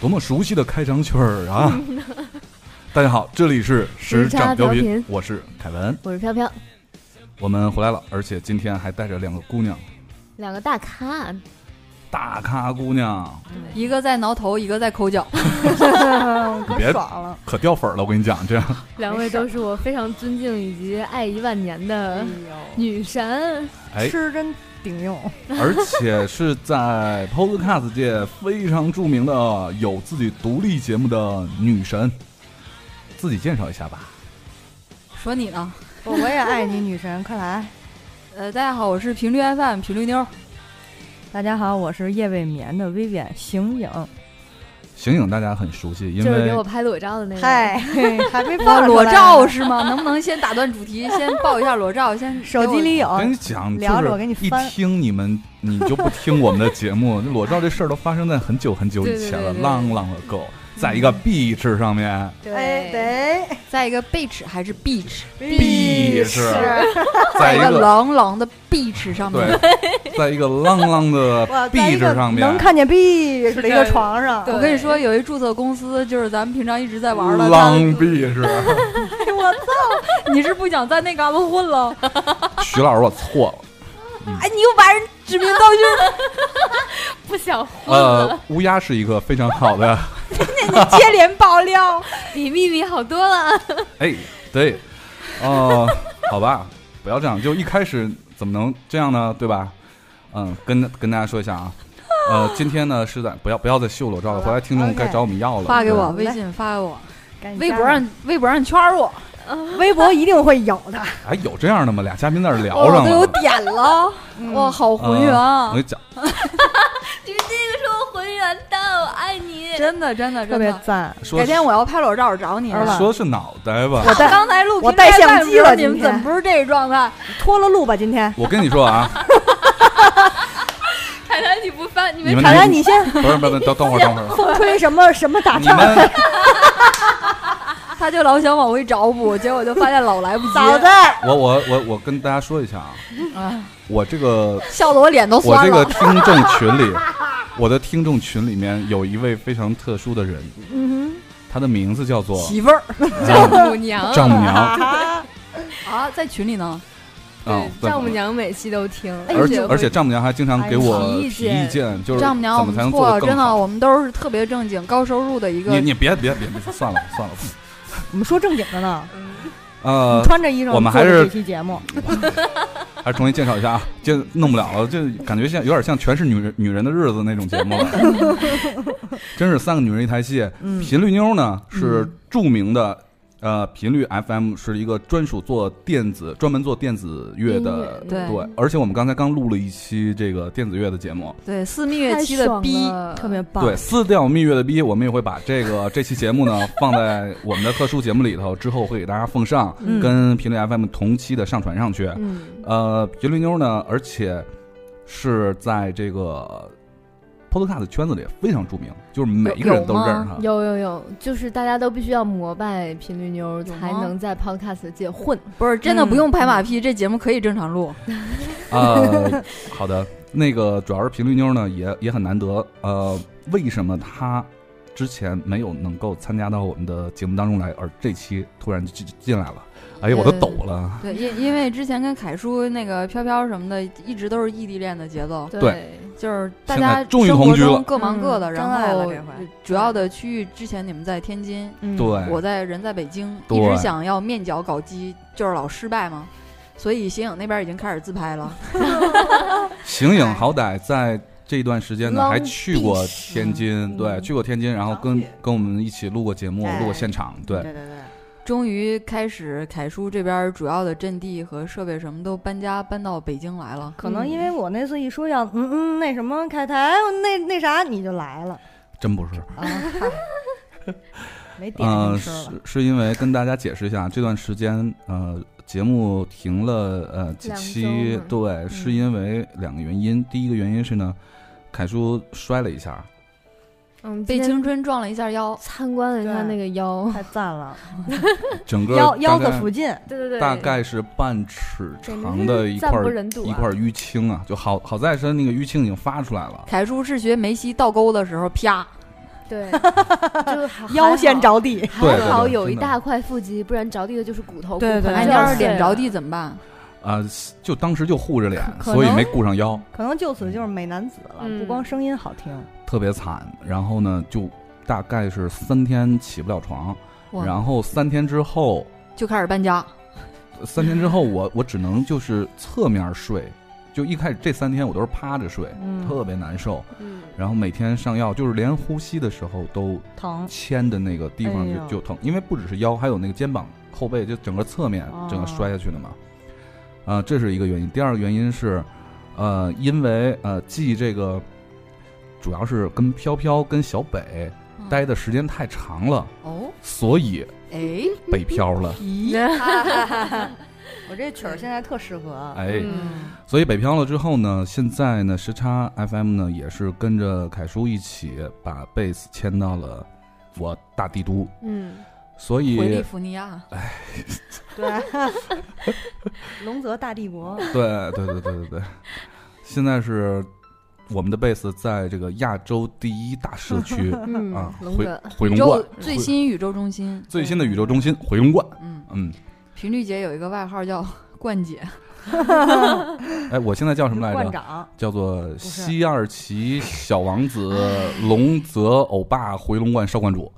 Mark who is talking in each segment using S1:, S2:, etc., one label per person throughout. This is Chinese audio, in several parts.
S1: 多么熟悉的开场曲儿 啊！大家好，这里是时
S2: 差
S1: 尚标
S2: 调
S1: 频
S2: 频，
S1: 我是凯文，
S2: 我是飘飘，
S1: 我们回来了，而且今天还带着两个姑娘，
S2: 两个大咖，
S1: 大咖姑娘，
S3: 一个在挠头，一个在抠 脚。
S1: 你别
S4: 爽了，
S1: 可掉粉儿了，我跟你讲，这 样，
S2: 两位都是我非常尊敬以及爱一万年的女神。
S1: 哎，
S4: 吃真顶用，
S1: 而且是在 Podcast 界非常著名的有自己独立节目的女神，自己介绍一下吧。
S3: 说你呢？
S4: 我我也爱你，女神，快来！
S3: 呃，大家好，我是频率 FM 频率妞儿。
S4: 大家好，啊我是夜未眠的薇薇醒影，
S1: 醒醒，大家很熟悉，因
S2: 就是给
S1: 为
S2: 我拍裸照的那个，
S4: 嗨，还没
S3: 哇
S4: 放出
S3: 裸
S4: 来
S3: 照
S4: 呢，
S3: 是吗？能不能先打断主 题，先报一下裸照？先给
S4: 手
S3: 我
S4: 机里有，
S1: 跟你讲，就
S4: 哦聊着我
S1: 是
S4: 给你
S1: 一
S4: 翻
S1: 听你 们，你就不听我们的节目。这裸照这事儿都发生在很久很久以前了
S3: 对对对，对
S1: 浪浪的狗，在一个 beach 上面，
S4: 哎，
S2: 对，
S4: 得
S3: 在一个 beach 还是 beach，
S1: 必是 在
S3: 在
S1: 一
S3: 一 个
S1: 个
S3: 朗朗的 beach 上面。
S1: 对，在一个浪浪的
S4: 哇，在一
S1: beach
S4: 个
S1: 上
S4: 能
S1: 面，
S4: 看见 B
S3: 是
S4: 的一
S3: 这
S4: 个床上，
S3: 我跟你说，有一注册公司，就是咱们平常一直在玩的。
S1: 浪 beach。
S3: 哎我操！你是不想在那旮旯混了？
S1: 徐老师，我错了。
S3: 哎，你又把人指名道姓，
S2: 不想混了，
S1: 呃，乌鸦是一个非常好的，
S3: 接连爆料。
S2: 比秘密好多了。
S1: 哎，对，哦、好吧，不要这样，就一开始怎么能这样呢？对吧？嗯，跟跟大家说一下啊，呃，今天呢是在不要不要再秀裸照了，
S4: 好了
S1: 回来听众
S4: OK
S1: 该找我们要了。
S3: 发给我
S4: 对
S3: 微信，发给我
S4: 赶紧
S3: 微
S4: 加
S3: 博
S4: 上，
S3: 上，微博上圈 我。
S4: 微博一定会有的。
S1: 对，哎，有这样的吗？俩嘉宾在那儿聊
S3: 哦我
S1: 上
S3: 都有
S1: 了，嗯
S3: 点 了，
S4: 嗯
S3: 哇，好浑圆
S1: 我
S3: 啊
S1: 跟！你讲，
S2: 你这个是我浑圆的，我爱你。
S3: 真的，真的，
S4: 特
S3: 真
S4: 别
S3: 的。
S4: 赞，
S1: 说
S3: 改天我要拍裸照找你了。
S4: 儿吧
S1: 说是脑袋吧，
S4: 我带
S3: 刚才录
S4: 我
S3: 屏
S4: 带
S3: 拍
S4: 相
S3: 半
S4: 机
S3: 模
S4: 了
S3: 你们
S4: 今
S3: 怎
S4: 天
S3: 么不是这个状 态？
S4: 脱了录吧，今天。
S1: 我跟你说 啊，
S2: 凯凯你不翻，你
S1: 你们
S4: 凯
S1: 来，
S4: 兰，你先
S1: 不是不是，等等会儿等会儿，
S4: 风吹什么什么打
S1: 你
S4: 仗？
S1: 们
S3: 他就老想往回找补，结果就发现老来不及，
S4: 嫂子，
S1: 我我我我跟大家说一下啊，我这个
S3: 笑得我脸都
S1: 我
S3: 酸
S1: 这个
S3: 了。
S1: 听众群里， 我的听众群里面有一位非常特殊的人，
S4: 嗯
S1: 他的名字叫做
S3: 媳妇儿
S1: 丈母
S2: 丈母娘，
S1: 丈母娘啊、
S4: 哼，
S3: 啊，在群里呢，哎
S2: 对
S1: 对
S2: 丈母，娘每期都听，
S1: 而且
S2: 且
S1: 而且丈母娘还经常给我
S2: 哎提意
S1: 提
S2: 见
S1: 意见，就是
S3: 丈母娘
S1: 怎
S3: 我
S1: 么才能
S3: 们错
S1: 做
S3: 了，
S1: 得
S3: 真
S1: 更
S3: 的，
S1: 好。
S3: 我们都是特别正经、高收入的一
S1: 你
S3: 个。
S1: 你别别别别，算了算 了，
S4: 我们说正经的呢，
S1: 呃
S4: 你，穿着衣裳
S1: 我们
S4: 做
S1: 还
S4: 的
S1: 是
S4: 这期节目，
S1: 还是重新介绍一下啊，这弄不了了，这感觉现在有点像全是女人女人的日子那种节目了，真是三个女人一台戏。
S4: 嗯
S1: 频率妞呢是著名的，呃，频率 FM 是一个专属做电子、专门做电子乐的，
S2: 音乐
S3: 对
S1: 对。而且我们刚才刚录了一期这个电子乐的节目，
S3: 对四蜜月期的逼，
S4: 特别棒。
S1: 对，撕掉蜜月的逼，我们也会把这个 这期节目呢放在我们的特殊节目里头，之后会给大家奉上，
S4: 嗯
S1: 跟频率 FM 同期的上传上去。
S2: 嗯，
S1: 呃，频率妞呢，而且是在这个 Podcast 圈子里非常著名，就是每一个人都
S3: 有有吗
S1: 认识他。
S2: 有有有，就是大家都必须要膜拜频率妞，才能在 podcast 界混。
S3: 不是真的
S4: 嗯
S3: 不用拍马屁，这节目可以正常录。
S1: 呃， 好的，那个主要是频率妞呢，也也很难得。呃，为什么她之前没有能够参加到我们的节目当中来，而这期突然就进进来了？哎呀，我都抖了。
S3: 对，因因为之前跟凯叔那个飘飘什么的，一直都是异地恋的节奏。
S1: 对
S3: 就是大
S1: 现在
S3: 家
S1: 终于
S3: 生
S1: 同
S3: 活
S1: 居
S3: 中
S1: 了
S3: 各忙各的，
S4: 嗯
S3: 然
S4: 真爱了
S3: 后呃
S4: 这回
S3: 主要的区域之前你们在天津，
S4: 嗯
S1: 对，
S3: 我在人在北京，
S1: 哎对
S3: 一直想要面角搞基，就是老失败嘛。所以邢影那边已经开始自拍了，
S1: 醒影好歹在这段时间呢，
S2: Long
S1: 还去过
S2: Beach
S1: 天津，对，去过天津，然后跟
S4: 了解
S1: 跟我们一起录过节目，
S4: 哎
S1: 录过现场，对，
S4: 对对，
S3: 终于开始凯叔这边主要的阵地和设备什么都搬家搬到北京来了。
S4: 可能因为我那次一说要嗯嗯那什么凯台那那啥你就来了
S1: 真不是。
S4: 啊，嗨没点
S1: 呃，
S4: 你吃
S1: 是
S4: 了，
S1: 是因为跟大家解释一下，这段时间呃节目停了呃几
S2: 两
S1: 期
S2: 周嘛，
S4: 嗯
S1: 对，是因为两个原因。第一个原因是呢，凯叔摔了一 下，
S2: 嗯，
S3: 被
S2: 今天
S3: 青春撞了一下腰，
S2: 参观了一下
S4: 对
S2: 那个腰，
S4: 太赞了，
S1: 整个
S4: 腰腰
S1: 大
S4: 子
S1: 概
S4: 附近
S2: 对对对，
S1: 大概是半尺长的一块
S2: 赞不忍睹啊
S1: 一块淤青啊，就好好在是那个淤青已经发出来了，
S3: 凯叔是学梅西倒钩的时候，啪，
S2: 对，就还
S4: 腰先。着地，
S2: 还好
S1: 对对
S2: 还好
S1: 对
S2: 有一
S1: 真的
S2: 大块腹肌，不然着地的就是骨头。
S3: 对
S2: 骨盆
S3: 对，哎，
S2: 就
S3: 要是
S2: 碎
S3: 脸着
S2: 了
S3: 地怎么办？
S1: 啊、就当时就护着脸，
S4: 可
S1: 所以
S4: 能
S1: 没顾上腰，
S4: 可能就此就是美男子了，
S2: 嗯
S4: 不光声音好听，
S1: 特别惨。然后呢，就大概是三天起不了床，
S3: 哇
S1: 然后三天之后，
S3: 就开始搬家，
S1: 三天之后我我只能就是侧面睡，就一开始这三天我都是趴着睡，
S4: 嗯，
S1: 特别难受。
S2: 嗯，
S1: 然后每天上药，就是连呼吸的时候都
S4: 疼，
S1: 牵的那个地方
S4: 哎
S1: 就、
S4: 呦
S1: 就疼，因为不只是腰，还有那个肩膀、后背，就整个侧面
S4: 哦
S1: 整个摔下去的嘛。啊、这是一个原因。第二个原因是，呃，因为呃，记这个主要是跟飘飘跟小北
S3: 嗯
S1: 待的时间太长了，
S3: 哦，
S1: 所以
S3: 哎，
S1: 北漂了。
S3: 咦，
S4: 我这曲儿现在特适合，
S1: 哎，
S3: 嗯
S1: 所以北漂了之后呢，现在呢，时差 FM 呢也是跟着凯叔一起把贝斯迁到了我大帝都，
S2: 嗯，
S1: 所以
S3: 回利福尼亚，
S4: 对， 龙泽大帝国，
S1: 对对对对对对，现在是我们的贝斯在这个亚洲第一大社区
S2: 嗯
S1: 啊，
S2: 龙
S1: 回
S2: 哥，
S1: 回
S3: 宇
S1: 龙
S3: 宙
S1: 观，
S3: 最新宇宙中心，
S1: 最新的宇宙中心回龙观。
S3: 嗯，
S1: 嗯，
S3: 频率姐有一个外号叫 冠姐，
S1: 哎，我现在 叫什么来
S4: 馆
S1: 着？
S4: 长，
S1: 叫做西二旗小王子龙泽欧巴回龙观少观主。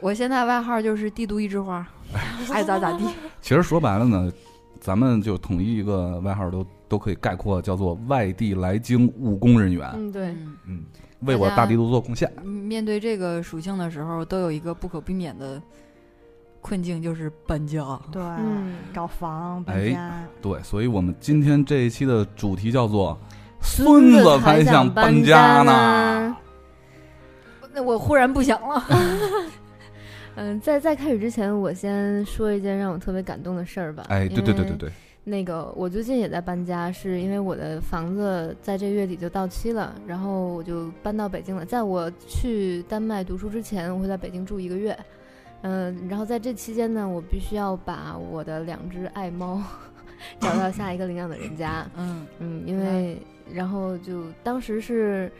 S3: 我现在外号就是帝都一枝花，爱咋咋地，
S1: 其实说白了呢，咱们就统一一个外号都都可以概括，叫做外地来京务工人员。
S2: 嗯，对，
S3: 嗯
S1: 嗯，为我大帝都做贡献。
S3: 面对这个属性的时候，都有一个不可避免的困境，就是搬家。
S4: 对，
S2: 嗯，
S4: 找
S1: 哎
S4: 房搬家，
S1: 对，所以我们今天这一期的主题叫做“
S2: 孙
S1: 子
S2: 子
S1: 还
S2: 还
S1: 想
S2: 想
S1: 搬
S2: 搬
S1: 家
S2: 家
S1: 呢
S2: 呢
S3: 那我忽然不想了，
S2: 嗯，在在开始之前，我先说一件让我特别感动的事儿吧”。。
S1: 哎，对对对对。对，
S2: 那个，我最近也在搬家，是因为我的房子在这月底就到期了，然后我就搬到北京了。在我去丹麦读书之前，我会在北京住一个月。嗯、然后在这期间呢，我必须要把我的两只爱猫 找到下一个领养的人家。
S3: 嗯，
S2: 嗯，因为然后就当时是，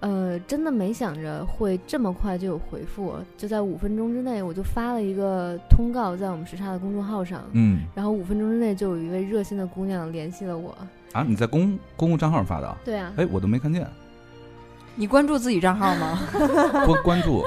S2: 呃，真的没想着会这么快就有回复，就在五分钟之内，我就发了一个通告在我们时差的公众号上。
S1: 嗯
S2: 然后五分钟之内就有一位热心的姑娘联系了我。
S1: 啊，你在公公共账号上发的啊？
S2: 哎对啊，
S1: 哎，我都没看 见，
S3: 你关注自己账号吗？
S1: 关关注。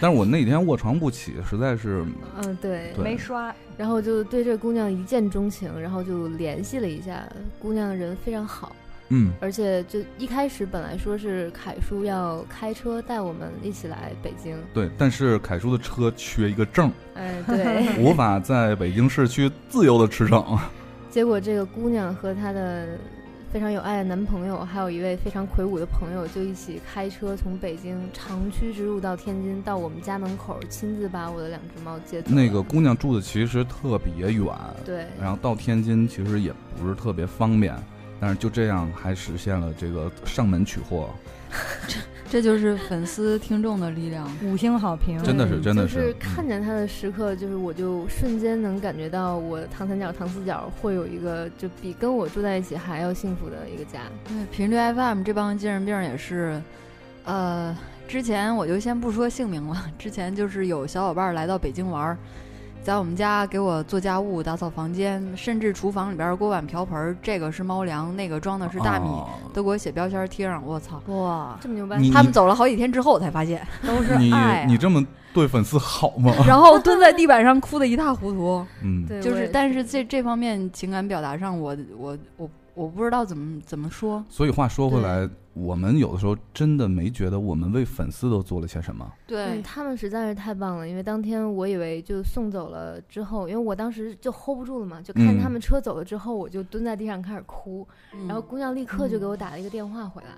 S1: 但是我那天卧床不起，实在是
S2: 嗯对，
S1: 对
S4: 没刷，
S2: 然后就对这姑娘一见钟情，然后就联系了一下，姑娘人非常好，
S1: 嗯
S2: 而且就一开始本来说是凯叔要开车带我们一起来北 京，
S1: 对。但是凯叔的车缺一个 证，
S2: 哎对，
S1: 无法在北京市区自由的驰骋。
S2: 结果这个姑娘和她的 非常有爱的男朋友，还有一位非常魁梧的朋友，就一起开车从北京长驱直入到天津，到我们家门口亲自把我的两只猫接走了。
S1: 那个姑娘住的其实特别远，
S2: 对，
S1: 然后到天津其实也不是特别方便，但是就这样还实现了这个上门取货，
S3: 这就是粉丝听众的力量。
S4: 五星好评，
S1: 真的是
S2: 对
S1: 真的
S2: 就是看见他的时刻，就是我就瞬间能感觉到我唐三角、唐四角会有一个就比跟我住在一起还要幸福的一个家。
S3: 对，频率 FM 这帮精神病也是，呃，之前我就先不说姓名了，之前就是有小伙伴来到北京玩儿，在我们家给我做家务、打扫房间，甚至厨房里边儿锅碗瓢盆儿，这个是猫粮，那个装的是大米，
S1: 哦
S3: 都给我写标签儿贴上。我操！
S4: 哇，
S2: 这么牛掰，
S1: 你
S3: 他们走了好几天之后，我才发 现，
S4: 都是
S1: 你
S4: 爱啊，
S1: 你这么对粉丝好吗？
S3: 然后蹲在地板上哭得一塌糊涂。
S1: 嗯，
S2: 对，
S3: 就
S2: 我
S3: 是，
S2: 也
S3: 但是这这方面情感表达上我，我我我不知道怎么怎么说。
S1: 所以话说回来，我们有的时候真的没觉得我们为粉丝都做了些什么。
S2: 嗯，他们实在是太棒了，因为当天我以为就送走了之后，因为我当时就 hold 不住了嘛，就看
S1: 嗯
S2: 他们车走了之后，我就蹲在地上开始哭，
S3: 嗯
S2: 然后姑娘立刻就给我打了一个电话回来。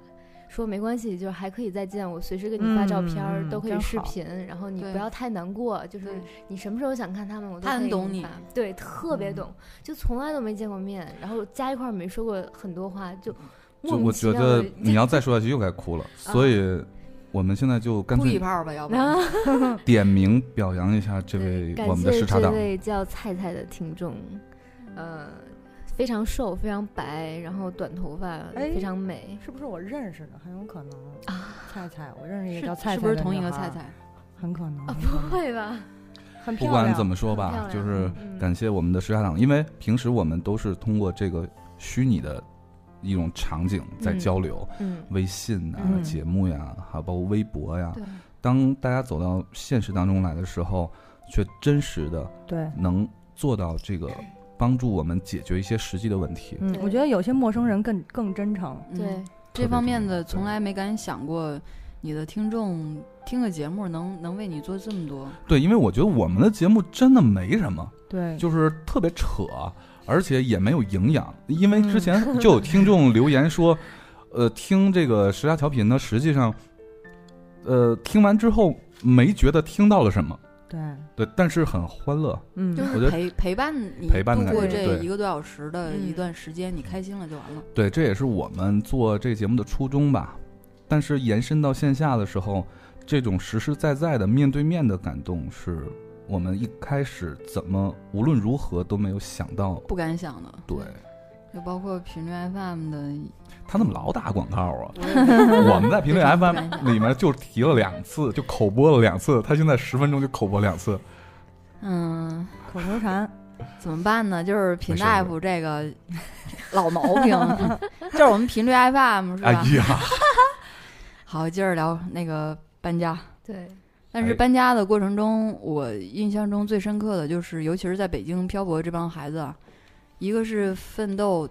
S2: 说没关系，就是还可以再见，我随时给你发照片儿，
S4: 嗯
S2: 都可以
S4: 真
S2: 视
S4: 好
S2: 频，然后你
S3: 对
S2: 不要太难过，就是
S3: 对
S2: 你什么时候想看他们，我都
S3: 他
S2: 可
S3: 很
S2: 以
S3: 懂
S2: 给
S3: 你
S2: 发，对，特别
S4: 嗯
S2: 懂，就从来都没见过面，然后加一块儿没说过很多话，就
S1: 就
S2: 莫
S1: 我
S2: 名其
S1: 觉
S2: 妙
S1: 得
S2: 的嗯
S1: 你要再说下去又该哭了，所以我们现在就干
S3: 哭一
S1: 脆
S3: 炮吧，要 不然
S2: 然后
S1: 点名表扬一下这位
S2: 感
S1: 我们的
S2: 谢
S1: 时差党
S2: 这。位叫菜菜的听众，呃，非常瘦，非常白，然后短头发，
S4: 哎
S2: 非常美。
S4: 是不是我认识的？很有可能
S2: 啊。
S4: 菜菜，我认识一个
S3: 是
S4: 叫菜菜，
S3: 是不是同一个菜？菜？
S4: 很可能，
S2: 啊，
S4: 很可
S2: 不
S4: 能
S2: 会吧？
S4: 很
S1: 不
S4: 漂
S1: 管
S4: 亮。
S1: 怎么说
S2: 很漂
S1: 吧，
S2: 亮
S1: 就是
S2: 嗯
S1: 感谢我们的时差党，因为平时我们都是通过这个虚拟的一种场景在
S2: 嗯
S1: 交流，
S2: 嗯，
S1: 微信啊、
S4: 嗯
S1: 节目呀，还有包括微博呀。
S2: 对，
S1: 当大家走到现实当中来的时候，却真实的
S4: 对，
S1: 能做到这个，帮助我们解决一些实际的问题。
S4: 嗯，我觉得有些陌生人更更真诚。
S3: 嗯
S2: 对，
S1: 特别
S3: 这方面
S1: 重要
S3: 的，
S1: 对
S3: 从来没敢想过你的听众听个节目能能为你做这么多。
S1: 对，因为我觉得我们的节目真的没什么，
S4: 对，
S1: 就是特别扯，而且也没有营养。因为之前就有听众留言说，呃，听这个时差调频呢，实际上，呃，听完之后没觉得听到了什么，
S4: 对，
S1: 对，但是很欢乐。
S4: 嗯
S3: 就，
S1: 我觉得
S3: 是陪陪伴你
S1: 陪伴的
S3: 度过
S2: 感觉
S3: 这
S1: 对
S3: 一个多小时的
S2: 嗯
S3: 一段时间，你开心了就完了。
S1: 对，这也是我们做这个节目的初衷吧。但是延伸到线下的时候，这种实实在在的面对面的感动，是我们一开始怎么无论如何都没有想到。
S3: 不敢想的，
S1: 对
S3: 就包括频率 FM 的，
S1: 他怎么老打广告啊？
S3: 我也
S1: 我们在频率
S3: 非常不
S1: FM 里面就提了两次，就口播了两次。他现在十分钟就口播两次，
S3: 嗯，
S4: 口头 禅，
S3: 怎么办呢？就是频
S1: 没事没
S3: 大
S1: 事
S3: 夫这个老毛病， 就是我们频率 FM 是
S1: 哎
S3: 吧？
S1: 呀，
S3: 好，接着聊那个搬家。
S2: 对，
S3: 但是
S1: 哎
S3: 搬家的过程中，我印象中最深刻的就是，尤其是在北京漂泊这帮孩子，啊，一个是奋斗、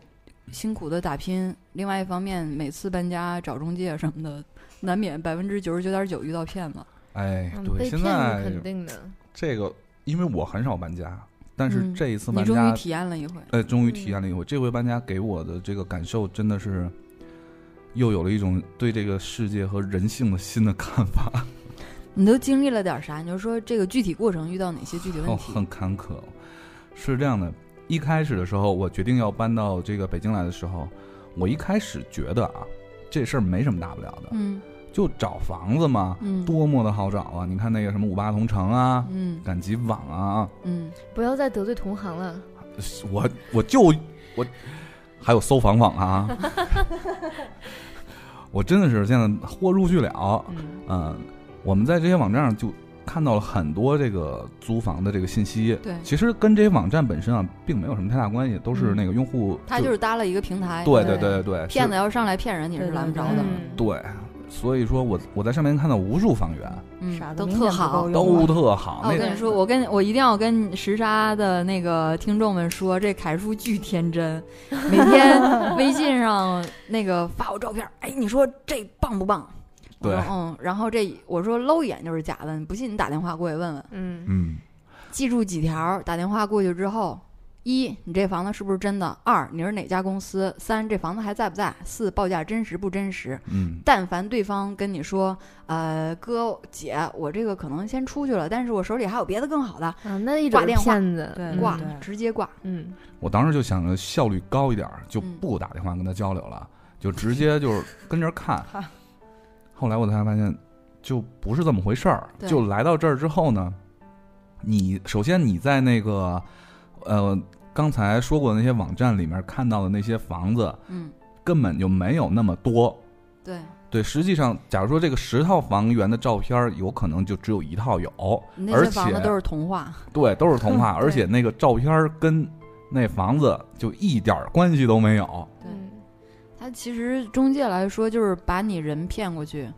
S3: 辛苦的打拼，另外一方面，每次搬家找中介什么的，难免百分之九十九点九遇到骗子。
S1: 哎，
S2: 嗯，
S1: 对，
S2: 被
S1: 现
S2: 骗是
S1: 在
S2: 肯定的。
S1: 这个，因为我很少搬家，但是
S3: 嗯
S1: 这一次
S3: 你
S1: 搬
S3: 终于
S1: 家
S3: 体验了一回，
S1: 呃，终于体验了一回。这回搬家给我的这个感受真的是，又有了一种对这个世界和人性的新的看法，
S3: 你都经历了点啥？你就说这个具体过程遇到哪些具体问
S1: 哦，
S3: 题？
S1: 很坎坷。是这样的，一开始的时候，我决定要搬到这个北京来的时候，我一开始觉得啊，这事儿没什么大不了的，
S3: 嗯
S1: 就找房子嘛，
S3: 嗯
S1: 多么的好找啊！你看那个什么五八同城啊，
S3: 嗯
S1: 赶集网啊，
S3: 嗯，
S2: 不要再得罪同行了。
S1: 我我就我还有搜房网啊，我真的是现在豁出去了。
S3: 嗯
S1: 嗯，我们在这些网站上就看到了很多这个租房的这个信息。
S3: 对，
S1: 其实跟这些网站本身啊，并没有什么太大关系，都是
S3: 嗯
S1: 那个用户
S3: 他就是搭了一个平台，
S1: 对
S2: 对
S1: 对对对
S3: 骗
S1: 子
S3: 子要上来骗人，你是拦不着的。
S2: 嗯，
S1: 对，所以说我我在上面看到无数房源
S3: 嗯
S4: 傻，子
S3: 都
S4: 明
S3: 特
S4: 显不
S3: 好
S4: 够，用
S1: 都特好，
S3: 啊，我
S1: 哦那
S3: 跟你说，我跟我一定要跟时差的那个听众们说，这凯叔巨天真，每 天微信上那个发我照片，哎，你说这棒不棒？我说
S1: 对
S3: 嗯，然后这我说搂一眼就是假的，你不信你打电话过去问问。
S2: 嗯，
S1: 嗯，
S3: 记住几条，打电话过去之后，一你这房子是不是真的？二你是哪家公司？三这房子还在不在？四报价真实不真实？
S1: 嗯
S3: 但凡对方跟你说，呃，哥姐，我这个可能先出去了，但是我手里还有别的更好的，
S1: 嗯
S2: 啊，那一
S3: 挂
S2: 种
S3: 电话
S2: 骗子，
S4: 对
S2: 嗯
S3: 挂，
S4: 对
S3: 直接挂。
S2: 嗯，
S1: 我当时就想着效率高一点儿，就
S3: 嗯
S1: 不打电话跟他交流了，就直接就是跟这儿看
S4: 好。
S1: 后来我才发现，就不是这么回事儿。
S3: 对
S1: 就来到这儿之后呢，你首先你在那个呃刚才说过的那些网站里面看到的那些房子，
S3: 嗯，
S1: 根本就没有那么多。
S3: 对，
S1: 对，实际上，假如说这个十套房源的照片儿，有可能就只有一套有，
S3: 你那
S1: 而
S3: 些房子
S1: 且
S3: 都是童话。
S1: 对，都是童话，
S4: 对
S1: 而且那个照片儿跟那房子就一点儿关系都没有。
S3: 对
S2: 嗯
S3: 它其实中介来说就是把你人骗过去，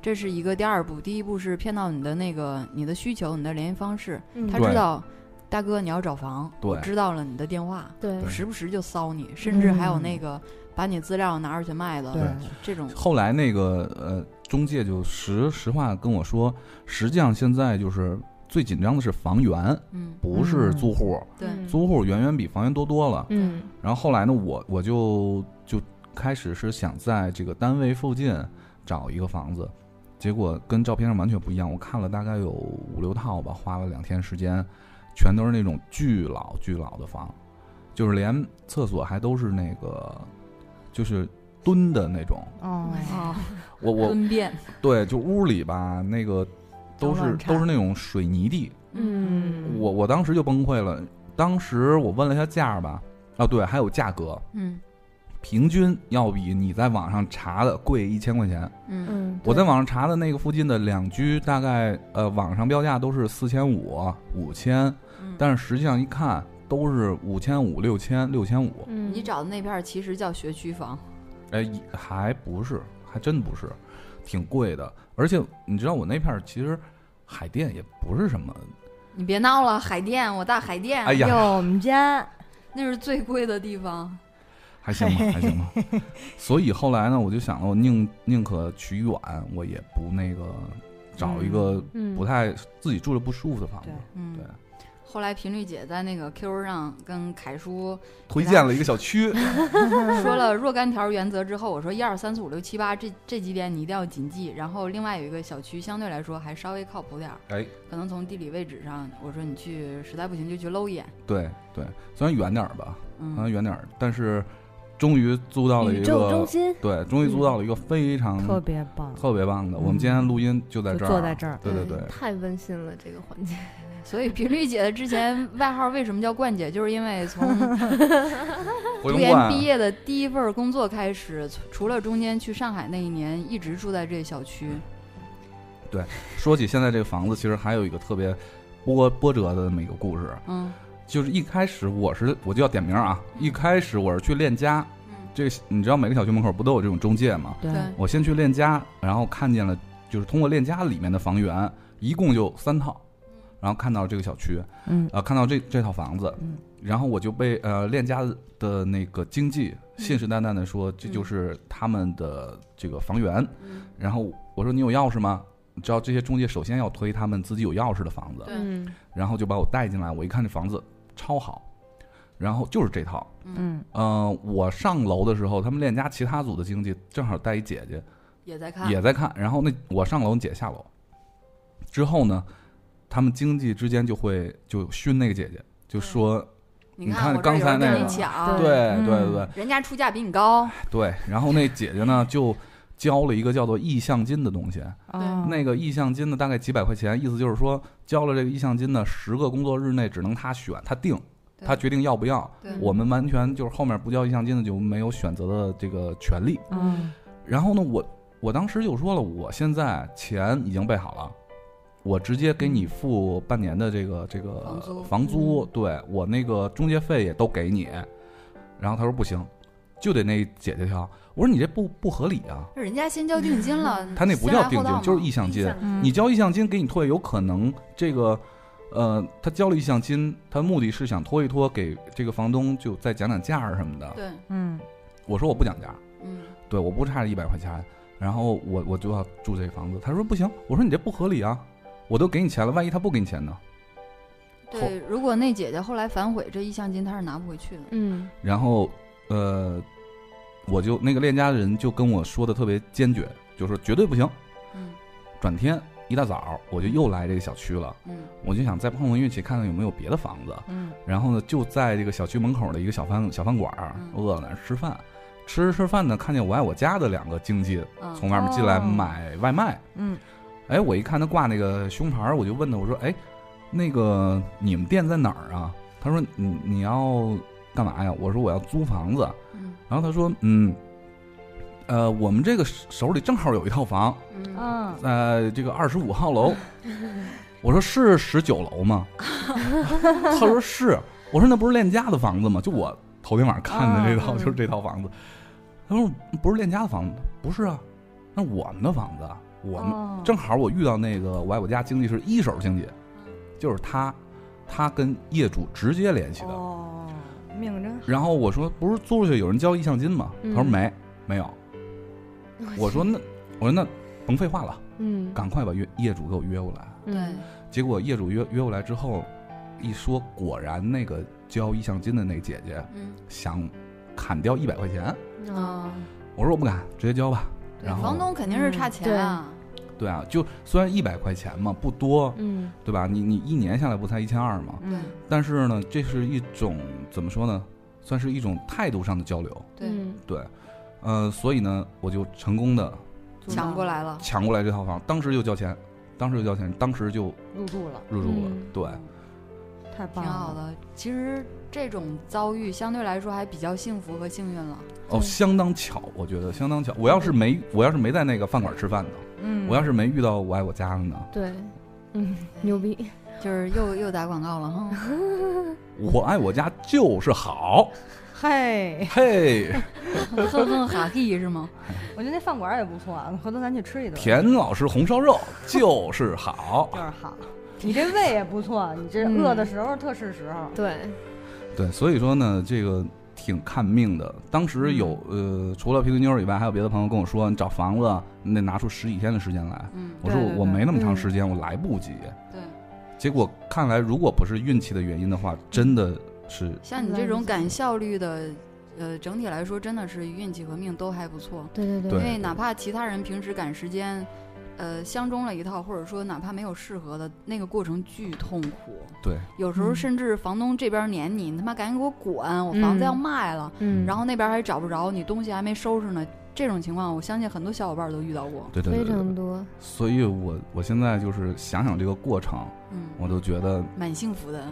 S3: 这是一个第二步，第一步是骗到你的那个你的需求、你的联系方式，
S2: 嗯
S3: 他
S1: 对
S3: 知道。大哥，你要找房，
S1: 对
S3: 我知道了你的电话，
S2: 对
S1: 对
S3: 时不时就骚你，甚至还有那个把你资料拿出去卖
S4: 嗯对
S3: 的，这种，
S1: 后来那个呃中介就实实话跟我说，实际上现在就是最紧张的是房源，
S3: 嗯，
S1: 不是租户，
S3: 对，
S2: 嗯
S1: 租户远远比房源多多了。
S2: 嗯
S1: 然后后来呢，我我就就开始是想在这个单位附近找一个房子，结果跟照片上完全不一样。我看了大概有五六套吧，花了两天时间，全都是那种巨老巨老的房，就是连厕所还都是那个就是蹲的那种。
S4: 哦，
S3: 哦，
S1: 我我
S3: 分辨，
S1: 对，就屋里吧那个都
S4: 脏
S1: 是
S4: 乱差
S1: 都是那种水泥地，
S2: 嗯，
S1: 我我当时就崩溃了。当时我问了一下价儿吧，啊，对，还有价格，
S3: 嗯
S1: 平均要比你在网上查的贵一千块钱。
S3: 嗯
S2: 嗯，
S1: 我在
S2: 对
S1: 网上查的那个附近的两居，大概呃网上标价都是四千五、五千，
S3: 嗯，
S1: 但是实际上一看都是五千五、六千、六千五，
S2: 嗯，
S3: 你找的那片儿其实叫学区房，
S1: 哎，一还不是，还真不是，挺贵的。而且你知道我那片儿其实海淀也不是什么，
S3: 你别闹了，海淀，我大海淀，
S1: 哎 呀
S4: 有我们家
S3: 那是最贵的地方。
S1: 还行吧，还行吧。所以后来呢，我就想了，我宁宁可取远，我也不那个找一个
S2: 嗯
S1: 不太自己住着不舒服的房子。
S4: 对
S3: 嗯
S1: 对，
S3: 后来频率姐在那个 Q 上跟凯叔
S1: 推荐了一个小区，
S3: 说了若干条原则之后，我说一二三四五六七八这这几点你一定要谨记。然后另外有一个小区相对来说还稍微靠谱点儿，
S1: 哎，
S3: 可能从地理位置上，我说你去实在不行就去搂一眼。
S1: 对对，虽然远点儿吧，虽然
S3: 嗯，
S1: 远点儿，但是终于租到了一
S4: 宇宙中
S1: 个，
S4: 心，嗯
S1: 对，终于租到了一个非常
S4: 特别棒，
S1: 特别棒的。我们
S4: 嗯
S1: 今天录音就在
S4: 就
S1: 这儿，啊
S4: 坐在这儿，嗯
S1: 对对对，
S2: 嗯太温馨了这个环节。
S3: 所以频率姐的之前外号为什么叫冠姐，就是因 为从
S1: 回
S3: 读
S1: 龙
S3: 研
S1: 观
S3: 毕业的第一份工作开始，除除了中间去上海那一年，一直住在这小区。
S1: 说起现在这个房子，其实还有一个特别波波折的那么一个故事，啊
S3: 嗯
S1: 就是一开始我是我就要点名啊，一开始我是去链家，
S3: 嗯，
S1: 这个你知道每个小区门口不都有这种中介吗？
S4: 对
S3: 对，
S1: 我先去链家，然后看见了，就是通过链家里面的房源，一共就三套，然后看到这个小区，
S4: 嗯
S1: 呃，看到这这套房子
S4: 嗯，
S1: 然后我就被呃链家的那个经纪信誓旦旦的说这就是他们的这个房源，
S3: 嗯
S1: 然后我说你有钥匙吗？你知道这些中介首先要推他们自己有钥匙的房子，
S3: 对
S2: 嗯
S1: 然后就把我带进来。我一看这房子超好，然后就是这套。
S4: 嗯，
S1: 嗯、我上楼的时候，他们链家其他组的经济正好带一姐姐
S3: 也在看，
S1: 也在看，然后那我上楼，姐下楼。之后呢，他们经济之间就会就熏那个姐姐，就说
S3: 你
S1: 你
S3: 看
S1: 看
S3: 我这
S1: 刚
S3: 有
S1: 才
S3: 人跟
S1: 那
S3: 你
S1: 个
S3: 抢，
S1: 对
S4: 嗯
S1: 对对对
S3: 人家出价比你高，
S1: 对。然后那姐姐呢就交了一个叫做意向金的东西，
S4: 哦
S1: 那个意向金呢大概几百块钱，意思就是说交了这个意向金呢，十个工作日内只能她选，她定，
S3: 对
S1: 她决定要不要。
S3: 对
S1: 我们完全就是后面不交意向金的就没有选择的这个权利。
S4: 嗯
S1: 然后呢，我我当时就说了，我现在钱已经备好了，我直接给你付半年的这个这个
S3: 房租
S1: 房租对我那个中介费也都给你。然后他说不行，就得那姐姐挑。我说你这不不合理啊，
S3: 人家先交定金了，
S1: 他那不叫定金，就是意
S3: 一
S1: 向金。
S4: 嗯，
S1: 你交意向金给你退，有可能这个，呃，他交了意向金，他目的是想拖一拖，给这个房东就再讲讲价儿什么的。
S3: 对，
S4: 嗯
S1: 我说我不讲价儿，
S3: 嗯，
S1: 对，我不差这一百块钱，然后我我就要住这房子。他说不行，我说你这不合理啊，我都给你钱了，万一他不给你钱呢？后
S3: 对。如果那姐姐后来反悔，这意向金她是拿不回去的。
S2: 嗯
S1: 然后呃，我就那个链家的人就跟我说的特别坚决，就说绝对不行。
S3: 嗯
S1: 转天一大早我就又来这个小区了，
S3: 嗯
S1: 我就想再碰碰运气，看看有没有别的房子。
S4: 嗯
S1: 然后呢，就在这个小区门口的一个小饭小饭馆儿，
S3: 嗯
S1: 饿了那儿吃饭，吃着吃饭呢，看见我爱我家的两个经纪
S3: 嗯，
S1: 从外面进来
S4: 哦
S1: 买外卖，
S4: 嗯
S1: 哎，我一看他挂那个胸牌儿，我就问他，我说，哎，那个你们店在哪儿啊？他说，你你要干嘛呀？我说我要租房子。
S3: 嗯
S1: 然后他说，嗯，呃，我们这个手里正好有一套房，
S3: 嗯，
S4: 嗯，
S1: 在这个二十五号楼。我说是十九楼吗？ 他说是。我说那不是链家的房子吗？就我头天晚上看的这套、
S2: 啊嗯
S1: 就是这套房子。他说不是链家的房子，不是啊，那是我们的房子啊，我们、
S2: 嗯
S4: 哦
S1: 正好我遇到那个我爱我家经济是一手经济，就是他，他跟业主直接联系的。
S4: 哦，命真好，
S1: 然后我说不是租出去有人交意向金吗？他说
S2: 嗯哎
S1: 没，没有。我说那我说那甭废话了，
S2: 嗯，
S1: 赶快把业业主给我约过来。
S3: 对
S2: 嗯，
S1: 结果业主约约过来之后，一说果然那个交意向金的那姐姐
S3: 嗯
S1: 想砍掉一百块钱，
S2: 啊，
S1: 我说我不敢，直接交吧。
S3: 对，
S1: 嗯然后
S3: 房东肯定是差钱啊。
S1: 对啊，就虽然一百块钱嘛不多，
S2: 嗯
S1: 对吧？你你一年下来不才一千二嘛，
S3: 对
S4: 嗯
S1: 但是呢，这是一种怎么说呢？算是一种态度上的交流。
S3: 对，
S2: 嗯
S1: 对，呃，所以呢，我就成功的
S3: 抢过来了。
S1: 抢过来这套房，当时就交钱，当时就交钱，当时就
S4: 入住了，
S1: 入住了。
S2: 嗯
S1: 对，
S4: 太棒
S3: 挺
S4: 了，
S3: 好的。其实这种遭遇相对来说还比较幸福和幸运了。
S1: 哦，
S2: 对
S1: 相当巧，我觉得相当巧。我要是没我要是没在那个饭馆吃饭呢，
S3: 嗯
S1: 我要是没遇到我爱我家人呢，
S2: 对，嗯，牛逼，
S3: 就是又又打广告了哈。
S1: 我爱我家就是好，
S4: 嘿，
S1: 嘿，
S3: 哼哼哈嘿是吗？
S4: 我觉得那饭馆也不错啊，回头咱去吃一顿。
S1: 田老师红烧肉就是好
S4: 就。是好，你这胃也不错，你这
S2: 嗯
S4: 饿的时候特是时候。
S2: 对，
S1: 对，所以说呢，这个挺看命的。当时有
S4: 嗯
S1: 呃，除了皮皮妞儿以外，还有别的朋友跟我说，你找房子你得拿出十几天的时间来。
S3: 嗯，
S1: 我说
S4: 对对
S1: 我我
S4: 对
S1: 没那么长
S2: 嗯
S1: 时间，我来不及。
S3: 对。
S1: 结果看来，如果不是运气的原因的话，真的是
S3: 像你这种赶效率的，呃，整体来说真的是运气和命都还不错。
S2: 对对对
S1: 对
S3: 因为哪怕其他人平时赶时间，呃，相中了一套，或者说哪怕没有适合的，那个过程巨痛苦。
S1: 对，
S3: 有时候
S2: 嗯
S3: 甚至房东这边撵你，你他妈赶紧给我滚，我房子要卖了，
S2: 嗯，
S3: 然后那边还找不着，你东西还没收拾呢。这种情况，我相信很多小伙伴都遇到过。
S1: 对对对
S2: 非
S1: 对
S2: 常
S1: 对。
S2: 多，
S1: 所以我我现在就是想想这个过程，
S3: 嗯，
S1: 我都觉得
S3: 蛮幸福的。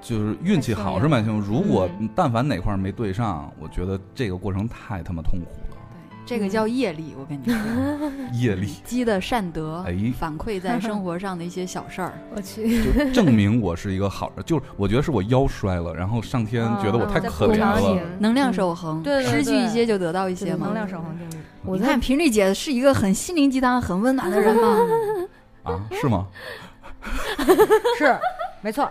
S1: 就是运气好是蛮幸福。如果
S4: 嗯
S1: 但凡哪块儿没对上，我觉得这个过程太他妈痛苦了，
S3: 对，这
S2: 嗯
S3: 个叫业力，我跟你说，
S4: 嗯
S1: 业力
S3: 积的善德
S1: 哎，
S3: 反馈在生活上的一些小事儿。
S2: 我去，
S1: 就证明我是一个好人。 就是我觉得是我腰摔了，然后上天觉得我太
S4: 啊
S1: 可
S4: 补
S1: 怜
S4: 偿
S1: 了
S4: 你。
S3: 能
S2: 嗯
S3: 量守恒，
S4: 对对对
S3: 失去一些就得到一些嘛。
S4: 能量守恒定律，
S2: 我
S3: 你
S2: 在
S3: 看频率姐是一个很心灵鸡汤、很温暖的人嘛。
S1: 啊，是吗？
S4: 是没错。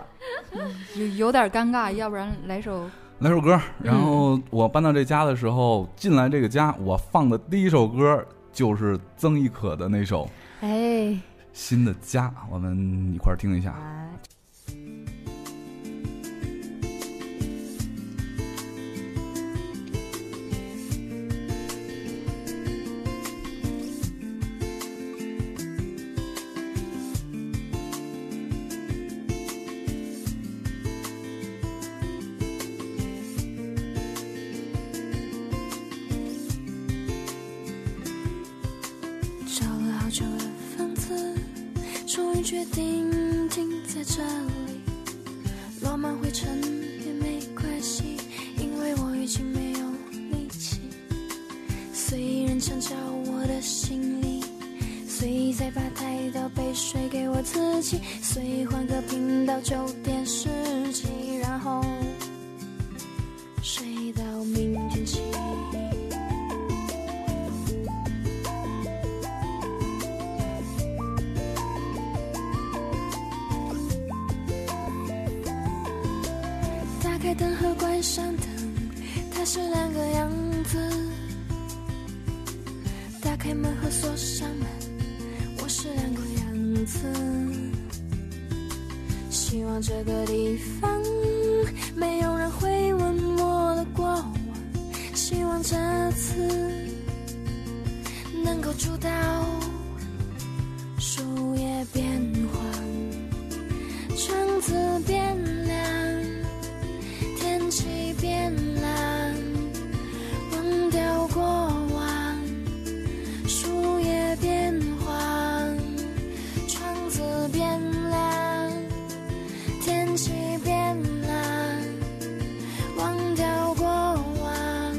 S3: 有有点尴尬，要不然来首
S1: 来首歌，然
S2: 嗯
S1: 后我搬到这家的时候，进来这个家，我放的第一首歌就是曾轶可的那首《
S2: 哎，
S1: 新的家》，我们一块儿听一下。
S4: 哎
S5: 找了好久的房子，终于决定定在这里。落满灰尘也没关系，因为我已经没有力气。虽然墙角我的行李，随意再把太倒杯水给我自己，随意换个频道就电视机，然后睡到明天起。打开灯和关上灯，它是两个样子。打开门和锁上门，我是两个样子。希望这个地方没有人会问我的过往，希望这次能够住到树叶变黄，窗子变亮。天气变蓝，忘掉过往，树叶变黄，窗子变蓝，天气变蓝，忘掉过往。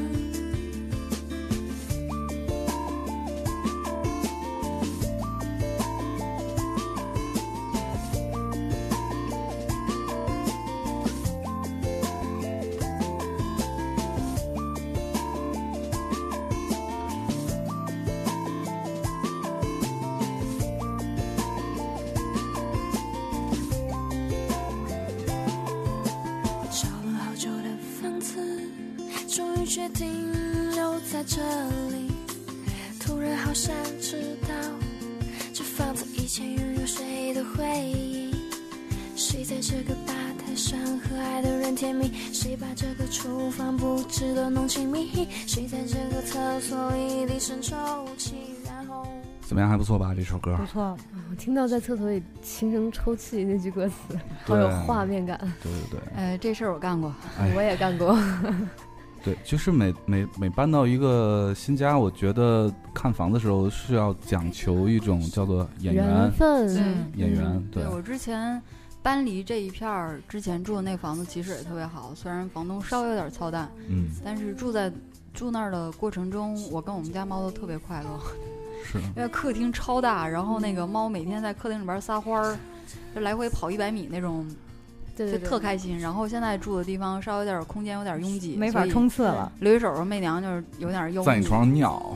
S5: 找了好久的房子，终于决定留在这里。突然好想知道，这房子以前拥有谁的回忆？谁在这个吧台上和爱的人甜蜜？谁把这个厨房布置的浓情蜜意？谁在这个厕所里低声抽泣？然后。
S1: 怎么样？还不错吧？这首歌
S2: 哦
S4: 不，错，
S2: 我听到在厕所里轻声抽泣那句歌词，好有
S1: 对
S2: 画面感，
S1: 对对对
S3: 呃，这事儿我干过。
S1: 哎
S2: 我也干过，
S1: 对，就是每每每搬到一个新家，我觉得看房的时候是要讲求一种叫做演员
S2: 分，
S3: 对
S1: 演员
S2: 嗯，
S1: 对
S3: 我之前搬离这一片儿之前住的那房子，其实也特别好，虽然房东稍微有点操蛋，
S1: 嗯，
S3: 但是住在住那儿的过程中，我跟我们家猫都特别快乐，
S1: 是，
S3: 因为客厅超大，然后那个猫每天在客厅里边撒欢儿，就来回跑一百米那种，
S2: 对
S3: 就
S2: 对对，
S3: 特开心。然后现在住的地方稍微有点空间有点拥挤，
S4: 没法
S3: 所以
S4: 冲刺了。
S3: 留一手儿媚娘就是有点忧。
S1: 在你床上尿，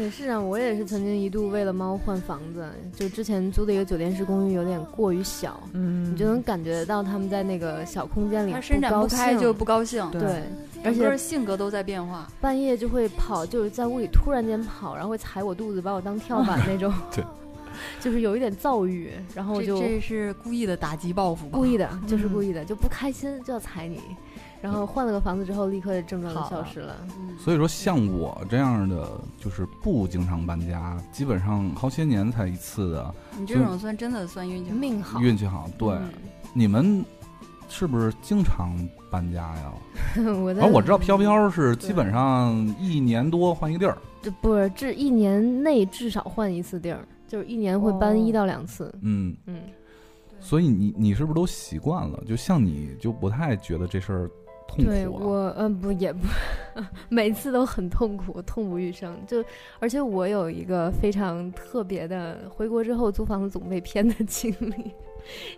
S2: 也是啊，我也是曾经一度为了猫换房子，就之前租的一个酒店式公寓有点过于小，
S5: 嗯，
S2: 你就能感觉到他们在那个小空间里
S3: 它伸展
S2: 不高
S3: 不开
S2: 兴
S3: 就不嗯高兴，
S2: 对，而
S3: 整
S2: 且
S3: 个性格都在变化。
S2: 半夜就会跑，就是在屋里突然间跑，然后会踩我肚子，把我当跳
S1: 。
S2: 板那种
S1: 对，
S2: 就是有一点躁郁，然后我
S3: 这
S2: 就
S3: 这是故意的打击报复吧？
S2: 故意的，就是故意的，就不开心就要踩你。然后换了个房子之后，立刻症状就
S5: 好
S2: 消
S5: 了
S2: 失了。
S3: 嗯，
S1: 所以说像我这样的就是不经常搬家，基本上好些年才一次的，
S3: 你这
S1: 嗯
S3: 种算真的算运气好。
S2: 命好，嗯
S1: 运气好。对，你们是不是经常搬家呀？
S2: 嗯、我在
S1: 而啊我知道飘飘是基本上一年多换一个地儿，
S2: 这不是这一年内至少换一次地儿，就是一年会搬
S4: 哦
S2: 一到两次。
S1: 嗯，
S2: 嗯，
S1: 所以你你是不是都习惯了？就像你就不太觉得这事儿痛
S2: 对
S1: 苦啊了，
S2: 我，嗯、不也不， 每次都很痛苦，痛不欲生。就而且我有一个非常特别的，回国之后租房子总被骗的 经历，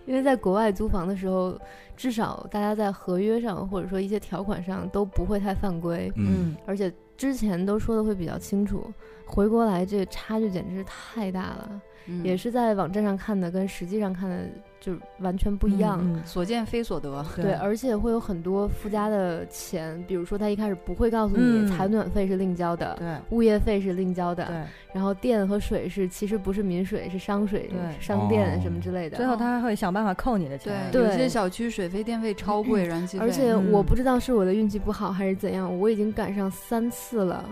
S2: 因为在国外租房的时候，至少大家在合约上或者说一些条款上都不会太犯规，
S1: 嗯，
S2: 而且之前都说的会比较清楚。回国来这个差距简直是太大了，
S3: 嗯
S2: 也是在网站上看的跟实际上看的就完全不一样。
S5: 嗯，嗯
S3: 所见非所得。
S5: 对
S2: 对，而且会有很多附加的钱，比如说他一开始不会告诉
S5: 嗯
S2: 你采暖费是另交的，
S5: 对
S2: 物业费是另交的，
S5: 对，
S2: 然后电和水是其实不是民水，是商水、
S5: 对
S2: 商
S1: 哦
S2: 电什么之类的。
S4: 最后他还会想办法扣你的钱。
S2: 对
S3: 有些小区水费、电费超贵，燃气费。
S2: 而且
S5: 嗯
S2: 我不知道是我的运气不好还是怎样，我已经赶上三次了。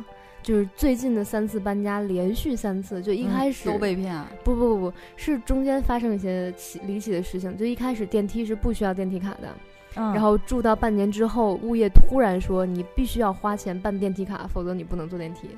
S2: 就是最近的三次搬家，连续三次，
S5: 嗯
S2: 就一开始、
S3: 嗯
S2: 哦
S3: 都被骗，
S2: 不不不不是中间发生一些奇离奇的事情，就一开始电梯是不需要电梯卡的，
S4: 嗯，
S2: 然后住到半年之后，物业突然说你必须要花钱办电梯卡，否则你不能坐电梯。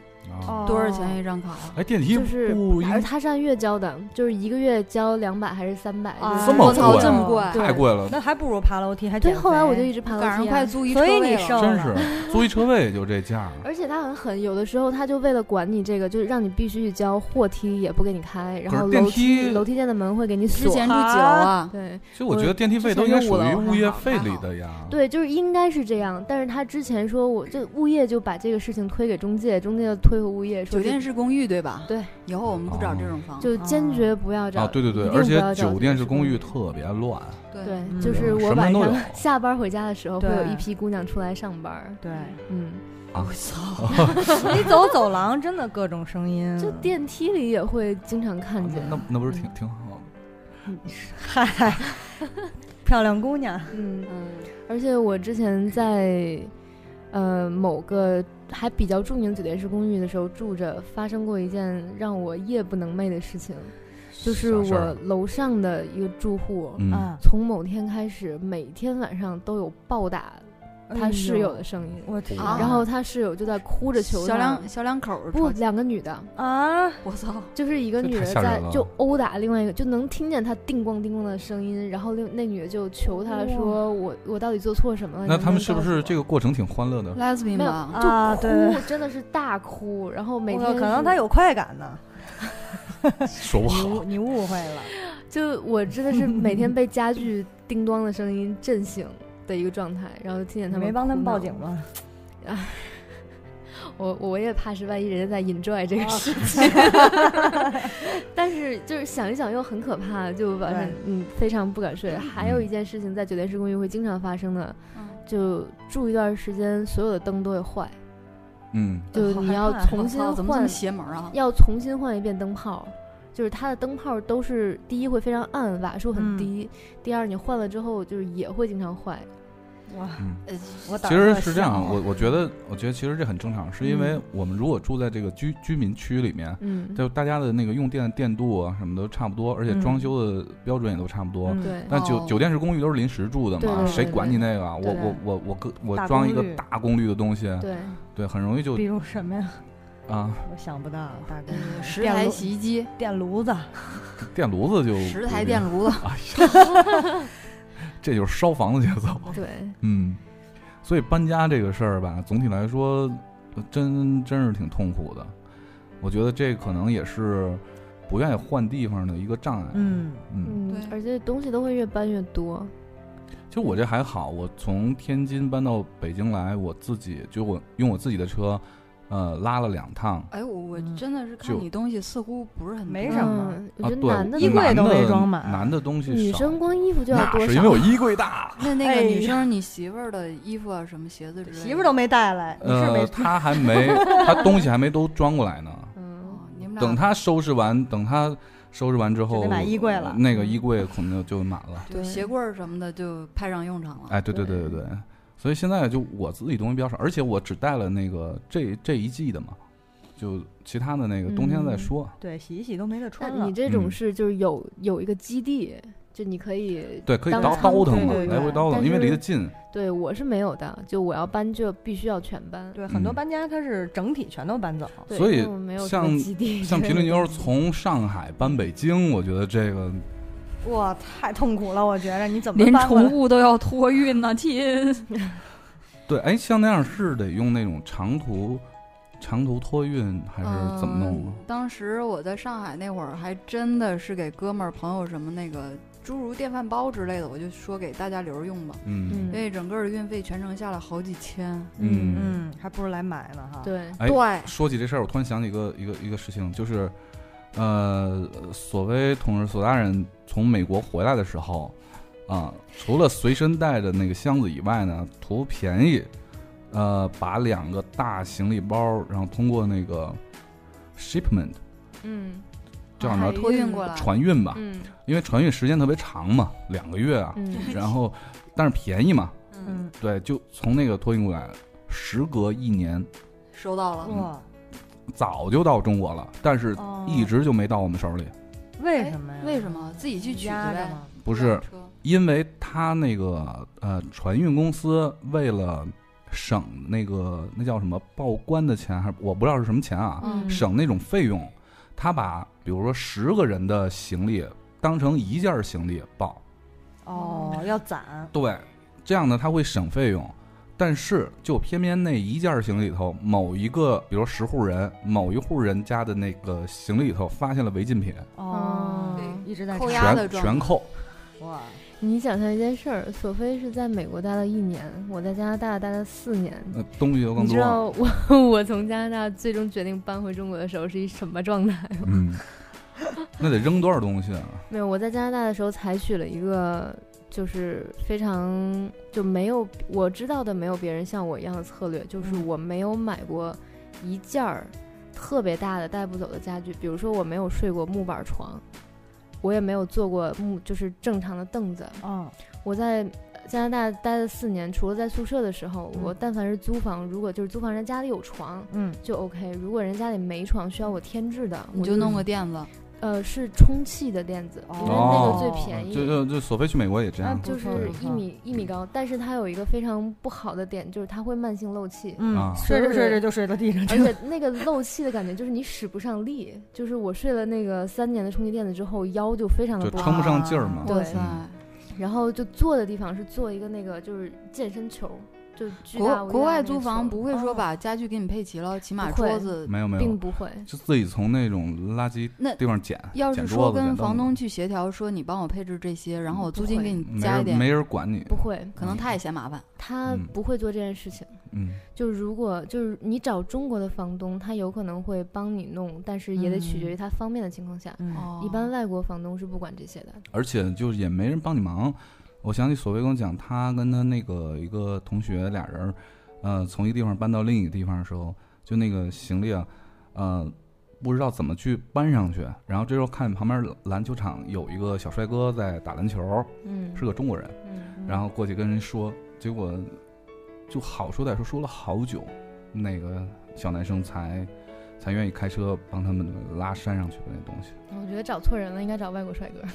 S1: 啊，
S3: 多少钱？一张卡啊呀？
S1: 哎，电梯
S2: 嗯哦就是
S1: 不，应
S2: 而它是按月交的，就是一个月交两百还是三百、就是
S4: 这么
S3: 我操，
S1: 贵啊嗯
S3: 这么贵！
S2: 对
S1: 太贵了，
S4: 啊那还不如爬楼梯，还
S2: 对，
S4: 减
S2: 后来我就
S4: 肥
S2: 一直爬楼
S3: 赶上
S2: 梯、
S3: 快
S2: 啊。
S3: 租一车
S4: 所以
S3: 位
S4: 你
S3: 了
S4: 瘦
S1: 真
S4: 了
S1: 是租一车位就这价儿，
S2: 而且他很狠，有的时候他就为了管你这个，就是让你必须去交货梯也不给你开，然
S1: 可
S2: 后
S1: 是电
S2: 楼
S1: 梯
S2: 梯楼梯间的门会给你
S3: 之
S2: 锁。
S3: 前住几楼啊？
S2: 对
S1: 其实我觉得电梯费都应该属于物业费里的呀。，
S2: 对，就是应该是这样，但是他之前说我这物业就把这个事情推给中介，中介又推回物业，说
S3: 酒店
S2: 是
S3: 式公寓对吧？
S2: 对，
S3: 以后我们不找这种房。
S2: 就坚决不要找
S1: 啊，对对对
S2: 一，定
S1: 而且
S2: 不要找
S1: 酒店式
S2: 这种
S1: 公寓特别 乱，
S3: 对，
S2: 对，
S5: 嗯
S2: 就是
S1: 什么
S2: 我晚
S1: 都有
S2: 上下班回家的时候，会
S5: 对
S2: 有一批姑娘出来上班儿。
S5: 对，
S2: 嗯，
S1: 啊
S4: 你走走廊，真的各种声音。啊
S2: 就电梯里也会经常看见。
S1: 啊那那不是挺挺好的？
S4: 嗨，漂亮姑娘，
S2: 嗯，
S3: 嗯，
S2: 而且我之前在呃某个还比较著名的酒店式公寓的时候住着，发生过一件让我夜不能寐的事情，就是
S1: 啥事
S2: 我
S1: 儿，
S2: 楼上的一个住户。
S1: 嗯，
S4: 啊，
S2: 从某天开始，每天晚上都有暴打
S4: 哎
S2: 他
S4: 呦
S2: 室友的，声音，
S4: 我天
S1: 哦
S3: 啊
S2: 然后他室友就在哭着求
S3: 小
S2: 他
S3: 两小两口儿
S2: 不，
S3: 吵架，
S2: 两个女的，
S4: 啊，
S3: 我操！
S2: 就是一个
S1: 这
S2: 女
S1: 太
S2: 的
S1: 吓人
S2: 在
S1: 了
S2: 就殴打另外一个，就能听见她叮咣叮咣的声音，然后另那女的就求他说我我到底做错什么了？
S1: 那他们是不是这
S2: 个
S1: 个过程挺欢乐的？
S3: lesbian
S2: 没有
S3: 吧？
S2: 就哭、
S4: 啊对
S2: 真的是大哭，然后每
S4: 我
S2: 天
S4: 可能
S2: 是
S4: 他有快感呢。
S1: 说不
S4: 你
S1: 好
S4: 误，你误会了，
S2: 就我真的是每天被家具叮咣的声音震醒的一个状态，然后就听见
S4: 你
S2: 他们
S4: 没帮他们
S2: 哭闹
S4: 报警，吗？
S2: 我我也怕是万一人家在 enjoy 这个事情，但是就是想一想又很可怕，就晚上
S4: 对
S2: 嗯非常不敢睡。还有一件事情在酒店式公寓会经常发生的，
S3: 嗯
S2: 就住一段时间，所有的灯都会坏，
S1: 嗯，
S2: 就
S4: 好
S2: 你
S4: 害
S2: 要
S4: 怕
S2: 重
S3: 我
S2: 新
S3: 操，哦怎么这
S2: 换
S3: 么，邪门儿啊？
S2: 要重新换一遍灯泡。就是它的灯泡都是第一会非常暗，瓦数很
S4: 嗯
S2: 低；第二你换了之后就是也会经常坏。
S4: 哇，
S3: 呃
S4: 我胆
S1: 其
S4: 儿
S1: 实
S4: 特
S1: 是这样，
S4: 小
S1: 我我觉得，我觉得其实这很正常，是因为我们如果住在这个居居民区里面，
S2: 嗯，
S1: 就大家的那个用电电度啊什么都差不多，而且
S4: 嗯
S1: 装修的标准也都差不多。
S4: 嗯
S2: 对，
S1: 但酒
S3: 哦
S1: 酒店式公寓都是临时住的
S2: 对对
S1: 嘛，
S2: 对
S1: 谁管你那个啊？我
S2: 对
S1: 我我我个我
S4: 大
S1: 装一
S4: 功
S1: 个
S4: 率
S1: 大功率的东西，
S2: 对，
S1: 对，很容易就
S4: 比如什么呀？
S1: 啊，
S4: 我想不到，大哥，
S3: 十
S4: 电
S3: 台
S4: 炉
S3: 嗯洗衣机，
S4: 电炉子，
S1: 电炉子就
S3: 十台电，炉子，
S1: 哎呀，这就是烧房子节奏。
S2: 对，
S1: 嗯，所以搬家这个事儿吧，总体来说，真真是挺痛苦的。我觉得这可能也是不愿意换地方的一个障碍。
S4: 嗯，
S1: 嗯，
S2: 嗯
S6: 对，
S2: 而且东西都会越搬越多，
S1: 其实我这还好，我从天津搬到北京来，我自己就我用我自己的车，呃，拉了两趟。
S3: 哎，我我
S4: 嗯
S3: 真的是看
S1: 就
S3: 你东西似乎不是很
S4: 没
S3: 多
S4: 什么
S2: 嗯，我
S1: 啊，
S2: 觉
S1: 对，
S2: 得男的
S1: 我
S4: 衣
S2: 都
S4: 柜
S1: 男
S4: 都没
S1: 的
S4: 装满
S1: 男的东西
S2: 女
S1: 少
S2: 生光衣服就要
S1: 那
S2: 多
S1: 是因为我
S2: 少？
S1: 衣柜大。
S3: 那那
S4: 哎
S3: 个女
S4: 呀
S3: 生，你媳妇儿的衣服啊，什么鞋子之类的，
S4: 媳妇儿都没带来，你是
S1: 呃，
S4: 没，
S1: 他还没，他东西还没都装过来呢。
S2: 嗯，
S3: 哦，你们俩
S1: 等他收拾完，等他收拾完之后，
S4: 就得买衣柜了嗯
S1: 那个衣柜可能就满了。
S3: 对鞋柜儿什么的就派上用场了。
S1: 哎，对对对对对，所以现在就我自己东西比较少，而且我只带了那个这这一季的嘛，就其他的那个冬
S4: 嗯
S1: 天再说。
S4: 对，洗一洗都没得
S2: 那
S4: 穿了
S2: 你。这种
S1: 嗯
S2: 是就是有有一个基地，就你可以
S1: 对，可以
S2: 当
S1: 倒
S2: 仓
S1: 倒腾
S4: 库
S1: 嘛，
S4: 对对
S1: 来回
S4: 对
S1: 倒腾，
S2: 但
S1: 因为离
S2: 是
S1: 得近。
S2: 对我是没有的，就我要搬就必须要全搬。
S4: 对，很多
S1: 嗯
S4: 搬家他是整体全都搬走，
S2: 对
S1: 所以
S2: 因为我没有什
S1: 像
S2: 么基地
S1: 像
S2: 之
S1: 皮
S2: 类
S1: 驴
S2: 的
S1: 妞
S2: 东西
S1: 从上海搬北京，我觉得这个
S4: 哇，太痛苦了，我觉着你怎么
S3: 连
S4: 搬过
S3: 宠
S4: 来？
S3: 物都要托运呢，亲！
S1: 对，哎，像那样是得用那种长途长途托运还是怎么弄啊？
S3: 嗯当时我在上海那会儿，还真的是给哥们儿、朋友什么那个诸如电饭煲之类的，我就说给大家留着用吧。
S1: 嗯
S2: 嗯
S3: 因为整个的运费全程下来好几千。
S1: 嗯
S4: 嗯，还不如来买呢哈。，
S2: 对，
S1: 哎
S3: 对，
S1: 说起这事儿，我突然想起一个一个一个事情，就是，呃，所谓同志索大人从美国回来的时候，啊、除了随身带着那个箱子以外呢，图便宜，呃，把两个大行李包，然后通过那个 shipment
S2: 嗯，
S1: 叫什么
S2: 海
S3: 托运过来
S1: 船运吧，
S2: 嗯
S1: 因为船运时间特别长嘛，两个月啊，
S2: 嗯，
S1: 然后但是便宜嘛，
S4: 嗯，
S1: 对，就从那个托运过来，时隔一年，
S3: 收到了。
S4: 哇，
S1: 早就到中国了，但是
S4: 哦
S1: 一直就没到我们手里。
S4: 为什么
S2: 嗯
S4: 呀？
S3: 为什么自己去取的
S4: 压着
S3: 呗？
S4: 吗？
S1: 不是
S3: 辆，车
S1: 因为他那个呃船运公司为了省那个那叫什么报关的钱，还是我不知道是什么钱啊，
S3: 嗯
S1: 省那种费用，他把比如说十个人的行李当成一件行李报，
S4: 哦，要攒，
S1: 对，这样呢他会省费用。但是，就偏偏那一件行李里头，某一个，比如十户人，某一户人家的那个行李里头发现了违禁品，
S4: 哦
S2: 对，
S4: 一直在
S3: 扣
S4: 查
S3: 押的
S1: 全
S3: 状
S1: 全
S3: 态
S1: 扣。
S4: 哇，
S2: 你想象一件事儿，索菲是在美国待了一年，我在加拿大待了四年。
S1: 呃，东西就更多
S2: 你知
S1: 了。
S2: 道我 我从加拿大最终决定搬回中国的时候是一什么状态 吗？
S1: 嗯，那得扔多少东西啊？
S2: 没有，我在加拿大的时候采取了一个就是非常就没有我知道的没有别人像我一样的策略，就是
S4: 嗯
S2: 我没有买过一件儿特别大的带不走的家具，比如说我没有睡过木板床，我也没有坐过木就是正常的凳子。
S4: 哦，
S2: 我在加拿大待了四年，除了在宿舍的时候，
S4: 嗯
S2: 我但凡是租房，如果就是租房人家里有床
S4: 嗯，
S2: 就 OK，如果人家里没床需要我添置的，
S3: 你
S2: 我
S3: 就弄个垫子，
S2: 呃，是充气的垫子，因为那个最
S4: 哦
S2: 便宜。
S1: 就就就索菲去美国也这样
S4: 啊
S2: 就
S4: 不错
S3: 嗯
S2: 是
S4: 不
S2: 一
S4: 错
S2: 米一米高，但是它有一个非常不好的点，就是它会慢性漏气，
S1: 啊
S4: 嗯，睡着睡着就睡到地上
S2: 而
S4: 去了，
S2: 且那个漏气的感觉就是你使不上力。就是我睡了那个三年的充气垫子之后，腰就非常的
S1: 就
S2: 不
S1: 撑
S2: 好
S1: 不，上劲儿嘛
S2: 对
S3: 哇塞！
S2: 然后就坐的地方是坐一个那个就是健身球，就巨大
S3: 国
S2: 无比的
S3: 国外
S2: 那个
S3: 租房
S2: 球
S3: 不会说
S2: 哦
S3: 把家具给你配齐了，起码
S2: 不会
S3: 桌子
S1: 没有没
S2: 并
S1: 有，
S2: 不会，
S1: 就自己从那种垃圾
S3: 那
S1: 地方捡。
S3: 要是
S1: 捡
S3: 说
S1: 桌子
S3: 跟
S1: 捡凳
S3: 房
S1: 子
S3: 东去协调，说你帮我配置这些，然后我租金给你
S1: 没
S3: 加一
S1: 人
S3: 点，
S1: 没人管你，
S2: 不会，
S3: 可能他也嫌麻烦。
S2: 他
S1: 嗯
S2: 不会做这件事情。
S1: 嗯，
S2: 就如果就是你找中国的房东，他有可能会帮你弄，但是也得取
S1: 嗯
S2: 决于他方便的情况下。
S4: 嗯，
S3: 哦
S2: 一般外国房东是不管这些的。
S1: 而且就是也没人帮你忙。我想起索菲跟我讲，他跟他那个一个同学俩人，呃，从一个地方搬到另一个地方的时候，就那个行李啊，呃，不知道怎么去搬上去。然后这时候看旁边篮球场有一个小帅哥在打篮球，
S2: 嗯，
S1: 是个中国人，
S2: 嗯，
S1: 然后过去跟人说，结果就好说歹说说了好久，那个小男生才才愿意开车帮他们拉山上去的那东西。
S2: 我觉得找错人了，应该找外国帅哥。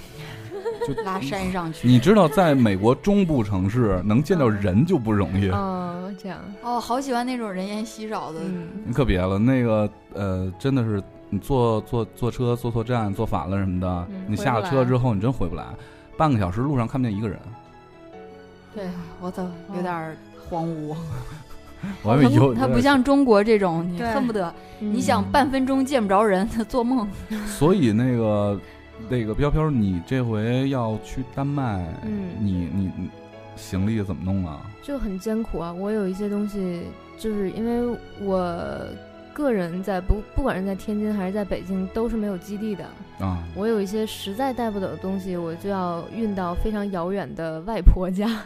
S3: 拉山上去。
S1: 你知道，在美国中部城市能见到人就不容
S3: 嗯
S1: 易，
S2: 哦，这样，
S3: 哦，好喜欢那种人烟稀少的。
S2: 嗯，
S1: 你可别了。那个呃，真的是你坐坐坐车坐错站坐反了什么的，
S2: 嗯
S1: 你下了
S2: 回不
S1: 车
S2: 来
S1: 之后你真回不来，半个小时路上看不见一个人。
S3: 哦
S2: 对，
S3: 哎我操，有点儿荒芜。
S1: 我还以为有，
S3: 它不像中国这种，你
S4: 对
S3: 恨不得你
S2: 嗯
S3: 想半分钟见不着人，他做梦。
S1: 所以那个那个飘飘，你这回要去丹麦，
S2: 嗯
S1: 你你你行李怎么弄啊？
S2: 就很艰苦啊。我有一些东西，就是因为我个人在不不管是在天津还是在北京，都是没有基地的。
S1: 啊，
S2: 我有一些实在带不走的东西，我就要运到非常遥远的外婆家。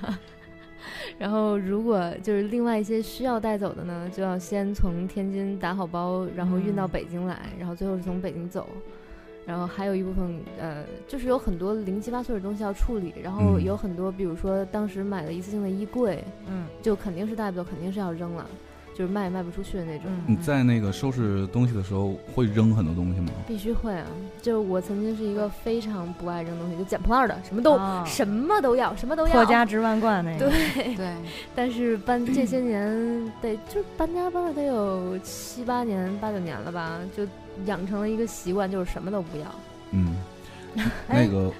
S2: 然后，如果就是另外一些需要带走的呢，就要先从天津打好包，然后运到
S3: 嗯
S2: 北京来，然后最后是从北京走。然后还有一部分，呃，就是有很多零七八碎的东西要处理，然后
S1: 嗯
S2: 有很多，比如说当时买了一次性的衣柜，
S4: 嗯
S2: 就肯定是带不走，肯定是要扔了，就是卖也卖不出去的那种。
S1: 你
S4: 嗯，
S1: 在那个收拾东西的时候会扔很多东西吗？
S2: 必须会啊！就是我曾经是一个非常不爱扔东西，就捡破烂儿的，什么都、
S4: 啊
S2: 什么都要，什么都要。
S4: 破家值万贯那个，
S2: 对，
S3: 对，
S2: 但是搬这些年得就是搬家搬了得有七八年八九年了吧，就养成了一个习惯，就是什么都不要。
S1: 嗯，
S4: 哎
S1: 那个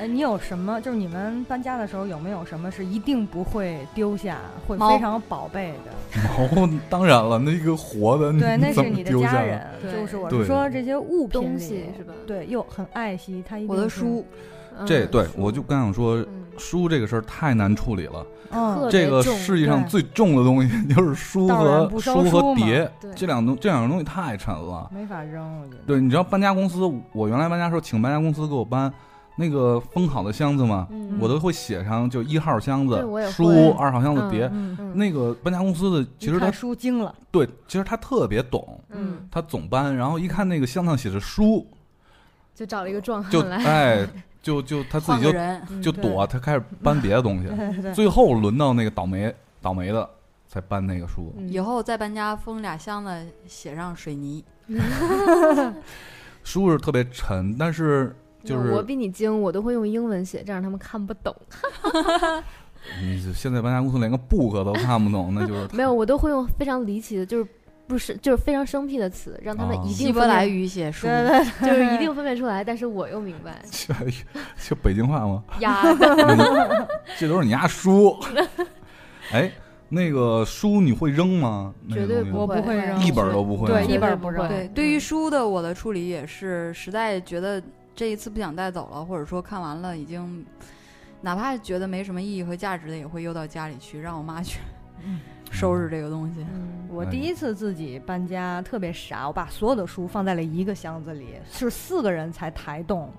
S4: 哎，你有什么？就是你们搬家的时候有没有什么是一定不会丢下，会
S3: 猫
S4: 非常宝贝的？
S1: 毛当然了，那个活的，
S4: 对， 那
S1: 怎
S4: 是
S1: 么
S4: 你的
S1: 丢
S4: 家
S1: 下
S4: 人，
S3: 对
S4: 就是我
S1: 对
S4: 是说这些物品
S2: 东
S4: 里
S2: 西是吧
S4: 对，又很爱惜它一定
S3: 我的
S4: 是
S3: 书，
S2: 嗯
S1: 这对我就刚想说，
S2: 嗯
S1: 书这个事儿太难处理了。
S4: 嗯
S2: 特别
S1: 这个
S2: 重
S1: 世界上最重的东西就是书
S4: 当然
S1: 和
S4: 不烧
S1: 书和
S4: 书嘛
S1: 碟，
S2: 对
S1: 这两东这两样东西太沉了。
S4: 没法扔，我觉得。
S1: 对，你知道搬家公司，我原来搬家的时候请搬家公司给我搬那个封好的箱子嘛，
S2: 嗯
S1: 我都会写上就一号箱子
S2: 对我也会
S1: 书，二号箱子碟。
S4: 嗯，
S2: 嗯
S1: 那个搬家公司的其实
S4: 一
S1: 他
S4: 看书精了，
S1: 对，其实他特别懂，
S2: 嗯，
S1: 他总搬，然后一看那个箱子上写着 书，
S2: 就找了一个壮
S1: 就
S2: 汉来。
S1: 哎，就就他自
S3: 换
S1: 己
S3: 个
S1: 就
S3: 人。
S2: 嗯
S1: 就
S4: 对
S1: 躲，他开始搬别的东西。
S4: 对对对，
S1: 最后轮到那个倒霉倒霉的才搬那个书。
S2: 嗯
S3: 以后再搬家，封俩箱子，写上水泥。
S1: 书是特别沉，但是就
S2: 我
S1: 是
S2: 比你精，我都会用英文写，这样他们看不懂。
S1: 你就现在搬家公司连个 book 都看不懂，那就是
S2: 没有，我都会用非常离奇的，就是不是就是非常生僻的词，让他们
S1: 啊
S2: 一定
S3: 希伯
S2: 分辨
S3: 来语写书，
S4: 对对，
S2: 就是一定分辨出来，但是我又明白
S1: 就北京话吗？
S2: 呀的，
S1: 这都是你家书。哎，那个书你会扔吗？那个
S2: 绝对
S1: 东西
S4: 我不
S2: 会
S4: 会扔，
S1: 一本儿都不会吗。啊嗯
S4: 对
S2: 绝
S4: 一本儿
S2: 不
S4: 不
S2: 会
S4: 扔
S2: 对
S3: 对，对于书的我的处理也是，实在觉得这一次不想带走了，或者说看完了已经，哪怕觉得没什么意义和价值的，也会邮到家里去，让我妈去
S4: 嗯
S3: 收拾这个东西。
S2: 嗯
S1: 哎
S4: 我第一次自己搬家特别傻，我把所有的书放在了一个箱子里，是四个人才抬动，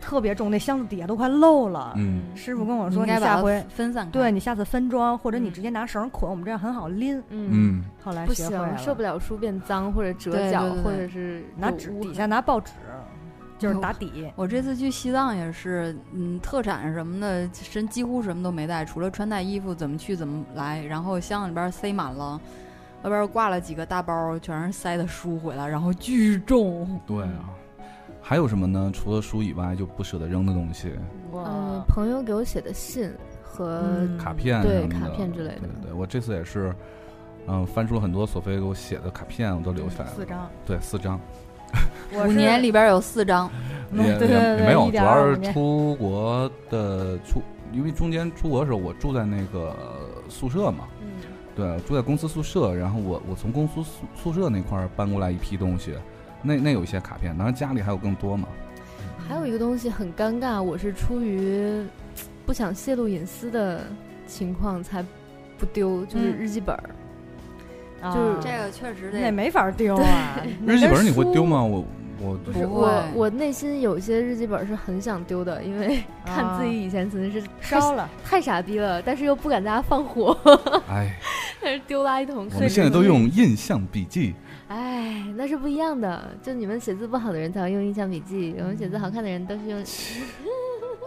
S4: 特别重，那箱子底下都快漏了。
S1: 嗯，
S4: 师傅跟我
S3: 你应
S4: 说，你
S3: 该把
S4: 下
S3: 它
S4: 回
S3: 分散开。
S4: 对，你下次分装，或者你
S2: 嗯
S4: 直接拿绳捆，我们这样很好拎。
S2: 嗯，
S1: 嗯，
S4: 后来
S2: 不
S4: 学会了
S2: 行，，受不了书变脏或者折
S3: 对
S2: 角
S3: 对对，对
S2: 或者是
S4: 拿
S2: 有
S4: 纸
S2: 污
S4: 底
S2: 痕
S4: 下啊拿报纸，就是打底。
S3: 我这次去西藏也是，嗯，特产什么的，身几乎什么都没带，除了穿戴衣服，怎么去怎么来。然后箱子里边塞满了，外边挂了几个大包，全是塞的书回来，然后巨重。
S1: 对啊。还有什么呢？除了书以外，就不舍得扔的东西，
S2: 嗯
S4: 我，
S2: 朋友给我写的信
S3: 呃
S2: 和
S4: 嗯
S1: 卡片啊
S2: 对
S1: 什么的
S2: 卡片之类的
S1: 对对对，我这次也是，嗯，翻出了很多索菲给我写的卡片，我都留下来了。
S4: 嗯四，张，
S1: 对，四张。
S4: 我
S3: 五
S4: 是
S3: 年里边有四张，
S4: 嗯
S1: 也
S4: 对对
S1: 也
S4: 对，
S1: 没有，
S4: 一
S1: 主
S4: 点
S1: 要
S4: 二
S1: 是
S4: 五年
S1: 出国的出，因为中间出国的时候，我住在那个宿舍嘛，
S2: 嗯
S1: 对，住在公司宿舍，然后我我从公司宿宿舍那块儿搬过来一批东西，那那有一些卡片，当然家里还有更多嘛，
S2: 还有一个东西很尴尬，我是出于不想泄露隐私的情况才不丢，就是
S4: 嗯
S2: 日记本儿。
S4: 啊
S2: 就是
S3: 这个确实
S4: 那
S3: 得。
S4: 没法丢啊。
S1: 日记本儿你会丢
S4: 吗？
S1: 吗？我我
S3: 不
S2: 是
S3: 会
S2: 我我内心有一些日记本儿是很想丢的，因为
S4: 啊
S2: 看自己以前曾经是
S4: 烧了，
S2: 太傻逼了，但是又不敢大家放火，
S1: 哎，
S2: 但是丢垃圾桶。
S1: 我们现在都用印象笔记，
S2: 哎，那是不一样的。就你们写字不好的人才会用印象笔记，我们写字好看的人都是用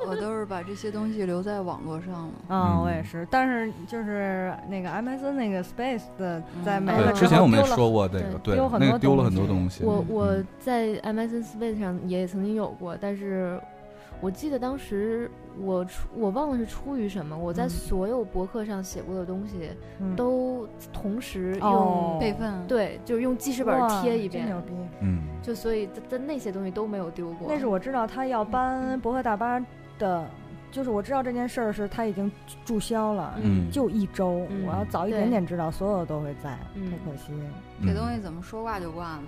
S3: 我都是把这些东西留在网络上了。
S4: 啊、我也
S1: 嗯
S4: 是，但是就是那个 MSN 那个 Space 的，在
S3: 嗯
S4: 没
S1: 对
S4: 了，
S1: 之前我们也说过这
S2: 了
S1: 个，对，
S4: 丢很
S1: 那个
S4: 多
S1: 丢了
S4: 东
S1: 很多
S4: 西
S1: 东西。
S2: 我
S1: 嗯
S2: 我在 MSN Space 上也曾经有过，但是我记得当时我出我忘了是出于什么，我在
S4: 嗯
S2: 所有博客上写过的东西
S4: 嗯
S2: 都同时用、
S4: 哦
S3: 备份，
S2: 对，就是用记事本
S4: 哇
S2: 贴一
S4: 真
S2: 遍
S4: 牛，逼！
S1: 嗯，
S2: 就所以在在那些东西都没有丢过。
S4: 那是我知道他要搬博客大巴的，就是我知道这件事儿是他已经注销了，
S1: 嗯
S4: 就一周，
S2: 嗯
S4: 我要早一
S2: 对
S4: 点点知道，所有都会在，
S2: 嗯
S4: 太可惜。
S3: 这
S1: 嗯
S3: 东西怎么说挂就挂呢？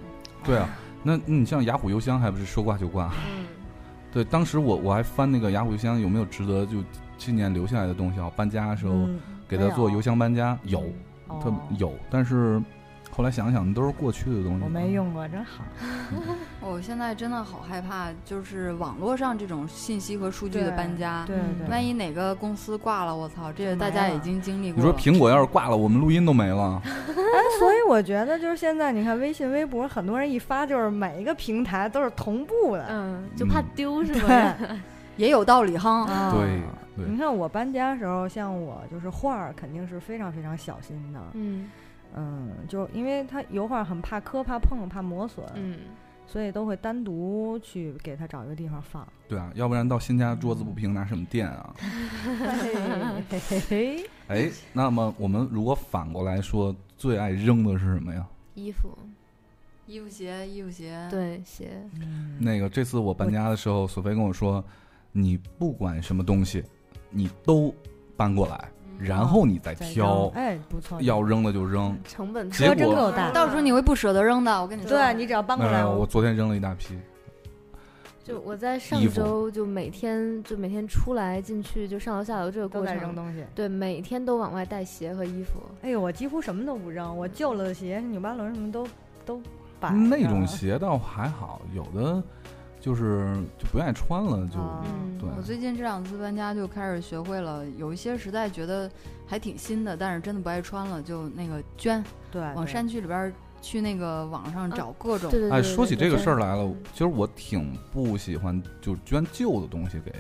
S1: 对啊，那那你像雅虎邮箱还不是说挂就挂？
S2: 嗯
S1: 对，当时我我还翻那个雅虎邮箱有没有值得就纪念留下来的东西啊？搬家的时候
S4: 嗯，
S1: 给他做
S4: 没有
S1: 邮箱搬家，有，它
S4: 哦
S1: 有，但是后来想想都是过去的东西。
S4: 我没用过，真好。
S3: 我现在真的好害怕，就是网络上这种信息和数据的
S4: 对
S3: 搬家，
S4: 对
S2: 嗯
S4: 对，
S3: 万一哪个公司挂了，我操，这
S4: 就
S3: 个大
S4: 没
S3: 家
S4: 了
S3: 已经经历
S1: 你
S3: 过了。
S1: 说苹果要是挂了，我们录音都没了。
S4: 哎，所以我觉得就是现在，你看微信、微博，很多人一发就是每一个平台都是同步的，
S2: 嗯，就怕
S1: 嗯
S2: 丢是
S4: 对
S2: 吗？
S3: 也有道理哈。
S4: 啊
S1: 对对
S4: 你看我搬家的时候，像我就是画儿肯定是非常非常小心的，
S2: 嗯
S4: 嗯，就因为它油画很怕磕、怕碰、怕磨损，
S2: 嗯，
S4: 所以都会单独去给它找一个地方 放。嗯
S1: 对啊，要不然到新家桌子不平，拿什么垫啊？
S4: 嘿嘿嘿，
S1: 哎，那么我们如果反过来说，最爱扔的是什么
S4: 嗯
S1: 呀？
S2: 衣服
S3: 衣服鞋，衣服鞋，，
S2: 对鞋，
S1: 那个这次我搬家的时候，索菲跟我说，你不管什么东西，你都搬过来，
S3: 嗯
S1: 然后你再
S4: 嗯哦再扔嗯
S1: 挑，
S4: 哎，不错，
S1: 要扔了就扔。
S2: 成本
S1: 结
S4: 车
S2: 太
S4: 真
S1: 果
S4: 够大。
S3: 到时候你会不舍得扔的。我跟你说，
S4: 对啊你只要搬过来，哦
S1: 呃我昨天扔了一大批，
S2: 就我在上
S1: 衣服
S2: 周就每天就每天出来进去就上楼下楼这个
S4: 都
S2: 过
S4: 在扔
S2: 程，
S4: 东西。
S2: 对，每天都往外带鞋和衣服。
S4: 哎呦，我几乎什么都不扔，我旧了的鞋、纽巴伦什么都都摆着。
S1: 嗯那种鞋倒还好，有的就是就不愿意穿了，就、
S4: 啊
S2: 嗯，
S1: 对
S3: 我最近这两次搬家就开始学会了，有一些实在觉得还挺新的，但是真的不爱穿了，就那个捐，
S4: 对，嗯
S3: 往
S4: 对
S3: 山区里边儿去那个网上找各种
S2: 对。对对。
S1: 哎，
S2: 对
S1: 说起
S2: 对
S1: 这个
S2: 对
S1: 事儿来了
S2: 嗯，
S1: 其实我挺不喜欢就是捐旧的东西给，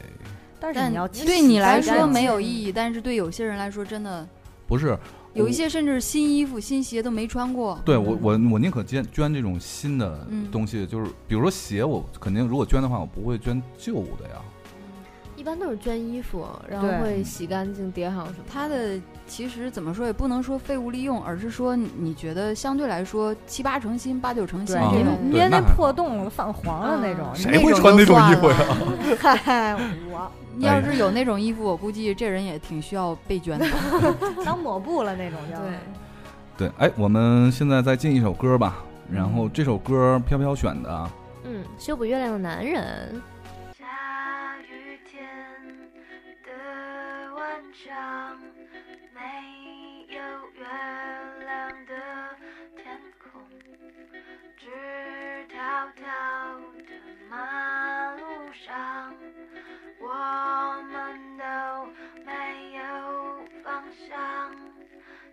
S4: 但是
S3: 但
S4: 你要清
S3: 对
S4: 洗
S3: 你来
S4: 干
S3: 说
S4: 净嗯
S3: 没有意义，但是对有些人来说真的，
S1: 不是
S3: 有
S1: 我
S3: 一些甚至新衣服、新鞋都没穿过。
S1: 对我我我宁可捐捐这种新的
S3: 嗯
S1: 东西，就是比如说鞋，我肯定如果捐的话，我不会捐旧的呀。
S2: 一般都是捐衣服，然后
S4: 对
S2: 会洗干净、叠好什么。
S3: 它的其实怎么说也不能说废物利用，而是说你你觉得相对来说七八成新、八九成新
S4: 对，
S1: 啊
S3: 这
S4: 因为
S3: 种。
S1: 对
S4: 因为
S1: 那
S4: 那
S1: 还好
S4: 破洞了泛黄了那种
S2: 啊，
S1: 谁会
S3: 种
S1: 穿
S3: 就
S1: 那种
S3: 算
S1: 衣服呀
S3: 了
S4: 嗨，我
S3: 你要是有那种衣服，我估计这人也挺需要被捐的。
S4: 当抹布了那种叫。
S2: 对，
S1: 对，哎，我们现在再进一首歌吧，然后这首歌飘飘选的，啊
S2: 嗯，修补月亮的男人，
S5: 下雨天的晚上，没有月亮的天空，直条条的马路上，我们都没有方向。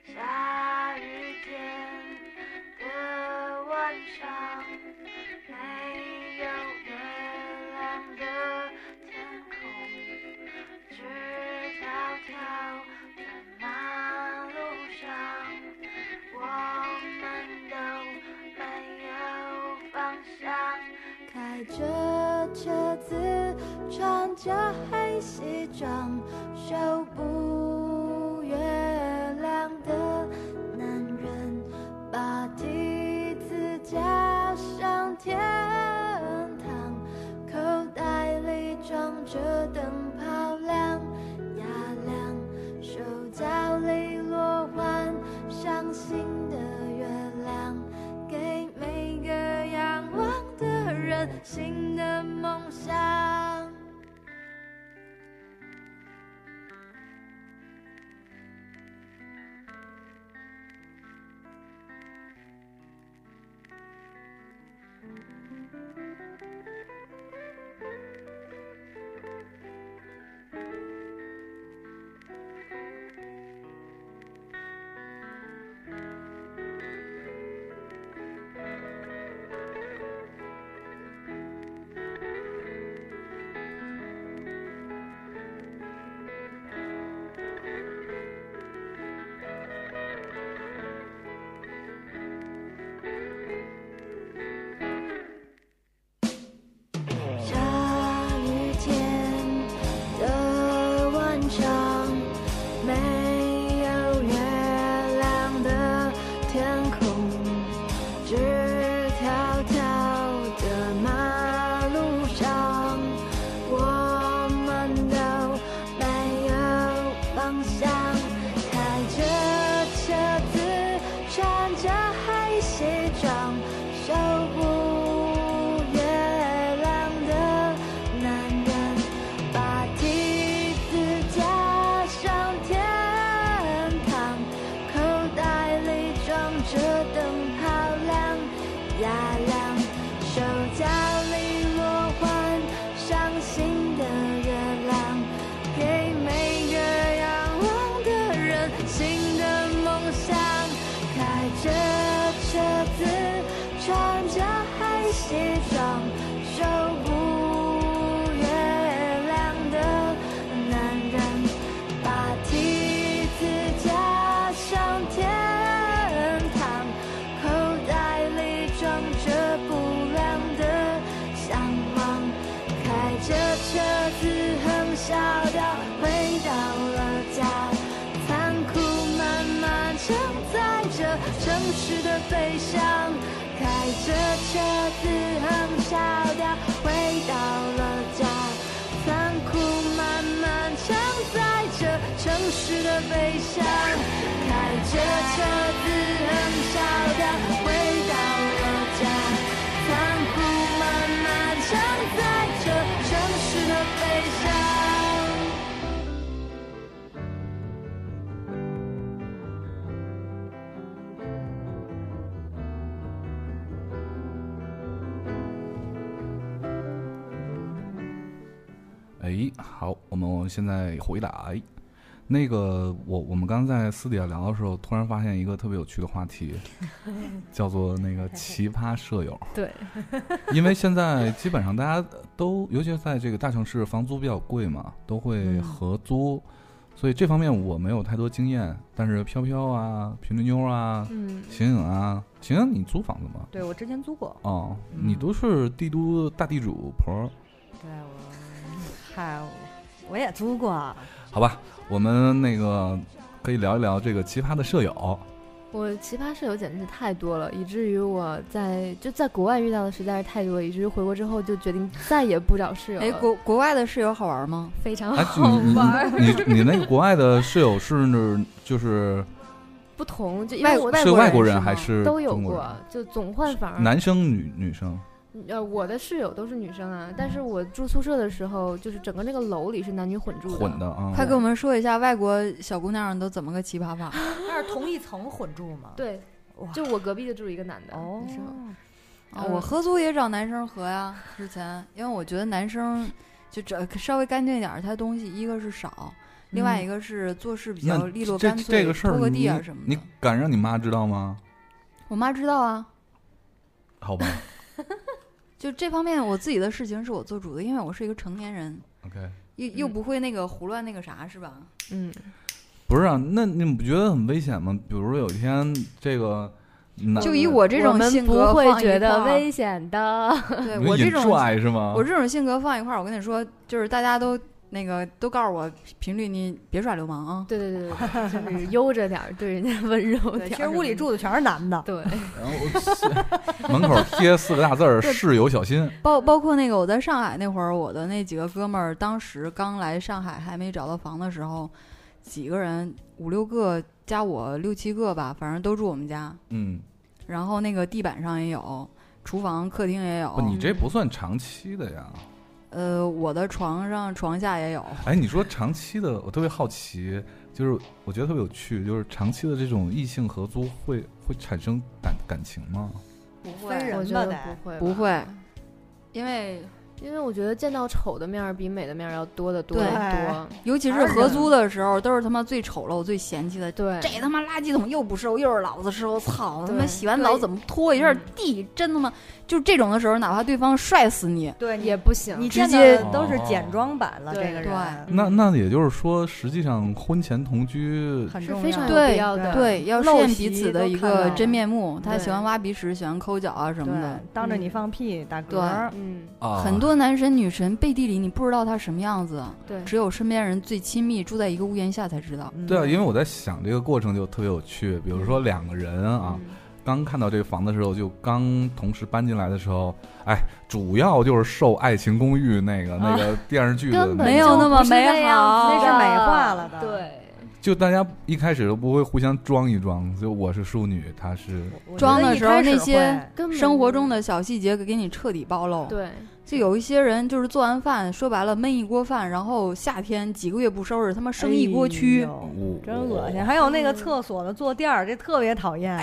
S5: 下雨天的晚上。没有月亮的天空，直条条的马路上，我们都没有方向。开着车子，穿着黑西装，修补月亮的男人，把梯子加上天堂，口袋里装着灯泡亮呀亮，手脚里罗环上新的月亮，给每个仰望的人新的梦想。驰的飞翔，开着车子横沙调，回到了家。残酷漫漫长在这城市的飞翔，开着车子横沙调，回到了家。残酷漫漫长在这城市的飞翔。
S1: 哎，好，我们现在回来。那个，我我们刚在私底下聊的时候，突然发现一个特别有趣的话题，叫做那个奇葩舍友。
S2: 对，
S1: 因为现在基本上大家都，尤其是在这个大城市，房租比较贵嘛，都会
S4: 嗯
S1: 合租，所以这方面我没有太多经验。但是飘飘啊、平驴妞啊、
S2: 嗯，
S1: 醒醒啊，醒醒，你租房子吗？
S4: 对我之前租过，
S1: 哦，你
S4: 嗯
S1: 都是帝都大地主婆儿。
S4: 对我，嗨，我我也租过，
S1: 好吧，我们那个可以聊一聊这个奇葩的舍
S3: 哦
S1: 友。
S2: 我奇葩舍友简直是太多了，以至于我在就在国外遇到的实在是太多了，以至于回国之后就决定再也不找室友了。
S3: 哎，国国外的室友好玩吗？
S2: 非常
S1: 哎，
S2: 好
S1: 你
S2: 玩儿，
S1: 你你你那个国外的室友是就是
S2: 不同就因为我
S3: 外
S1: 是
S3: 国人
S1: 外国
S3: 是
S1: 人
S3: 吗
S1: 还是
S2: 都有
S1: 中国
S2: 过
S1: 人，
S2: 就总换房儿。
S1: 男生女女生
S2: 呃，我的室友都是女生啊，但是我住宿舍的时候，就是整个那个楼里是男女混住的。
S1: 混的啊？
S3: 快给我们说一下外国小姑娘都怎么个奇葩法？啊
S4: 但是同一层混住嘛，，
S2: 对
S4: 哇，
S2: 就我隔壁就住一个男的。
S4: 哦
S2: 那时候，
S3: 啊，
S2: 嗯
S3: 我合租也找男生合呀，之前因为我觉得男生就这稍微干净一点儿，他东西一个是少，另外一个是做事比较
S1: 那
S3: 利落
S1: 这
S3: 干脆，
S1: 这个事儿
S3: 拖个
S1: 你
S3: 地啊什么
S1: 你
S3: 的。
S1: 敢让你妈知道吗？
S3: 我妈知道啊，
S1: 好 吧
S3: 就这方面我自己的事情是我做主的，因为我是一个成年人，
S1: ，OK，
S3: 又又
S2: 嗯
S3: 不会那个胡乱那个啥是吧？
S2: 嗯，
S1: 不是啊，那你们不觉得很危险吗？比如说有一天这个男
S3: 就以我这
S2: 我
S3: 种
S2: 们
S3: 性
S2: 不
S3: 格
S2: 会
S3: 放一
S2: 觉得
S3: 块儿
S2: 危险的。
S3: 对
S1: 你
S3: 我这
S1: 引
S3: 种
S1: 拽是吗？
S3: 我这种性格放一块儿，我跟你说，就是大家都那个都告诉我频率，你别耍流氓啊。
S2: 对对对对，就是悠着点儿，对人家温柔点儿。
S4: 其实屋里住的全是男的，
S2: 对，
S1: 然后我 门口贴四个大字儿“
S3: 对
S1: 室友小心
S3: 包包括那个我在上海那会儿，我的那几个哥们儿，当时刚来上海还没找到房的时候，几个人五六个加我六七个吧，反正都住我们家。”。
S1: 嗯，
S3: 然后那个地板上也有，厨房、客厅也
S1: 不，
S3: 有
S1: 你，这不算长期的呀。
S3: 呃，我的床上、床下也有。
S1: 哎，你说长期的，我特别好奇，就是我觉得特别有趣，就是长期的这种异性合租会会产生感感情吗？
S3: 不
S4: 分人
S2: 我觉
S4: 吧
S2: 得
S4: 得
S2: 不会，
S3: 不会，因为
S2: 因为我觉得见到丑的面儿比美的面儿要多得多
S3: 对
S2: 得多。
S3: 尤其是
S4: 还是
S3: 合
S4: 人
S3: 租的时候，都是他妈最丑陋、最嫌弃的。
S2: 对，
S3: 这他妈垃圾桶又不收，又是老子收，操！他
S2: 对
S3: 妈洗完澡
S2: 对
S3: 怎么拖一下
S2: 嗯
S3: 地？哎真他妈就这种的时候，哪怕对方帅死你，
S4: 对
S2: 也不行。
S4: 你
S3: 直
S4: 见
S3: 接
S4: 的都是简装版了，
S2: 对
S4: 这个人
S2: 对
S1: 那那也就是说，实际上婚前同居
S4: 嗯很
S2: 是
S4: 重
S2: 非常
S4: 要。
S2: 有必
S3: 对
S2: 要的。
S3: 对，要实
S4: 陋
S3: 现
S4: 习
S3: 彼此的
S4: 都
S3: 一
S4: 看
S3: 个
S4: 到
S3: 真面目。他
S2: 对
S3: 喜欢挖鼻屎，喜欢抠脚啊什么
S4: 对嗯
S3: 的。，
S4: 当着你放屁打嗝儿，
S2: 嗯，
S1: 啊，
S3: 很多男神女神背地里你不知道他什么样子，
S2: 对，
S3: 只有身边人最亲密住在一个屋檐下才知道。
S4: 嗯
S1: 对啊，因为我在想这个过程就特别有趣。比如说两个人啊，
S2: 嗯
S1: 刚看到这个房子的时候，就刚同时搬进来的时候，哎，主要就是受《爱情公寓》那个那个电视剧的那
S2: 根本
S1: 个
S3: 没有那么美好
S2: 那
S4: 那是美化了的
S2: 对，
S1: 就大家一开始都不会互相装一装，就我是淑女，她是
S4: 我
S3: 装
S4: 觉得
S3: 的
S4: 一
S3: 时候
S4: 开始
S3: 那些
S4: 会
S2: 根本
S3: 生活中的小细节给你彻底暴露。
S2: 对
S3: 就有一些人就是做完饭，说白了焖一锅饭，然后夏天几个月不收拾，他妈生一锅蛆。
S4: 哎呦
S1: 我
S4: 真恶心。。还有那个厕所的坐垫儿，这特别讨厌。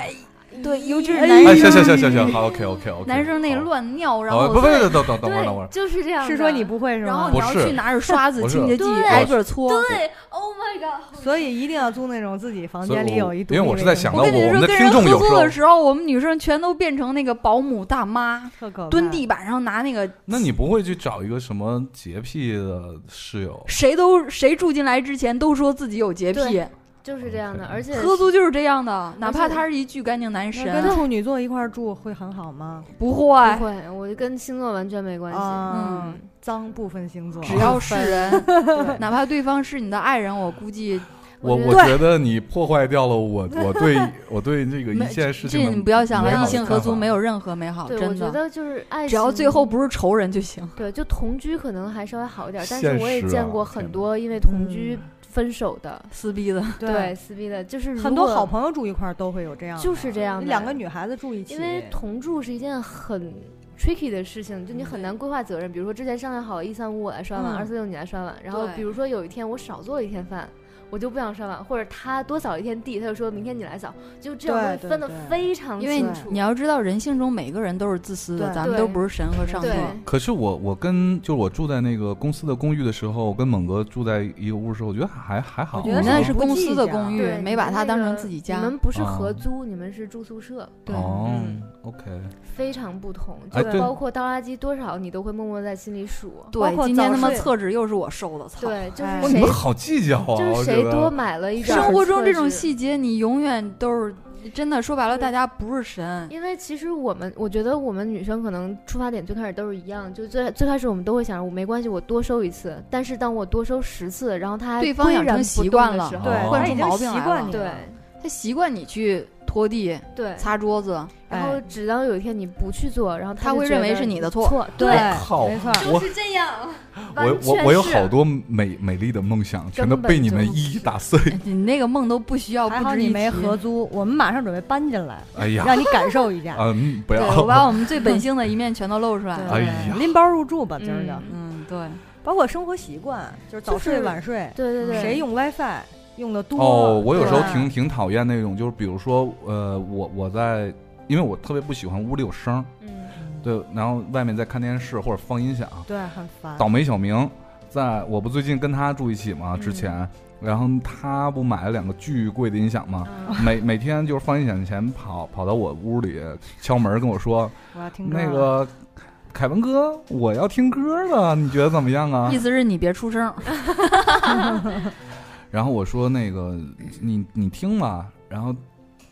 S3: 对，尤其是
S4: 哎
S3: 男
S1: 哎，
S3: 生，
S1: 行行行行行，好，OK OK OK。
S3: 男生那
S1: 好
S3: 乱尿，然
S1: 哦，
S3: 后
S1: 不不不，等等等会儿等会
S2: 对，
S1: 儿，
S2: 就是这样的。
S4: 是说你不会是
S3: 然后
S4: 吗
S3: 你？要
S1: 不是
S3: 去拿着刷子、
S1: 不是
S3: 清洁剂
S2: 对
S3: 挨个搓。
S2: 对，Oh my god！
S4: 所以一定要租那种自己房
S1: 所以
S4: 间里
S1: 我
S4: 有一独
S1: 因为我
S4: 立
S1: 是
S4: 卫
S1: 在
S4: 生
S1: 想
S4: 间
S1: 到我
S3: 我跟你
S1: 们
S3: 说，
S1: 的
S3: 跟
S1: 听
S3: 人
S1: 众
S3: 合
S1: 有
S3: 租
S1: 时候
S3: 的时候，我们女生全都变成那个保姆大妈，
S4: 特可怕
S3: 蹲地板上拿那个，
S1: 那你不会去找一个什么洁癖的室友？
S3: 谁都谁住进来之前都说自己有洁癖
S2: 对，就是这样
S1: 嗯
S2: 的，而且
S3: 合租就是这样的，哪怕
S2: 而且
S3: 他是一巨干净男
S4: 那
S3: 神
S4: 跟，处女座一块儿住会很好吗？
S3: 不
S2: 不
S3: 会，
S2: 会，我跟星座完全没关系。
S4: 啊
S2: 嗯，
S4: 脏不分星座，
S1: 哦
S3: 只要是人，
S2: 对
S3: 哪怕对方是你的爱人，我估计
S1: 我
S2: 觉
S1: 我
S2: 得
S1: 觉得你破坏掉了我我对 我对这个一件事情
S3: 这
S1: 的
S3: 你不要想
S1: 美
S3: 了，
S1: 好
S3: 异
S1: 的
S3: 性
S1: 看
S3: 合租
S1: 法
S3: 没有任何美好，
S2: 对，我
S3: 真
S2: 觉
S3: 的。
S2: 得就是爱情，嗯
S3: 只要最后不是仇人就行。
S2: 对，就同居可能还稍微好一点，但
S1: 现
S2: 是我也
S1: 实
S2: 见
S1: 啊
S2: 过
S1: 天
S2: 很
S1: 哪
S2: 多因为同居
S4: 嗯
S2: 分手的，
S3: 撕逼的，
S2: 对，撕逼的，就是如
S4: 很多
S2: 果
S4: 好朋友住一块儿都会有这样的，
S2: 就是这样的
S4: 两个女孩子住一起，
S2: 因为同住是一件很 tricky 的事情，就你很难规划责任。比如说之前商量好一三五我来刷碗，
S3: 嗯
S2: 二四六你来刷碗，然后
S3: 对
S2: 比如说有一天我少做了一天饭。我就不想刷碗，或者他多扫一天地，他就说明天你来扫，就这种
S4: 对
S2: 东西
S4: 对
S2: 分的
S4: 对
S2: 非常
S3: 因为
S2: 清
S3: 你
S2: 楚。
S3: 你要知道，人性中每个人都是自私的，
S4: 对
S3: 咱们
S2: 对
S3: 都不是神和上帝
S2: 对。
S1: 可是我我跟就是我住在那个公司的公寓的时候，我跟猛哥住在一个屋的时候，我觉得还还好。
S4: 我
S3: 你
S4: 觉得
S3: 那
S4: 你
S1: 哦
S3: 是
S4: 不
S3: 公
S4: 计
S3: 司的
S4: 较
S3: 公寓
S2: 对，，
S3: 没
S2: 你
S3: 把
S2: 们
S3: 它
S2: 那
S3: 当成
S2: 个
S3: 自己家
S2: 你。们不是
S1: 啊
S2: 合租，你们是住宿舍，
S3: 对
S1: 哦
S4: 嗯
S1: ，OK，
S2: 非常不同。
S1: 哎
S2: 就
S1: 对
S2: 包括倒垃圾多少，你都会默默在心里数。
S4: 包
S3: 对，
S4: 括
S3: 今天
S4: 早
S3: 他妈
S4: 睡
S3: 厕纸又是我收的，操！
S2: 对，就
S4: 哎
S2: 是
S1: 哇，你
S2: 谁
S1: 们好计较啊！
S2: 就是
S1: 我觉
S2: 谁多
S1: 得
S2: 买了一点儿
S3: 生活中这种
S2: 厕纸
S3: 细节，你永远都是真的。说白了，大家不是神，
S2: 因为其实我们，我觉得我们女生可能出发点最开始都是一样，就最最开始我们都会想着我没关系，我多收一次。但是当我多收十次，然后他还
S3: 对方养
S2: 岿然
S3: 成
S2: 不
S3: 习
S2: 动
S3: 惯
S2: 的
S3: 了
S2: 时候
S4: 对，
S1: 哦
S4: 她
S1: 惯
S4: 已
S3: 出
S4: 经
S3: 毛病
S4: 习
S3: 来
S4: 惯
S3: 了
S4: 你
S2: 对
S4: 了，
S3: 他习惯你去拖地、
S2: 对，
S3: 擦 桌子，
S2: 然后
S4: 哎
S2: 只当有一天你不去做，然后
S3: 他
S2: 就
S3: 会
S2: 觉
S3: 认为
S2: 得
S3: 是你的错
S2: 错，
S4: 对，
S1: 靠
S4: 没错儿，
S1: 我
S2: 是这样。
S1: 我
S2: 完
S1: 我
S2: 全
S1: 我有
S2: 是
S1: 好多美美丽的梦想，全都
S2: 根本
S1: 被你们
S2: 就
S1: 一一打碎。
S3: 你那个梦都不需要，
S4: 还
S3: 不
S4: 好
S3: 值一
S4: 你没
S3: 提
S4: 合租，我们马上准备搬进来，
S1: 哎呀，
S4: 让你感受一下。
S1: 嗯，不
S3: 对，
S1: 要
S3: 我，把我们最本性的一面全都露出来了。
S1: 哎呀
S4: 对，拎包入住吧，今儿就
S2: 嗯
S3: 嗯，
S1: 啊
S3: 对，
S4: 包括生活习惯，就是早
S2: 就
S4: 睡
S2: 是
S4: 晚睡，
S2: 对对对，
S4: 谁用 WiFi 用的多。
S1: 哦，我有时候
S4: 对
S1: 挺挺讨厌那种，就是比如说，呃，我我在，因为我特别不喜欢屋里有声儿，
S2: 嗯，
S1: 对，然后外面在看电视或者放音响。
S4: 对很烦。
S1: 倒霉小明，在我不最近跟他住一起嘛，之前，然后他不买了两个巨贵的音响 吗？
S2: 嗯
S1: 每每天就是放音响前跑跑到我屋里敲门跟我说，
S4: 我要听歌
S1: 那
S4: 了
S1: 个凯文哥，我要听歌了，你觉得怎么样啊
S3: 意？思是你别出声，
S1: 然后我说那个你你听吧，然后。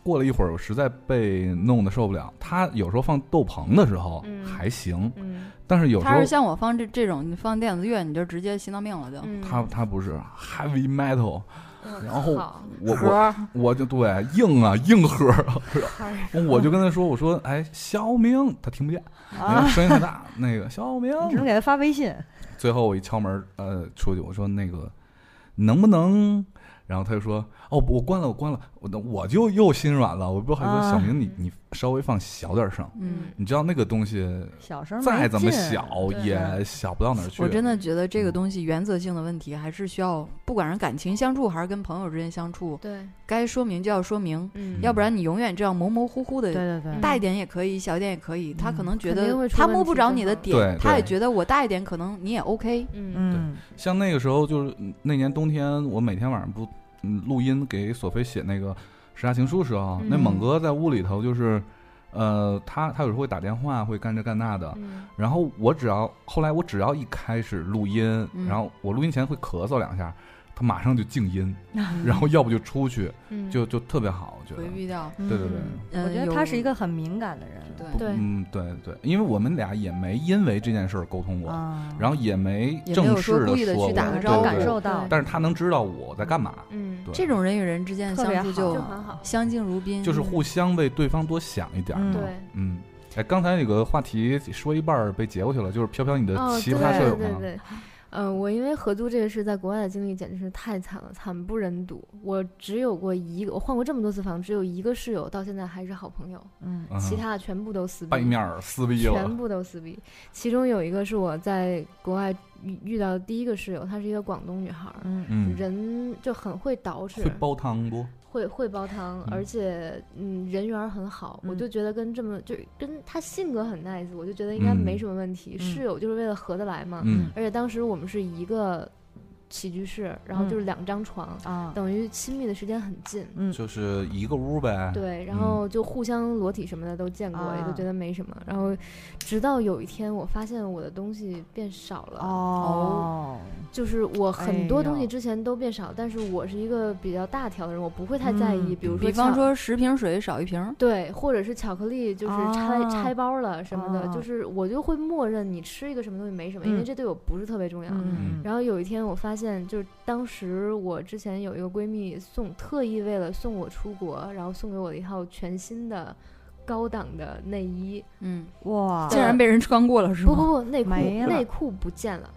S1: 过了一会儿，我实在被弄得受不了。他有时候放斗篷的时候
S2: 嗯
S1: 还行，
S2: 嗯
S1: 但是有时
S3: 他
S1: 候
S3: 是像我放这这种，你放电子乐你就直接心脏病了就。
S2: 嗯，
S1: 他他不是 heavy metal，
S2: 我
S1: 然后
S2: 靠
S1: 我我
S3: 盒儿
S1: 我就对硬啊硬核儿， 我就跟他说，我说哎，小明，他听不见，因为
S4: 啊，
S1: 声音太大。那个小明，
S4: 哦你只能给他发微信。
S1: 最后我一敲门，呃，出去我说那个能不能？然后他就说哦，我关了，我关了，我我就又心软了。我不好意思说
S4: 啊
S1: 小明，你你稍微放小点声，
S3: 嗯，
S1: 你知道那个东西
S4: 小声
S1: 再怎么
S4: 小
S1: 小，也
S4: 对
S1: 小不到哪儿去。
S3: 我真的觉得
S1: 嗯
S3: 这个东西原则性的问题，还是需要不管是感情相处还是跟朋友之间相处，
S2: 对，
S3: 该说明就要说明，
S2: 嗯，
S3: 要不然你永远这样模模糊糊
S4: 对
S3: 的。
S4: 对对，
S3: 大一点也可以，小一点也可以。他可能觉
S2: 肯定
S3: 得
S2: 会出
S3: 他
S2: 问
S3: 摸不
S2: 题
S3: 着
S2: 的
S3: 你的
S2: 哈
S1: 对
S3: 点，他也
S1: 对
S3: 觉得我大一点，可能你也 OK。
S2: 嗯
S4: 嗯，
S1: 像那个时候，就是那年冬天，我每天晚上不嗯录音给索菲写那个《十大情书》时候，那
S2: 嗯
S1: 猛哥在屋里头就是，呃，他他有时候会打电话，会干这干那的。
S2: 嗯
S1: 然后我只要后来我只要一开始录音，
S3: 嗯
S1: 然后我录音前会咳嗽两下，他马上就静音， 然后要不就出去，
S2: 嗯，
S1: 就就特别好，我觉得
S3: 嗯回。避掉。
S4: 对
S1: 对对对，
S3: 嗯
S4: 我觉得他是一
S3: 有
S4: 个很敏感的人。
S3: 对，
S2: 对
S1: 嗯对对，因为我们俩也没因为这件事儿沟通过，
S4: 啊，
S1: 然后也没
S3: 也没有
S1: 正
S3: 说
S1: 式
S3: 故
S1: 的
S3: 意地去
S1: 过
S3: 打
S1: 对
S3: 个
S1: 对
S3: 招
S1: 对
S3: 呼
S4: 感受到
S2: 对，
S1: 但是他能知道我在干嘛。
S2: 嗯，
S1: 对
S3: 这种人与人之间的
S4: 特别
S3: 相处
S4: 好
S2: 就
S3: 就
S2: 很好，
S3: 相敬如宾，
S1: 就是互相为对方多想一点儿。
S4: 嗯
S2: 对。
S1: 嗯，哎，刚才有个话题说一半儿被截过去了，就是飘飘你的
S2: 哦，
S1: 奇
S2: 对
S1: 葩舍友
S2: 对对
S1: 吗？
S2: 对，嗯、我因为合租这个事，在国外的经历简直是太惨了，惨不忍睹。我只有过一个，我换过这么多次房，只有一个室友到现在还是好朋友，
S4: 嗯，
S1: 嗯
S2: 其他的全部都撕逼，
S1: 背面儿撕逼
S2: 全
S1: 了，
S2: 部都撕逼。其中有一个是我在国外遇遇到的第一个室友，她是一个广东女孩儿。
S4: 嗯，
S1: 嗯，
S2: 人就很会捯饬，
S1: 会煲汤不？
S2: 会会煲汤，而
S1: 嗯
S2: 且嗯人缘儿很好，我
S4: 嗯
S2: 就觉得跟这么就是跟他性格很 nice，我就觉得应该没
S1: 嗯
S2: 什么问题。室友就是为了合得来嘛，
S1: 嗯，
S2: 而且当时我们是一个起居室，然后就是
S4: 嗯
S2: 两张床，
S4: 啊，
S2: 等于亲密的时间很近。
S4: 嗯
S1: 就是一个屋呗。
S2: 对，然后就互相裸体什么的都见过，也
S4: 啊
S2: 都觉得没什么。然后，直到有一天，我发现我的东西变少
S4: 嗯
S2: 了，
S4: 哦，
S2: 就是我很
S4: 哎
S2: 多
S4: 呦
S2: 东西之前都变少，但是我是一个比较大条的人，我不会太在意。
S4: 嗯
S2: 比如说，
S3: 比方，说十瓶水少一瓶，
S2: 对，或者是巧克力，就是拆、
S4: 啊
S2: 拆包了什么的，
S4: 啊
S2: 就是我就会默认你吃一个什么东西没什么，因为
S4: 嗯
S2: 这对我不是特别重要。
S4: 嗯
S1: 嗯
S2: 然后有一天我发现，就是当时我之前有一个闺蜜送，特意为了送我出国，然后送给我了一套全新的高档的内衣，
S3: 嗯，
S4: 哇，
S3: 竟然被人穿过了是
S2: 不
S3: 吗？
S2: 不不，内裤
S4: 没了
S2: 内裤不见了，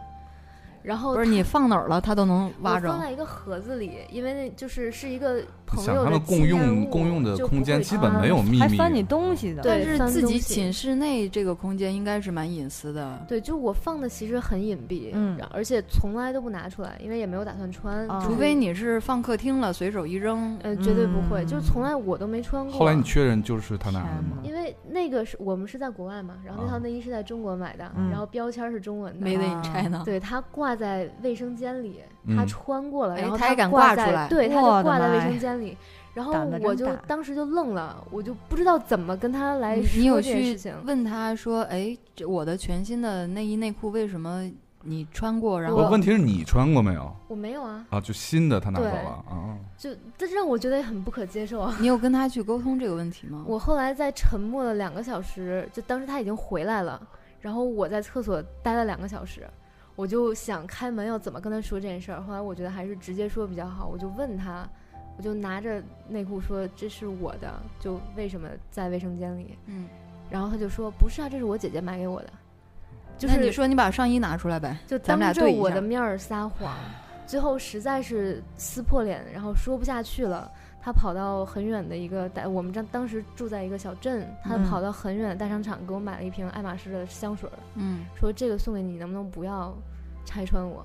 S2: 然后
S3: 不是你放哪儿了，他都能
S2: 我
S3: 挖
S2: 放
S3: 着。
S2: 在一个盒子里，因为那就是是一个朋
S1: 想
S2: 友
S1: 他
S2: 的
S1: 们共
S2: 纪
S1: 用
S2: 念物
S1: 共用的
S2: 就
S1: 空
S2: 不
S1: 间
S2: 会啊
S1: 基本
S2: 穿
S1: 没有秘
S4: 还
S1: 密，
S4: 翻你东西的，
S2: 对
S3: 但是
S2: 翻
S3: 自
S2: 东
S3: 己
S2: 西
S3: 寝室内这个空间应该是蛮隐私的。
S2: 对，就我放的其实很隐蔽，
S4: 嗯
S2: 然后而且从来都不拿出来，因为也没有打算穿，
S4: 啊
S1: 哦
S2: 就是
S3: 除非你是放客厅了，随手一扔，
S2: 嗯呃绝对不会，就是从
S4: 嗯
S2: 来我都没穿过。
S1: 后来你确认就是他拿的
S4: 天
S1: 吗
S4: 哪？
S2: 因为那个是我们是在国外嘛，然后那
S1: 啊
S2: 套内衣是在中国买的，
S4: 嗯
S2: 然后标签儿是中文的，
S3: 没得
S4: 啊
S3: 你拆呢。
S2: 对，它挂在卫生间里，
S1: 嗯
S2: 他穿过了，
S3: 哎
S2: 然后
S3: 他也
S2: 它
S3: 敢
S2: 挂
S3: 挂
S2: 在，
S3: 出来
S2: 对，他
S4: 我
S2: 就
S4: 的
S2: 挂在卫
S4: 妈呀
S2: 生间里。然后
S4: 胆子真
S2: 我就
S4: 大
S2: 当时就愣了，我就不知道怎么跟他来
S3: 你
S2: 说
S3: 你有
S2: 这件
S3: 去
S2: 事情。
S3: 问他说：“哎，这我的全新的内衣内裤为什么你穿过？然
S1: 我
S3: 后
S1: 问题是你穿过没有
S2: 我没有啊，
S1: 啊？就新的他拿走
S2: 对
S1: 了啊？
S2: 就这让我觉得很不可接受啊。
S3: 你有跟他去沟通这个问题吗？”
S2: 我后来在沉默了两个小时，就当时他已经回来了，然后我在厕所待了两个小时，我就想开门要怎么跟他说这件事儿。后来我觉得还是直接说比较好，我就问他，我就拿着内裤说这是我的，就为什么在卫生间里？
S3: 嗯，
S2: 然后他就说不是啊，这是我姐姐买给我的，就
S3: 那
S2: 是
S3: 你说你把上衣拿出来呗，
S2: 就
S3: 咱
S2: 当
S3: 们俩
S2: 着
S3: 对一
S2: 我
S3: 下
S2: 的面儿撒谎，最后实在是撕破脸，然后说不下去了。他跑到很远的一个大，我们当当时住在一个小镇，他
S4: 嗯
S2: 跑到很远的大商场给我买了一瓶爱马仕的香水儿，
S3: 嗯，
S2: 说这个送给你，能不能不要拆穿我？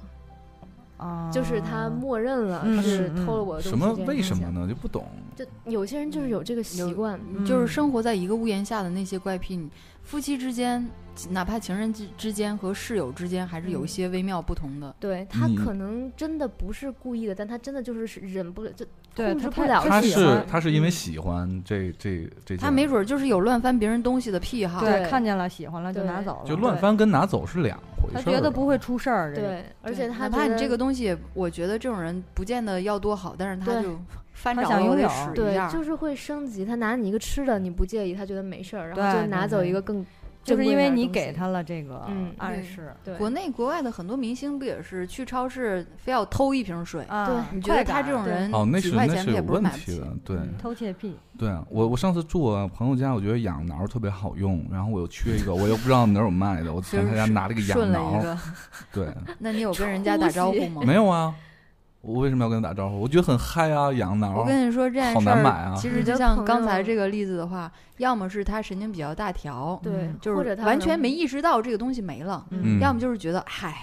S4: 啊，
S2: 就是他默认了
S4: 嗯
S2: 是
S4: 嗯嗯
S2: 偷了我的东
S1: 什
S2: 西。
S1: 么？为什么？呢？就不懂。
S2: 就有些人就是有这个习惯，
S3: 就是
S4: 嗯
S3: 生活在一个屋檐下的那些怪癖，你夫妻之间，哪怕情人之之间和室友之间，还是有一些微妙不同的。
S2: 对他
S1: 你
S2: 可能真的不是故意的，但他真的就是忍不了，就
S4: 对
S2: 控制
S4: 他
S2: 不
S4: 太
S2: 了
S1: 他
S4: 喜
S1: 是
S4: 欢
S1: 他是因为喜欢这这这件，
S3: 他没准就是有乱翻别人东西的癖好。
S4: 哦对
S2: 对
S4: 看见了喜欢了就
S2: 对
S4: 拿走了，
S1: 就乱
S4: 对，
S1: 翻跟拿走是两回事
S4: 他
S1: 儿。
S4: 觉得不会出事儿，这个，
S2: 对，而且他
S3: 哪怕
S2: 觉
S3: 你
S2: 得
S3: 这个东西也，我觉得这种人不见得要多好，但是他
S2: 对
S3: 就翻
S4: 他
S3: 找
S4: 想
S3: 了我
S4: 拥
S3: 得
S4: 有
S3: 使一
S2: 对
S3: 下，，
S2: 就是会升级。他拿你一个吃的，你不介意，他觉得没事儿，然后
S4: 对
S2: 就拿
S4: 对
S2: 走
S4: 对
S2: 一个更
S4: 就是因为
S2: 珍贵
S4: 你
S2: 一点
S4: 给
S2: 的
S4: 他了这个
S2: 嗯
S4: 暗
S3: 对
S4: 示
S2: 东西
S3: 国
S2: 对。
S3: 内国外的很多明星不也是去超市非要偷一瓶水？
S4: 啊，
S2: 对
S3: 嗯你觉得
S4: 快
S3: 他
S4: 感
S3: 这种
S2: 对
S3: 人
S1: 哦，那
S3: 几
S1: 是
S3: 块
S1: 那
S3: 钱
S1: 是
S3: 他也
S1: 有
S3: 不是
S1: 问
S3: 买不
S1: 题
S3: 起
S1: 的。，对
S4: 嗯偷窃癖，
S1: 对啊，我我上次住我朋友家，我觉得养挠特别好用，然后我又缺一个，我又不知道哪儿有卖 的，我
S3: 就
S1: 从
S3: 是
S1: 他家拿了
S3: 顺
S1: 养
S3: 顺了一
S1: 挠。
S3: 个。
S1: 对，
S3: 那你有跟人家打招呼吗？
S1: 没有啊，我为什么要跟他打招呼？我觉得很嗨啊，养挠。
S3: 我跟你说这件
S1: 好
S3: 事
S1: 难
S3: 儿，
S1: 买啊
S3: 其
S2: 你
S3: 实就
S2: 的
S3: 像
S2: 朋
S3: 刚才
S2: 友
S3: 这个例子的话，要么是他神经比较大条，
S2: 对
S4: 嗯，
S3: 就
S2: 或
S3: 是
S2: 者他
S3: 完
S2: 可
S3: 全
S2: 能
S3: 没意识到这个东西没了；
S1: 嗯
S3: 要么就是觉得嗨，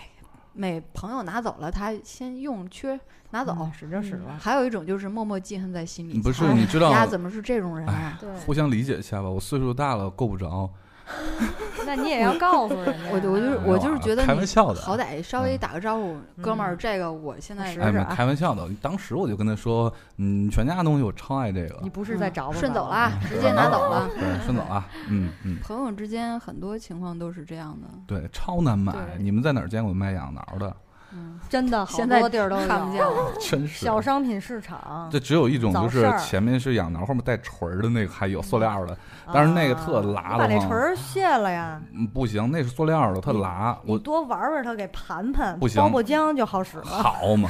S3: 每朋友拿走了，他先用缺拿走。
S4: 嗯使劲使
S2: 嗯
S4: 吧，
S3: 还有一种就是默默记恨在心里。
S1: 不是
S3: 哎
S1: 你知道
S3: 呀，怎么是这种人啊？
S2: 对，
S1: 互相理解一下吧，我岁数大了够不着。
S4: 那你也要告诉人家呀，
S3: 我就我就是
S1: 没有
S3: 我就是
S1: 啊
S3: 觉得
S1: 开
S3: 你
S1: 玩笑的
S3: 好歹稍微
S1: 嗯
S3: 打个招呼，哥们儿，
S4: 嗯
S3: 这个我现在
S4: 是
S1: 哎，
S4: 是
S1: 没
S4: 啊
S1: 开玩笑的，当时我就跟他说，嗯，全家的东西我超爱这个
S4: 你，不是在
S3: 嗯
S4: 找我
S3: 顺
S4: 吧
S3: 走啦，直接
S1: 哎
S3: 拿走了。
S1: 对，顺走啊，嗯嗯，
S3: 朋友之间很多情况都是这样的，
S1: 对，超难买。
S2: 对
S1: 你们在哪儿见过卖养挠的？
S3: 嗯，
S4: 真的好
S3: 现在
S4: 多地儿都
S3: 看不见
S4: 有
S3: 了。
S1: 真是
S4: 小商品市场
S1: 这，只有一种，
S4: 啊早
S1: 就
S4: 市
S1: 是
S4: 儿
S1: 前面是养挠，后面带锤儿的那个，还有塑料的，但是那个特
S4: 啊
S1: 拉
S4: 你
S1: 得
S4: 把那
S1: 慌
S4: 锤儿卸了呀，
S1: 嗯，不行，那是塑料的，它
S4: 你
S1: 拉
S4: 你
S1: 我
S4: 多玩玩它，给盘盘，
S1: 不行
S4: 包包浆就好使了，
S1: 好 嘛，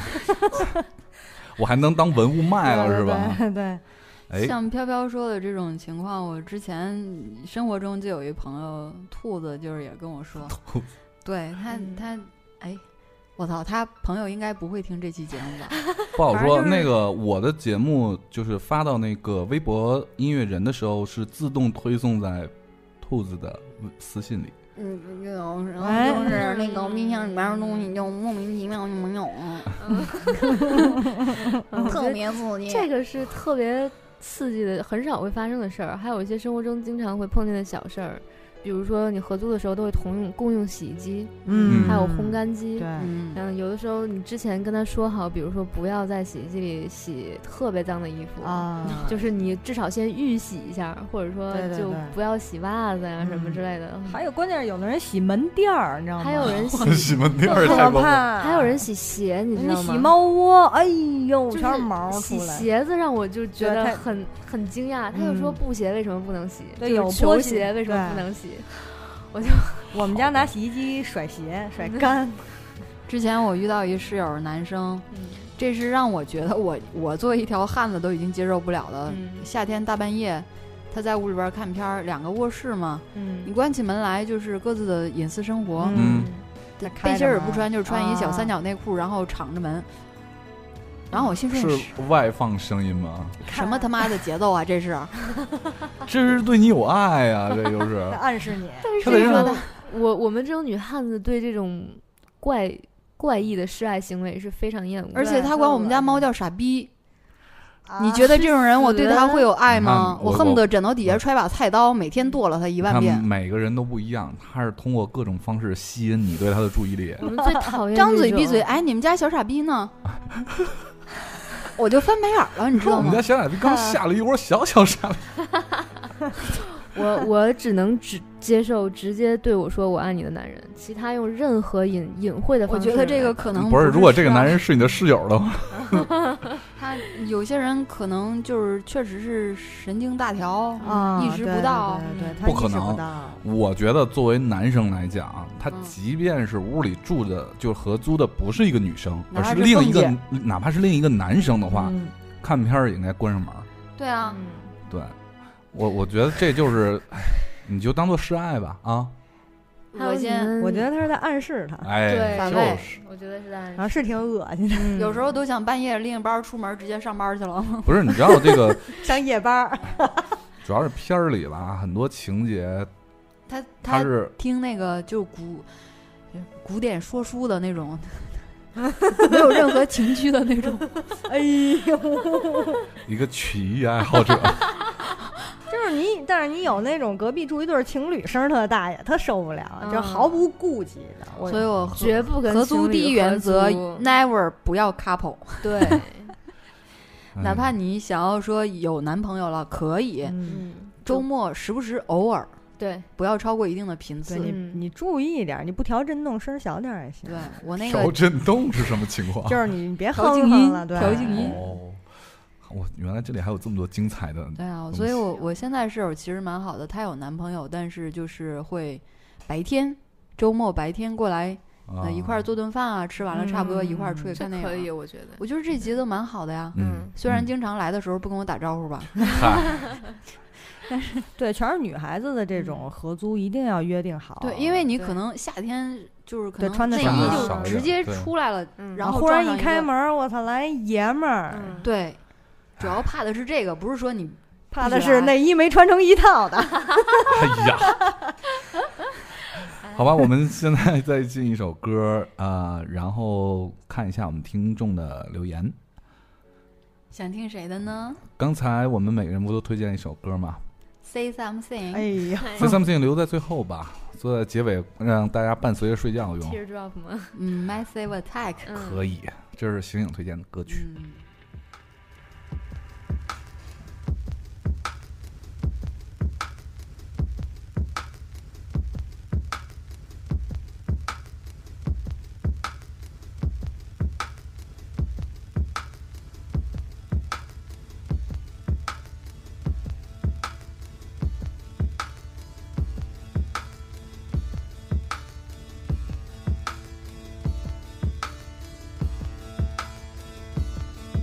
S1: 我还能当文物卖了是吧？
S4: 对对对，
S1: 哎，
S3: 像飘飘说的这种情况，我之前生活中就有一朋友兔子，就是也跟我说，
S1: 兔子
S3: 对他
S2: 嗯
S3: 他哎，我操，他朋友应该不会听这期节目吧？
S1: 不好
S3: 反正
S1: 说。
S3: 就是
S1: 那个我的节目就是发到那个微博音乐人的时候，是自动推送在兔子的私信 里。
S3: 嗯，那种，然
S4: 哎
S3: 后就是那个冰箱里边的东西就莫名其妙就没有 了，
S2: 嗯我觉
S3: 特
S2: 得
S3: 别刺激。
S2: 这个是特别刺激的，很少会发生的事儿。还有一些生活中经常会碰见的小事儿，比如说你合租的时候都会同用共用洗衣机，
S1: 嗯
S2: 还有烘，干机。
S4: 对，
S3: 嗯，
S2: 嗯，有的时候你之前跟他说好，比如说不要在洗衣机里洗特别脏的衣服，
S4: 啊，
S2: 就是你至少先预洗一下，或者说
S4: 对对
S2: 就
S4: 对
S2: 不要洗袜子呀、什么
S4: 嗯
S2: 之类的。
S4: 还有关键是有的人洗门垫儿，你知道吗？
S2: 还 有人洗，
S1: 什么地
S4: 特可怕，
S2: 还有人洗鞋，你知道
S4: 人家
S2: 吗？
S4: 啊洗猫窝，哎呦，
S2: 就
S4: 全是毛
S2: 洗
S4: 出来。
S2: 鞋子让我就觉
S4: 对
S2: 得
S4: 太
S2: 很很惊讶，他就说
S4: 嗯
S2: 布鞋为什么不能洗，
S4: 对
S2: 就是
S4: 有波
S2: 球
S4: 鞋
S2: 鞋为什么
S4: 对
S2: 不能洗？
S4: 我们家拿洗衣机甩鞋，甩干，
S3: 之前我遇到一室友男生，
S2: 嗯
S3: 这是让我觉得我我作为一条汉子都已经接受不了的。夏天大半夜，他在屋里边看片儿，两个卧室嘛，
S2: 嗯
S3: 你关起门来就是各自的隐私生活，
S1: 嗯
S4: 那开
S3: 背
S4: 着
S3: 心儿也
S4: 门
S3: 不穿，就是穿一小
S4: 啊
S3: 三角内裤，然后敞着门。然后我心说
S7: 是外放声音吗？
S3: 什么他妈的节奏啊，这 是？
S7: 这是对你有爱啊，这就是
S4: 在暗示你，
S2: 但
S7: 他得
S2: 是
S7: 让
S2: 说，我我们这种女汉子对这种怪怪异的示爱行为是非常厌恶的，
S3: 而且他管我们家猫叫傻逼，你
S4: 啊
S3: 觉得这种人我对他会有爱
S1: 你？
S3: 吗
S1: 看我
S3: 我恨不得枕头底下揣把菜刀，每天剁了他一
S1: 你
S3: 万
S1: 看
S3: 遍。
S1: 每个人都不一样，他是通过各种方式吸引你对他的注意力。
S2: 我们最 讨厌
S3: 张嘴
S2: 这种
S3: 闭嘴，，哎，你们家小傻 逼呢？我就翻白眼儿了，你知
S1: 我
S3: 道
S1: 们
S3: 吗
S1: 家？小奶逼 刚下了一窝小小傻逼，
S2: 我我只能只接受直接对我说我爱你的男人，其他用任何隐隐晦的
S3: 我
S2: 方式
S3: 觉
S2: 来，
S3: 得这个可能
S1: 不
S3: 是
S1: 是？如果这个
S3: 是啊
S1: 男人是你的室友的话，
S3: 他有些人可能就是确实是神经大条，
S4: 啊，
S3: 意识
S4: 对
S3: 不到
S4: 对对对他
S1: 不可
S4: 意识
S1: 能
S4: 到
S1: 我觉得作为男生来讲啊，他
S3: 嗯
S1: 即便是屋里住的就是合租的不是一个女生，
S3: 哪
S1: 而
S3: 怕
S1: 是
S3: 是
S1: 另一个
S3: 凤，
S1: 哪怕是另一个男生的话，
S4: 嗯
S1: 看片儿也应该关上门儿。
S3: 对啊，
S2: 嗯
S1: 对，我我觉得这就是，哎你就当做示爱吧啊！
S2: 还有
S3: 恶
S2: 你
S3: 心。
S2: 们
S4: 我觉得他是在暗示
S3: 嗯
S4: 他，
S1: 哎，
S2: 对
S1: 就
S3: 反
S1: 是
S2: 我觉得是在
S4: 然后是挺恶心的，
S3: 啊
S2: 嗯
S3: 有时候都想半夜拎着包出门直接上班去了。
S1: 不是？你知道这个
S4: 上夜班 儿，
S1: 主要是片儿里吧，很多情节
S3: 他
S1: 它
S3: 他
S1: 是
S3: 听那个就是古古典说书的那 种，没有任何情绪的那种。
S4: 哎呦，
S1: 一个曲艺爱好者，
S4: 就是你，但是你有那种隔壁住一对儿情侣，声儿特大爷，他受不了，就
S2: 嗯
S4: 毫不顾忌的， 我
S3: 所以我合
S2: 绝不跟
S3: 合租
S2: 情侣
S3: 第一原则
S2: 合租嗯
S3: ，never 不要 couple，
S2: 对， 嗯
S3: 哪怕
S1: 哎
S3: 你想要说有男朋友了，可以
S4: 嗯，
S2: 嗯，
S3: 周末时不时偶尔，
S2: 对，
S3: 不要超过一定的频次
S4: 对。你
S2: 嗯
S4: 你注意一点儿，你不调震动，声儿小点儿也行
S3: 对。我那
S1: 调
S3: 个
S1: 震动是什么情况？
S4: 就是你你别
S3: 调
S4: 哼
S3: 静
S4: 哼
S3: 音
S4: 了，对，
S3: 啊调静音
S1: 哦，我原来这里还有这么多精彩的，
S3: 对啊，
S1: 东
S3: 所以
S1: 西
S3: 我我现在室友其实蛮好的，她有男朋友，但是就是会白天周末白天过来
S1: 啊
S3: 呃，一块儿做顿饭啊，吃完了差不多一块儿出去
S2: 这
S3: 看电影。
S2: 可以，，我觉得。
S3: 我觉得这节奏蛮好的呀。
S1: 嗯，
S3: 虽然
S1: 嗯
S3: 经常来的时候不跟我打招呼吧，
S1: 嗨
S4: 对，全是女孩子的这种合租，一定要约定好。啊
S3: 对，因为你
S2: 对
S3: 可能夏天就是可
S4: 对
S3: 能
S4: 穿得
S3: 内
S4: 少
S3: 衣
S4: 一点
S3: 就
S1: 少一
S3: 直接
S1: 点对
S3: 出来了，
S2: 嗯
S3: 然后
S4: 忽然
S3: 撞上
S4: 一
S3: 一
S4: 开
S3: 个
S4: 门儿，我操，来一爷们儿，
S2: 嗯，
S3: 对，主要怕的是这个，不是说你
S4: 怕的
S3: 不许
S4: 是
S3: 来
S4: 内衣没穿成一套的。
S1: 哎 呀，好吧，我们现在再进一首歌啊、然后看一下我们听众的留言。
S3: 想听谁的呢
S1: 刚才我们每个人不都推荐一首歌吗
S3: ？Say something，、
S4: 哎呀，
S1: ？Say something 留在最后吧，做在结尾让大家伴随着睡觉用，
S2: Teardrop 吗？
S3: 嗯，Massive Attack，
S2: 嗯，
S1: 可以。这是醒醒推荐的歌曲。
S3: 嗯，
S5: 我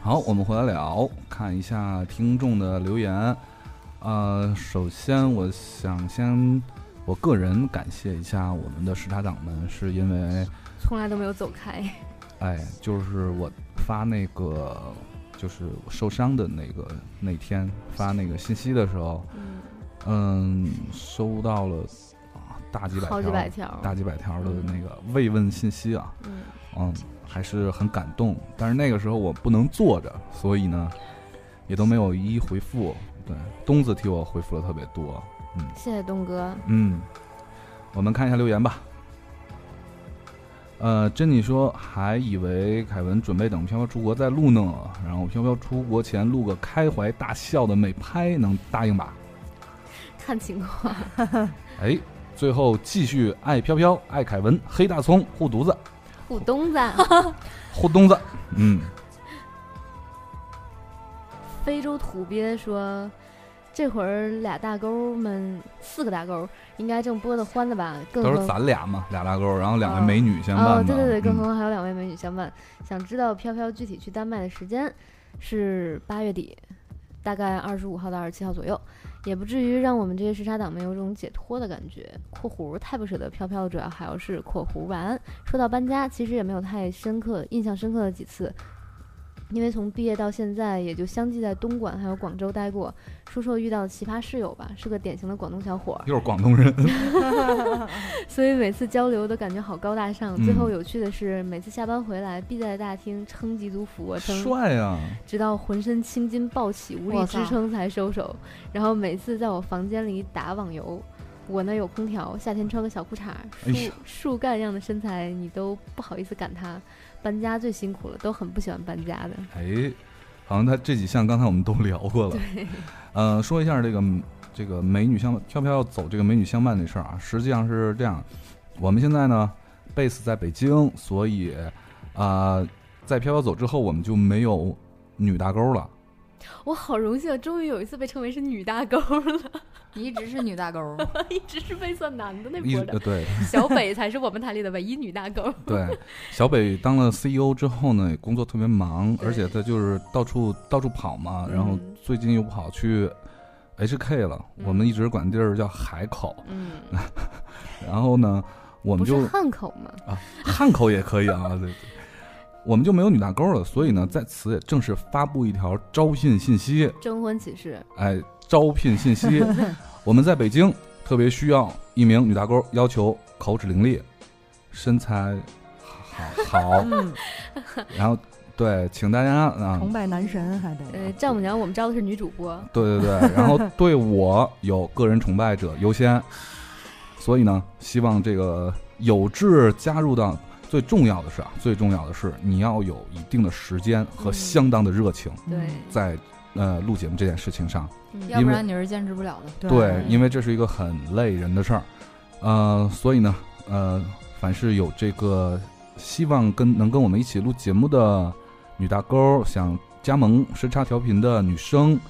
S1: 好，我们回来聊，看一下听众的留言。呃，首先我想先，我个人感谢一下我们的时差党们，是因为，
S2: 从来都没有走开。
S1: 哎，就是我发那个就是我受伤的那个那天发那个信息的时候，
S2: 嗯，
S1: 嗯，收到了啊大几百
S2: 好
S1: 条，
S2: 几百条。
S1: 大几百条的那个慰问信息啊，
S2: 嗯，
S1: 嗯，还是很感动。但是那个时候我不能坐着，所以呢，也都没有一一回复。对，东子替我回复了特别多。
S2: 谢谢东哥。
S1: 嗯，我们看一下留言吧。呃，珍妮说还以为凯文准备等飘飘出国再录呢，然后飘飘出国前录个开怀大笑的美拍，能答应吧？
S2: 看情况，
S1: 哎，最后继续爱飘飘，爱凯文，黑大葱护犊子，
S2: 虎东 子，
S1: 护东子。嗯，
S2: 非洲土鳖说，这会儿俩大钩们，四个大钩应该正播的欢了吧？更
S1: 都
S2: 何
S1: 是咱俩嘛，俩大勾，然后两位美女相伴嘛。
S2: 嗯哦，对对对，更
S1: 嗯
S2: 何况还有两位美女相伴。想知道飘飘具体去丹麦的时间是八月底，大概二十五号到二十七号左右，也不至于让我们这些时差党们有种解脱的感觉。（括弧太不舍得飘飘了，主要还要是括弧晚安）说到搬家，其实也没有太深刻、印象深刻的几次。因为从毕业到现在，也就相继在东莞还有广州待过。说说遇到的奇葩室友吧，是个典型的广东小伙儿，
S1: 又是广东人，
S2: 嗯所以每次交流都感觉好高大上。最后
S1: 嗯
S2: 有趣的是，每次下班回来必在大厅撑几组俯卧撑，
S1: 帅啊！
S2: 直到浑身青筋暴起，无力
S3: 哇
S2: 支
S3: 塞
S2: 撑才收手。然后每次在我房间里打网游，我呢有空调，夏天穿个小裤衩，
S1: 哎
S2: 树
S1: 呀
S2: 树干样的身材你都不好意思赶他。搬家最辛苦了，都很不喜欢搬家的。
S1: 哎，好像他这几项刚才我们都聊过了。 呃，说一下这个这个美女相伴，飘飘要走这个美女相伴这事儿啊，实际上是这样，我们现在呢，base 在北京，所以啊、呃在飘飘走之后，我们就没有女大勾了。
S2: 我好荣幸啊，终于有一次被称为是女大勾了，
S3: 你一直是女大 钩，
S2: 一直是被算男的那
S1: 一
S2: 波的
S1: 呃。对
S2: 小北才是我们台里的唯一女大勾。
S1: 对，小北当了 CEO 之后呢，工作特别忙，而且他就是到处到处跑嘛，然后
S2: 嗯
S1: 最近又跑去 HK 了，我们一直管地儿叫海口，
S2: 嗯，
S1: 然后呢，我
S2: 不
S1: 们
S2: 是
S1: 就
S2: 汉口吗？
S1: 汉口也可以啊，对对，我们就没有女大勾了，所以呢，在此也正式发布一条招聘信息，
S2: 征婚启
S4: 啊
S2: 事，
S1: 哎，招聘信 息，我们在北京特别需要一名女大勾，要求口齿伶俐，身材好好，
S4: 嗯，
S1: 然后对，请大家啊
S4: 崇。拜男神还得
S2: 呃，丈母娘我们招的是女主播，
S1: 对对对，然 后对我有个人崇拜者优先，所以呢，希望这个有志加入到最重要的是啊，最重要的是你要有一定的时间
S4: 嗯
S1: 和相当的热情
S2: 对，
S1: 在呃录节目这件事情上。
S2: 嗯
S3: 要不然你是坚持不了的。
S1: 对，因为这是一个很累人的事儿，呃，所以呢，呃，凡是有这个希望跟能跟我们一起录节目的女大勾，想加盟时差调频的女生，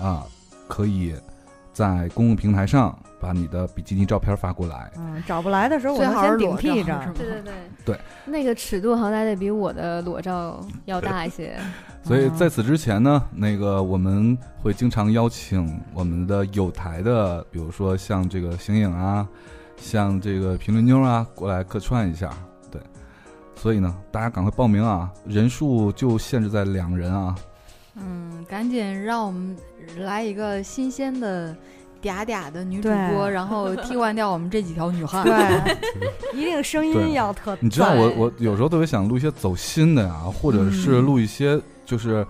S1: 啊、可以在公共平台上把你的比基尼照片发过来。
S4: 嗯，找不来的时候我
S3: 最
S4: 能
S3: 好是
S4: 先顶
S3: 裸
S4: 替
S3: 照是
S4: 着
S3: 吗，
S2: 对对对
S1: 对，
S2: 那个尺度好歹得比我的裸照要大一些。
S1: 所以
S4: 嗯
S1: 在此之前呢，那个我们会经常邀请我们的有台的，比如说像这个醒影啊，像这个评论妞啊，过来客串一下。对，所以呢，大家赶快报名啊，人数就限制在两人啊。
S3: 嗯，赶紧让我们来一个新鲜的。嗲嗲的女主
S4: 对
S3: 播，然后替换掉我们这几条女汉。
S4: 对， 一定声
S1: 对
S4: 音要特，
S1: 你知道我
S3: 对
S1: 我有时候特别想录一些走心的呀、或者是
S4: 嗯
S1: 录一些就是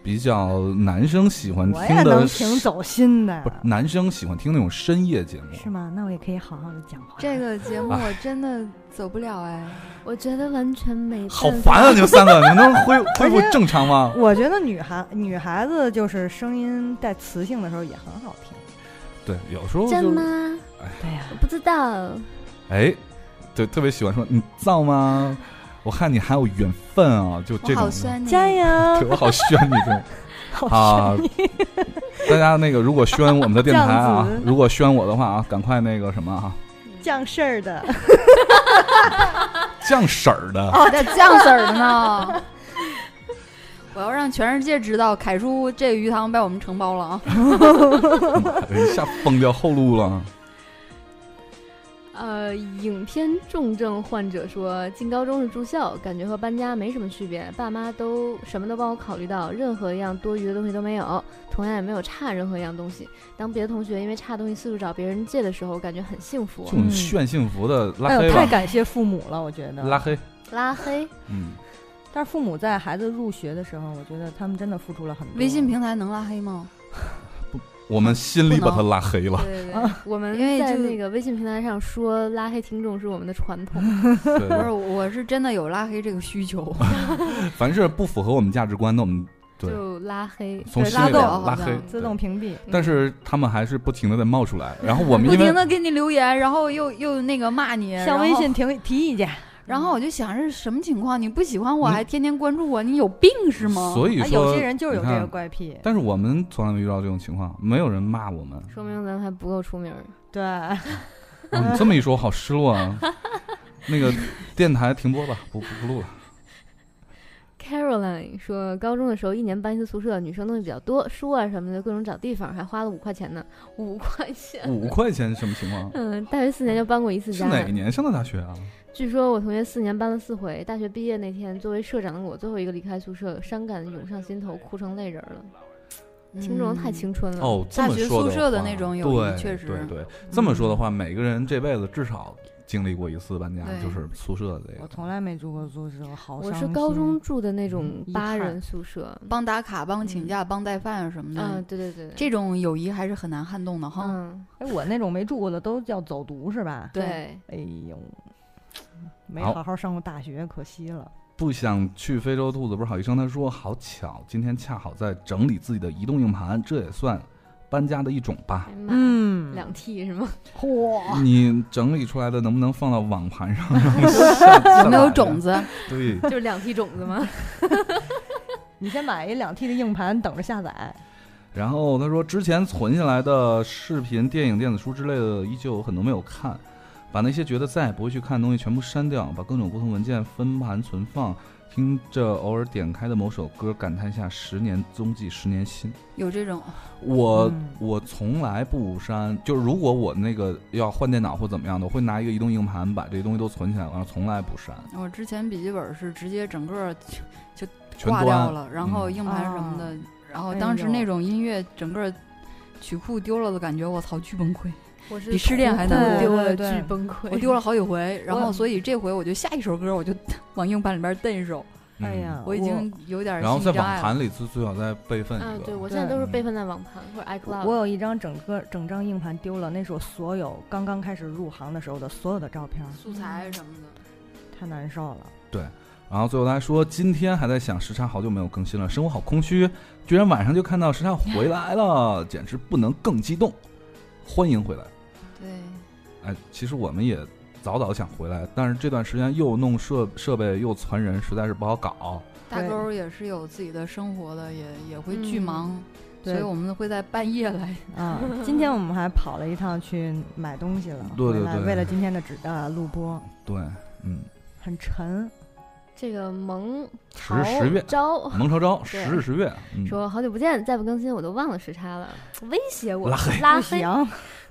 S1: 比较男生喜欢
S4: 我
S1: 嗯听
S4: 也
S1: 的
S4: 能，挺走心的
S1: 不，是男生喜欢听那种深夜节目。
S4: 是吗？那我也可以好好的讲话。
S3: 这个节目
S1: 啊
S3: 我真的走不了哎，
S2: 我觉得完全没
S1: 好
S2: 办法
S1: 烦啊！你们三个，你们能恢恢复正常吗？
S4: 我觉得女孩女孩子就是声音带磁性的时候也很好听。
S1: 对，有时候
S2: 真
S1: 就
S2: 吗？
S4: 对哎呀、
S2: 我不知道，
S1: 哎，就特别喜欢说你造吗？我看你还有缘分啊，就
S3: 我
S1: 这种
S3: 好
S1: 的，
S3: 酸你。
S4: 嗯加油！
S1: 对我好宣你 对
S4: 好
S1: 啊！大家那个如果宣我们的电台啊
S4: 这样，子
S1: 如果宣我的话啊，赶快那个什么啊，
S4: 降事儿的，
S1: 酱婶儿的，
S4: 哦
S3: 那酱籽儿的呢？啊我要让全世界知道，凯叔这个鱼塘被我们承包了啊！
S1: 一下崩哎掉后路了。
S2: 呃，影片重症患者说，进高中是住校，感觉和搬家没什么区别，爸妈都什么都帮我考虑到，任何一样多余的东西都没有，同样也没有差任何一样东西。当别的同学因为差东西四处找别人借的时候，我感觉很幸福
S1: 这。种炫幸福的 拉
S4: 哎
S1: 黑
S4: 呦，太
S1: 吧，
S4: 感谢父母了，我觉得
S1: 拉黑，
S2: 拉黑，
S1: 嗯，
S4: 但是父母在孩子入学的时候，我觉得他们真的付出了很多。
S3: 微信平台能拉黑吗？
S1: 我们心里把他拉黑了。
S3: 对对对，
S2: 啊我们
S3: 因为
S2: 在
S3: 就
S2: 那个微信平台上说拉黑听众是我们的传统。
S1: 对对
S3: 不是，
S1: 对，
S3: 我是真的有拉黑这个需求。
S1: 啊 凡是不符合我们价值观的，我们对
S2: 就拉黑，
S1: 从
S2: 对
S1: 心
S2: 拉
S1: 里
S3: 走
S2: 狗
S3: 好
S1: 拉
S3: 像
S1: 黑。
S4: 自动屏蔽，
S1: 但是他们还是不停的在冒出来，然后我们
S3: 不
S1: 因为
S3: 停的给你留言，然后又又那个骂你，
S4: 向
S3: 然
S4: 微
S3: 后
S4: 信提提意见，
S3: 然后我就想这是什么情况？你不喜欢我
S1: 嗯
S3: 还天天关注我，你有病是吗？
S1: 所以
S4: 哎，
S1: 说
S4: 有些人就是有
S1: 你
S4: 这
S1: 看
S4: 个怪癖，
S1: 但是我们从来没遇到这种情况，没有人骂我们。
S2: 说明咱们还不够出名儿。
S4: 对，
S1: 哦你这么一说，我好失落啊！ 那个电台停播吧，不不不录了。
S2: Caroline 说，高中的时候一年搬一次宿舍，女生东西比较多，书啊什么的各种找地方，还花了五块钱呢， 五块钱。
S1: 五块钱是什么情 况？
S2: 嗯，大学四年就搬过一次
S1: 是
S2: 家。
S1: 哪一年上的大学啊？
S2: 据说我同学四年搬了四回，大学毕业那天，作为社长的我最后一个离开宿舍，伤感涌上心头，哭成泪人了。
S3: 嗯
S2: 听众太青春了。
S1: 哦，这么
S3: 大学
S1: 说
S3: 宿舍的
S1: 话
S3: 那种友谊
S1: 对，
S3: 确实嗯
S1: 对对。这么说的话，每个人这辈子至少经历过一次搬家，
S3: 对
S1: 就是宿舍这
S4: 我
S1: 个。
S4: 从来没住过宿舍，我好
S2: 我
S4: 伤
S2: 是
S4: 心
S2: 高中住的那种
S4: 嗯遗
S2: 八
S4: 憾
S2: 人宿舍。
S3: 帮打卡、
S1: 嗯
S3: 帮请假、帮带饭什么的，
S2: 嗯，对对对，
S3: 这种友谊还是很难撼动的哈。
S2: 嗯，
S4: 哎，我那种没住过的都叫走读是吧？
S2: 对，
S4: 哎呦，没
S1: 好
S4: 好好上过大学，可惜了。
S1: 不想去非洲兔子不是好医生，他说好巧，今天恰好在整理自己的移动硬盘，这也算搬家的一种吧
S2: 哎。呀妈呀，
S4: 嗯
S2: 两 T 是 吗？
S4: 嚯，
S1: 你整理出来的能不能放到网盘上？让
S3: 有 没有种
S1: 子？
S3: 子？
S1: 对，
S2: 就是两 T 种子吗？
S4: 你先买一两 T 的硬盘，等着下载。
S1: 然后他说，之前存下来的视频、电影、电子书之类的，依旧有很多没有看，把那些觉得再也不会去看的东西全部删掉，把各种不同文件分盘存放，听着偶尔点开的某首歌，感叹一下“十年踪迹，十年心”
S3: 有这种
S1: 我。我、
S4: 嗯
S1: 从来不删，就是如果我那个要换电脑或怎么样的，我会拿一个移动硬盘把这些东西都存起来，完了从来不删，
S3: 我之前笔记本是直接整个就
S1: 全
S3: 挂掉
S1: 关。
S3: 了，然后
S1: 嗯
S3: 硬盘什么的，然后当时
S4: 哎呦
S3: 那种音乐整个曲库丢了的感觉，我操，巨崩溃！
S2: 我是
S3: 比失恋还
S2: 恐
S3: 难
S2: 怖丢
S4: 过
S2: 了，
S4: 对对对
S2: 巨崩溃。
S3: 我丢了好几回，然后
S4: 我
S3: 所以这回我就下一首歌我就 往硬盘里边蹬一首，
S1: 嗯
S4: 哎呀，
S3: 我已经有点
S1: 然后
S3: 心
S1: 在
S3: 理障
S1: 网
S3: 碍了。
S1: 盘里最最好再备份一个。
S2: 啊，对我现在都是
S1: 嗯
S2: 备份在网盘或者
S4: 我
S2: iCloud。
S4: 我有一张整个整张硬盘丢了，那是我所有刚刚开始入行的时候的所有的照片，
S3: 素材什么的，
S4: 太难受了。
S1: 然后最后他说，今天还在想时差好久没有更新了，生活好空虚，居然晚上就看到时差回来了，简直不能更激动，欢迎回来。
S3: 对，
S1: 哎，其实我们也早早想回来，但是这段时间又弄设设备又攒人，实在是不好搞。
S3: 大
S4: 对
S3: 勾也是有自己的生活的，也也会巨
S2: 嗯
S3: 忙，所
S4: 对
S3: 以我们会在半夜来。
S4: 啊，今天我们还跑了一趟去买东西了，
S1: 对对
S4: 回来
S1: 对
S4: 为了今天的直呃录播，
S1: 对，嗯，
S4: 很沉。
S2: 这个蒙
S1: 十
S2: 朝
S1: 十 月嗯
S2: 昭
S1: 蒙朝昭，
S2: 对
S1: 十日十月，嗯，
S2: 说好久不见，再不更新我都忘了时差了，威胁我
S1: 拉
S2: 黑
S4: 不
S2: 拉黑。
S4: 行，啊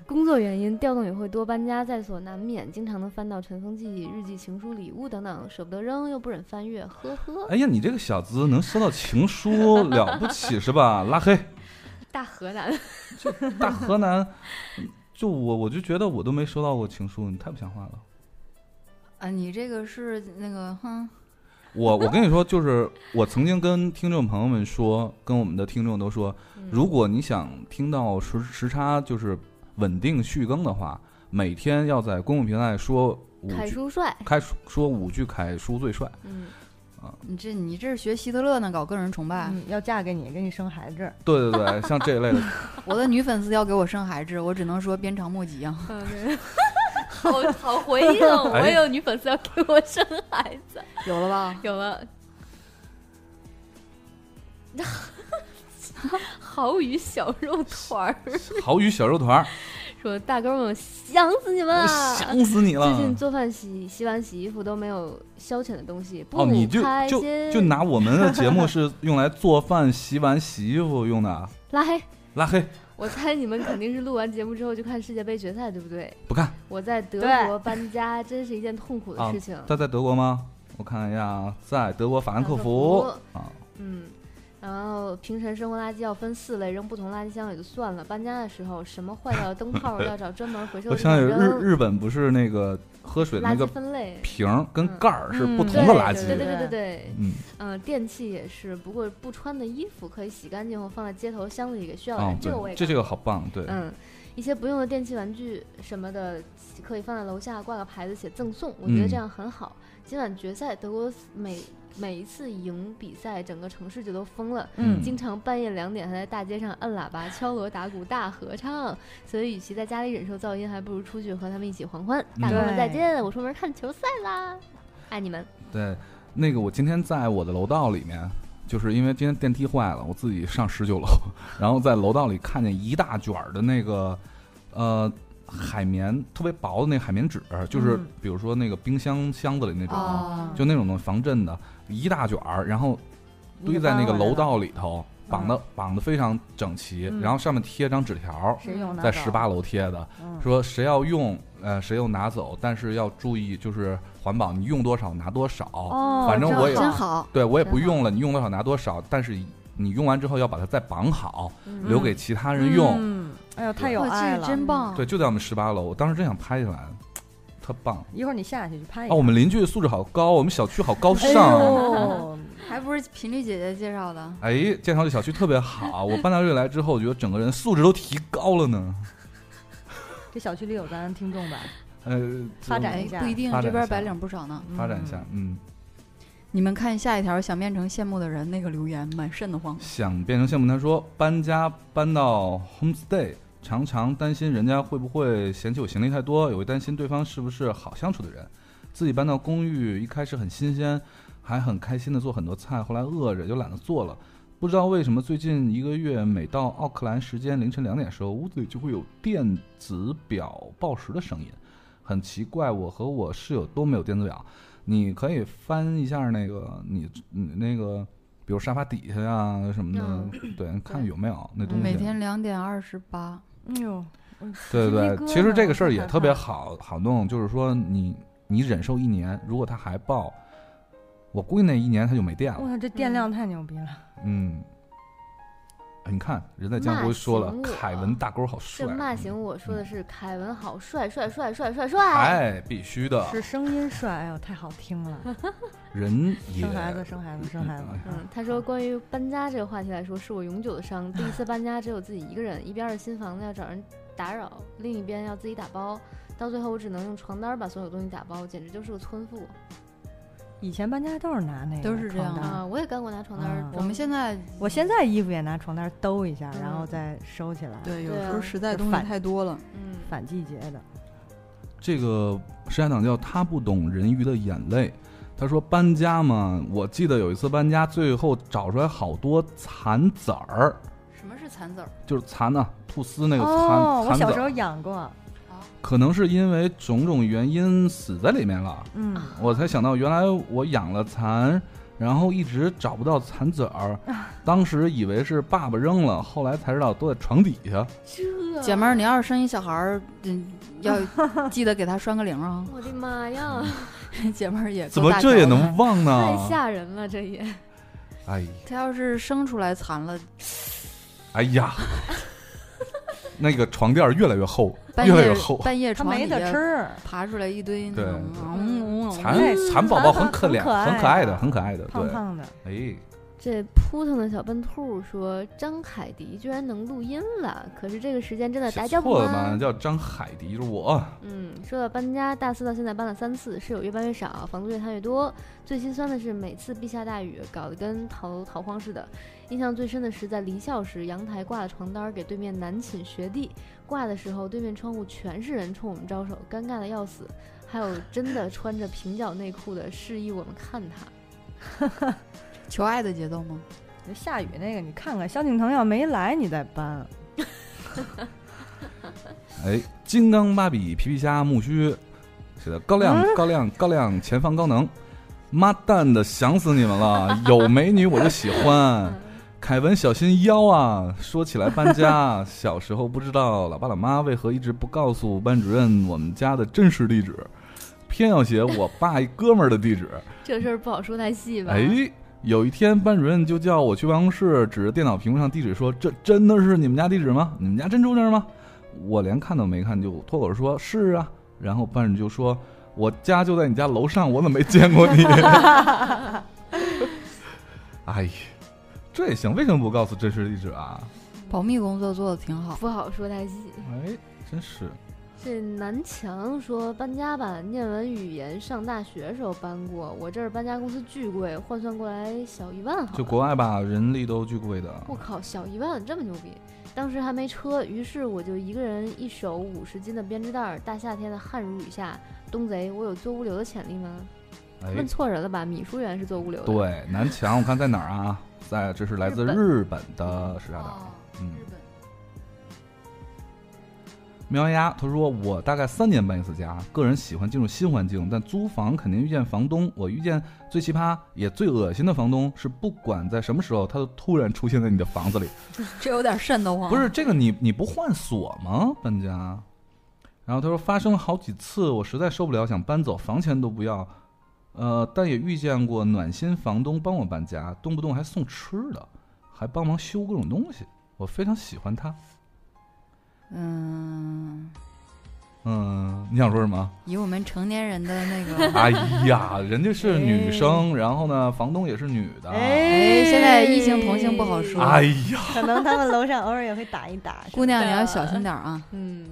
S2: 工作原因调动也会多，搬家在所难免，经常能翻到尘封记忆、日记、情书、礼物等等，舍不得扔又不忍翻阅，呵呵。
S1: 哎呀，你这个小子能收到情书，了不起是吧？拉黑，
S2: 大河南，
S1: 大河南，就我我就觉得我都没收到过情书，你太不像话了。
S3: 啊，你这个是那个哼，
S1: 我我跟你说，就是我曾经跟听众朋友们说，跟我们的听众都说，
S2: 嗯
S1: 如果你想听到时时差就是稳定续更的话，每天要在公共平台说五
S2: 凯
S1: 句
S2: 叔帅，
S1: 开书说五句凯叔最帅，
S2: 嗯，
S3: 你这你这是学希特勒呢，搞个人崇拜。
S4: 嗯，要嫁给你，给你生孩子，
S1: 对对对，像这一 类的，
S3: 我的女粉丝要给我生孩子，我只能说鞭长莫及啊。
S2: 好好回应，我
S1: 哎
S2: 有女粉丝要给我生孩子，
S3: 有了吧？
S2: 有了。蚝鱼小肉团儿
S1: 好雨小肉团儿，
S2: 说大哥们，想死你们了！
S1: 想死你
S2: 嗯最
S1: 了！
S2: 近做饭、洗洗碗、洗衣服都没有消遣的东西，不
S1: 哦，你就
S2: 开
S1: 就
S2: 心
S1: 就拿我们的节 目是用来做饭、洗碗、洗衣服用的啊，
S2: 拉黑。
S1: 拉黑
S2: 我猜你们肯定是录完节目之后就看世界杯决赛，对不对？
S1: 不看。
S2: 我在德
S4: 对
S2: 国搬家，真是一件痛苦的
S1: 啊
S2: 事情。
S1: 他在德国吗？我看一下啊，在德国法兰克
S2: 法
S1: 福
S2: 兰克
S1: 啊，
S2: 嗯，然后平常生活垃圾要分四类，扔不同垃圾箱也就算了，搬家的时候什么坏掉的灯 泡要找专门回收
S1: 我
S2: 的地
S1: 想
S2: 方
S1: 起
S2: 扔，
S1: 日日本不是那个喝水的那
S2: 垃圾
S1: 个
S2: 分类。
S1: 瓶儿跟
S2: 嗯
S1: 盖儿是不
S4: 嗯
S1: 同的垃圾，
S2: 对对对对对，
S1: 嗯，
S2: 嗯、电器也是，不过不穿的衣服可以洗干净后放在街头箱里给需要的
S1: 啊
S2: 人，这个我
S1: 对，
S2: 也
S1: 这
S2: 干
S1: 这个好棒，对，
S2: 嗯，一些不用的电器玩具什么的，可以放在楼下挂个牌子写赠送，我觉得
S1: 嗯
S2: 这样很好。今晚决赛，德国每每一次赢比赛，整个城市就都疯了。
S1: 嗯
S2: 经常半夜两点还在大街上按喇叭、敲锣打鼓、大合唱，所以与其在家里忍受噪音，还不如出去和他们一起狂欢。
S3: 嗯
S2: 大哥们
S4: 对
S2: 再见，我出门看球赛啦，爱你们。
S1: 对，那个我今天在我的楼道里面，就是因为今天电梯坏了，我自己上十九楼，然后在楼道里看见一大卷儿的那个，呃。海绵特别薄的那海绵纸，就是
S4: 嗯
S1: 比如说那个冰箱箱子里那种啊，
S2: 哦
S3: 啊，
S1: 就那种的防震的，一大卷儿，然后堆在那个楼道里头，绑的绑的非常整齐，
S4: 嗯
S1: 然后上面贴张纸条儿，
S4: 谁用拿
S1: 在
S4: 走
S1: 十八楼贴的，
S4: 嗯
S1: 说谁要用，呃，谁又拿走，但是要注意就是环保，你用多少拿多少，
S4: 哦，
S1: 反正我也
S4: 真
S3: 真
S4: 好，
S3: 好，
S1: 对我也
S2: 真
S1: 不
S2: 好
S1: 用了，你用多少拿多少，但是你用完之后要把它再绑好，留给其他人用。
S4: 嗯，哎呦，太有
S3: 哇，这
S4: 爱
S2: 嗯
S4: 了，
S3: 真棒！
S1: 对，就在我们十八楼，我当时真想拍下来，特棒。
S4: 一会儿你下去去拍
S1: 哦，
S4: 一下。
S1: 我们邻居素质好高，我们小区好高
S4: 哎
S1: 尚。啊
S4: 呦，
S3: 还不是频率姐姐介绍的，
S1: 哎，剑桥这小区特别好，我搬到这里来之后，我觉得整个人素质都提高了呢。
S4: 这小区里有咱听众吧？
S1: 呃，
S4: 发展
S3: 哎
S4: 一下
S3: 不一定
S1: 发展，
S3: 这
S1: 一
S3: 边
S1: 下
S3: 白领不少呢。
S1: 发展一下，嗯，
S3: 你们看下一条，想变成羡慕的人那个留言，蛮瘆得慌。
S1: 想变成羡慕他说搬家搬到 homestay，常常担心人家会不会嫌弃我行李太多，也会担心对方是不是好相处的人。自己搬到公寓，一开始很新鲜，还很开心的做很多菜，后来饿着就懒得做了。不知道为什么，最近一个月每到奥克兰时间凌晨两点时候，屋子里就会有电子表报时的声音，很奇怪。我和我室友都没有电子表，你可以翻一下那个你你那个，比如沙发底下呀、什么的，对，看有没有那东西。
S3: 嗯每天两点二十八，
S4: 哎呦，
S1: 对对对，
S4: 鸡皮疙瘩
S1: 其实这个事儿也特别好好弄，就是说你你忍受一年，如果他还报，我估计那一年他就没电
S4: 我
S1: 了。
S4: 操，这电量太牛逼了！
S1: 嗯，哎你看人在江湖说了，凯文大勾好帅啊
S2: 这，骂醒我说的是凯文好帅帅帅帅帅帅，
S1: 哎，必须的，
S4: 是声音帅，哎呦，太好听了！
S1: 人也
S4: 生孩子，生孩子，生孩子
S1: 嗯，
S2: 嗯，他说关于搬家这个话题来说，是我永久的伤。第一次搬家只有自己一个人，一边是新房子要找人打扰，另一边要自己打包，到最后我只能用床单儿把所有东西打包，简直就是个村妇
S4: 以前搬家都是拿那个
S3: 都是这样
S4: 床单
S2: 啊、
S4: 儿。
S2: 我也干过拿床单儿
S4: 啊
S2: 装、
S3: 嗯我们现在
S4: 我现在衣服也拿床单儿兜一下，
S2: 嗯
S4: 然后再收起来。，
S3: 对有
S2: 对
S3: 时
S2: 啊
S3: 候实在东西
S4: 反
S3: 太多了，
S2: 嗯，
S4: 反季节的，
S1: 这个时下党叫他不懂人鱼的眼泪。他说搬家嘛，我记得有一次搬家，最后找出来好多蚕籽儿，
S3: 什么是蚕籽儿？
S1: 就是蚕呢、吐丝那个蚕、
S4: 哦，我
S1: 蚕籽
S4: 小时
S1: 儿
S4: 候。养过，
S1: 可能是因为种种原因死在里面了，
S4: 嗯，
S3: 啊
S1: 我才想到原来我养了蚕，然后一直找不到蚕籽儿，当时以为是爸爸扔了，后来才知道都在床底下。
S2: 这
S3: 姐妹儿，你要是生一小孩儿，嗯，要 记得给他拴个铃儿啊。
S2: 我的妈呀，
S1: 啊
S3: 姐妹儿也够
S1: 怎么
S3: 大
S1: 这也
S3: 条的
S1: 能？忘
S2: 太
S1: 呢？
S2: 吓人了，这也
S1: 哎，
S3: 他要是生出来残了，
S1: 哎呀，那个床垫儿越来越厚，
S3: 半
S1: 越来越
S3: 夜
S1: 厚。
S3: 半夜
S4: 它
S3: 床
S4: 没
S3: 底
S4: 得
S3: 下
S4: 吃，
S3: 爬出来一堆那
S1: 对
S3: 种嗯，嗯
S1: 蚕
S3: 嗯
S4: 哎
S1: 蚕宝宝
S4: 蚕
S1: 很可怜，很
S4: 很
S1: 可
S4: 可
S1: 爱
S4: 爱
S1: 的，
S4: 的
S1: 很可爱的。
S4: 胖胖的，
S1: 对，哎，
S2: 这扑腾的小笨兔说：“张凯迪居然能录音了，可是这个时间真的
S1: 写
S2: 大家不
S1: 错了吧？叫张海迪，就是我。
S2: 嗯，说到搬家，大四到现在搬了三次，室友越搬越少，房租越摊越多。最心酸的是每次必下大雨，搞得跟逃逃荒似的。印象最深的是在离校时，阳台挂了床单儿给对面男寝学弟，挂的时候对面窗户全是人冲我们招手，尴尬的要死。还有真的穿着平角内裤的示意我们看他。
S3: 求爱的节奏吗？
S4: 就下
S1: 啊
S4: 雨那个，你看看萧敬腾要没来，你再搬。
S1: 哎，金刚芭比、皮皮虾、木须，写的高亮、高亮、高亮，前方高能。妈蛋的，想死你们了！有美女我就喜欢。凯文小心腰啊！说起来搬家，小时候不知道老爸老妈为何一直不告诉班主任我们家的真实地址，偏要写我爸一哥们儿的地址。
S2: 这事儿不好说太细吧？
S1: 哎，有一天班主任就叫我去办公室，指着电脑屏幕上地址说：“这真的是你们家地址吗？你们家真住那儿吗？”我连看都没看，就脱口而出说：“是啊。”然后班主任就说：“我家就在你家楼上，我怎么没见过你？” 哎呀，这也行，为什么不告诉真实地址啊？
S3: 保密工作做的挺好。
S2: 不好说太细。
S1: 哎，真是
S2: 这南强说搬家吧，念完语言上大学时候搬过，我这儿搬家公司巨贵，换算过来小一万好
S1: 就
S2: 了。
S1: 国外吧，人力都巨贵的。
S2: 我靠，小一万这么牛逼！当时还没车，于是我就一个人一手五十斤的编织袋儿，大夏天的汗如雨下。东贼，我有做物流的潜力吗？
S1: 哎
S2: 问，错人了吧？米书原是做物流的。，
S1: 对，南墙，我看在哪儿啊？在，这是来自
S2: 日本
S1: 日本的石家庄。嗯
S3: 哦日本
S1: 喵丫，他说我大概三年搬一次家，个人喜欢进入新环境，但租房肯定遇见房东。我遇见最奇葩也最恶心的房东是，不管在什么时候，他都突然出现在你的房子里。
S3: 这有点瘆得慌。
S1: 不是这个你，你不换锁吗？搬家。然后他说发生了好几次，我实在受不了，想搬走，房钱都不要。呃，但也遇见过暖心房东帮我搬家，动不动还送吃的，还帮忙修各种东西，我非常喜欢他。
S3: 嗯，
S1: 嗯，你想说什么？
S3: 以我们成年人的那个，
S1: 哎呀，人家是女生，然后呢，房东也是女的。
S3: 哎，现在异性 同性不好说。
S1: 哎呀，
S4: 可能他们楼上偶尔也会打一打。
S3: 姑娘你要小心点儿啊。
S2: 嗯。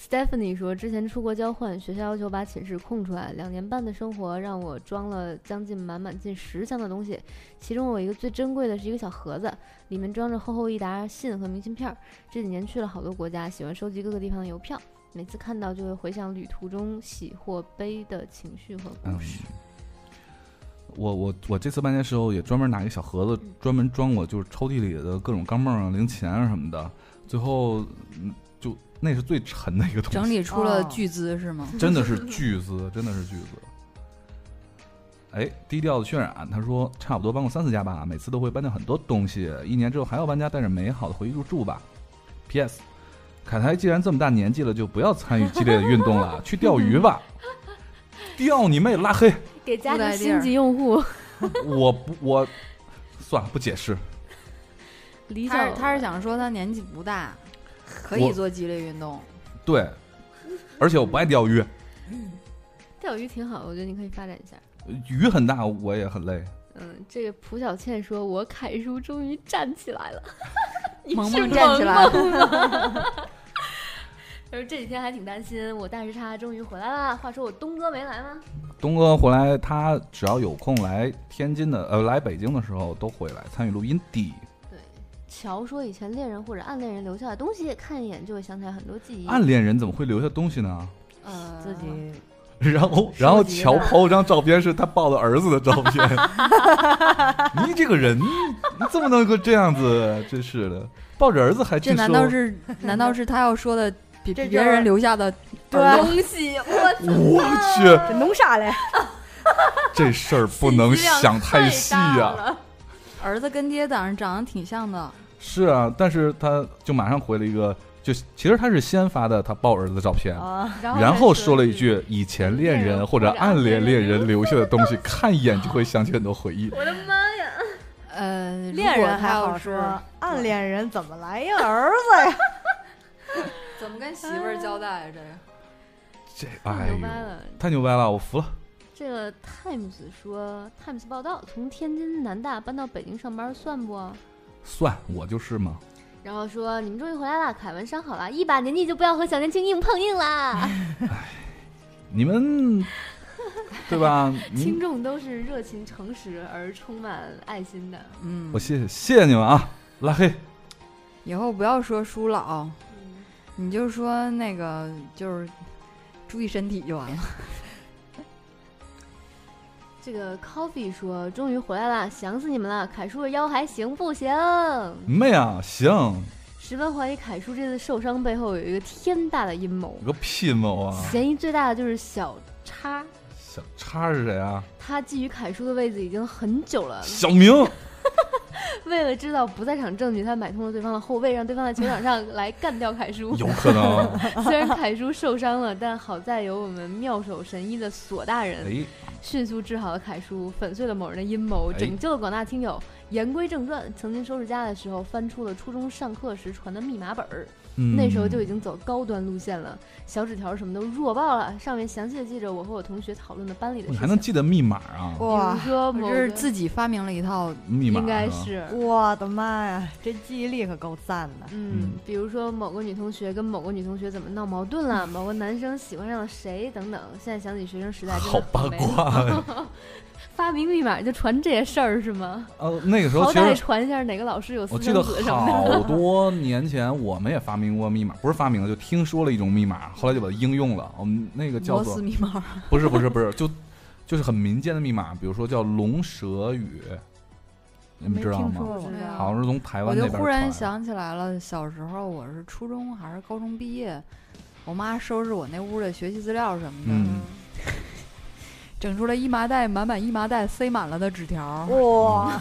S2: Stephanie 说，之前出国交换，学校要求把寝室空出来。两年半的生活让我装了将近满满近十箱的东西，其中我一个最珍贵的是一个小盒子，里面装着厚厚一沓信和明信片儿。这几年去了好多国家，喜欢收集各个地方的邮票，每次看到就会回想旅途中喜或悲的情绪和故
S1: 嗯
S2: 事。，
S1: 我我我这次搬家时候也专门拿一个小盒子，专门装我就是抽屉里的各种钢镚儿啊、零钱啊什么的。最后，嗯，就那是最沉的一个东
S3: 整
S1: 西，
S3: 理出了
S4: 哦
S3: 巨资是吗？
S1: 真的是巨资，真的是巨资。哎，低调的渲染，他说差不多搬过三次家吧，每次都会搬掉很多东西，一年之后还要搬家，带着美好的回忆入住吧。P.S. 凯台既然这么大年纪了，就不要参与激烈的运动了，去钓鱼吧。钓你妹！拉黑！
S2: 给家
S3: 不带
S2: 庭
S3: 地儿
S2: 新级用户
S1: 我不，我算了，不解释。
S2: 李
S3: 他
S2: 小
S3: 是他是想说他年纪不大，可
S1: 我
S3: 以做激烈运 动。
S1: 对，而且我不爱钓鱼，
S2: 钓鱼挺好，我觉得你可以发展一下。
S1: 鱼很大，我也很累。
S2: 嗯，这个蒲小倩说：“我凯叔终于站起来 了，你
S3: 萌
S2: 是
S3: 萌站起来
S2: 萌萌吗他说这几天还挺担心，我大时差终于回来啦。话说我东哥没来吗？
S1: 东哥回来，他只要有空来天津的，呃，来北京的时候都会来参与录音地。
S2: 乔说以前恋人或者暗恋人留下的东西，看一眼就会想起来很多记忆。
S1: 暗恋人怎么会留下东西呢？
S3: 呃，
S4: 自己
S1: 然后，然后乔抛一张照片，是他抱的儿子的照片。你这个人，你怎么能够这样子？真是的，抱着儿子还
S3: 这
S1: 真
S3: 难道是难道是他要说的比
S4: 这
S3: 比
S4: 就是啊
S3: 别人留下 的耳洞
S2: 东西，
S1: 我
S2: 我
S1: 去，
S4: 这弄啥
S1: 啊
S4: 嘞？
S1: 这事儿不能
S2: 信息量
S1: 想太
S2: 太
S1: 细
S2: 大
S1: 啊。
S2: 了
S3: 儿子跟爹长长得挺像的，
S1: 是啊，但是他就马上回了一个，就其实他是先发的他抱儿子的照片，
S4: 啊，
S1: 然后
S2: 再
S1: 说了一句以前恋人或者暗恋恋人留下的东西，看一眼就
S2: 啊
S1: 会想起很多回忆：
S2: 我的妈呀！
S3: 呃，
S4: 恋
S3: 如果
S4: 人
S3: 他
S4: 还
S3: 要
S4: 好
S3: 是
S4: 说，暗恋人怎么来呀？儿 子呀，
S3: 怎么跟媳妇儿交代啊？这个
S1: 这
S2: 太
S1: 哎
S2: 牛
S1: 呦
S2: 掰，了！
S1: 太牛掰了，我服了。
S2: 这个 Times 说，Times 报道，从天津南大搬到北京上班算不？
S1: 算我就是嘛，
S2: 然后说你们终于回来啦，凯文伤好了，一把年纪就不要和小年轻硬碰硬啦。
S1: 你 们对吧？
S2: 听
S1: 你
S2: 众都是热情、诚实而充满爱心的。
S3: 嗯
S1: 我，谢谢谢谢你们啊，拉黑
S3: 以后不要说叔老，
S4: 嗯
S3: 你就说那个就是注意身体就完了。
S2: 这个 Coffee 说终于回来啦，想死你们了，凯叔的腰还行不行？
S1: 妹啊，行，
S2: 十分怀疑凯叔这次受伤背后有一个天大的阴谋，
S7: 有个屁谋啊！
S2: 嫌疑最大的就是小叉，
S7: 小叉是谁啊？
S2: 他觊觎凯叔的位子已经很久了。
S7: 小明，
S2: 为了制造不在场证据，他买通了对方的后卫，让对方在球场上来干掉凯叔。
S7: 有可 能。
S2: 虽然凯叔受伤了，但好在有我们妙手神医的索大人
S7: 哎，
S2: 迅速治好了凯叔，粉碎了某人的阴谋，
S7: 哎
S2: 拯救了广大听友。言归正传，曾经收拾家的时候翻出了初中上课时传的密码本儿，
S7: 嗯
S1: 嗯
S2: 那时候就已经走高端路线了，小纸条什么都弱爆了。上面详细的记着我和我同学讨论的班里的
S1: 你
S2: 事
S1: 还能
S2: 情，
S1: 记得密码啊？
S3: 哇
S2: 比如，说
S3: 我
S2: 某
S3: 这是
S2: 个
S3: 自己发明了一套
S7: 密码啊
S2: 应该
S7: 吧
S2: 是
S4: 我的妈呀，这记忆力可够赞的！
S2: 嗯，比如说某个女同学跟某个女同学怎么闹矛盾了，某个男生喜欢上了谁等等。现在想起学生时代真的
S7: 好八
S2: 很美好，
S1: 啊
S7: 卦啊呀。
S2: 发明密码就传这些事儿是吗？
S1: 呃，那个时
S2: 好
S1: 候其
S2: 歹
S1: 实
S2: 传一下哪个老师有私
S1: 我记
S2: 生
S1: 得
S2: 子什么
S1: 好多年前我们也发明过密码，不是发明了，就听说了一种密码，后来就把它应用了。我们那个叫
S3: 摩
S1: 做
S3: 斯密码，
S1: 不是不是不 是，就就是很民间的密码，比如说叫龙蛇语，你们知道吗？
S2: 的。
S3: 没有
S1: 好像是从台
S3: 我
S1: 湾那
S3: 就
S1: 边啊
S3: 忽然
S1: 传来的，
S3: 想起来了，小时候我是初中还是高中毕业，我妈收拾我那屋的学习资料什么的，
S7: 嗯，
S3: 整出来一麻袋满满一麻袋塞满了的纸条，
S4: 哇，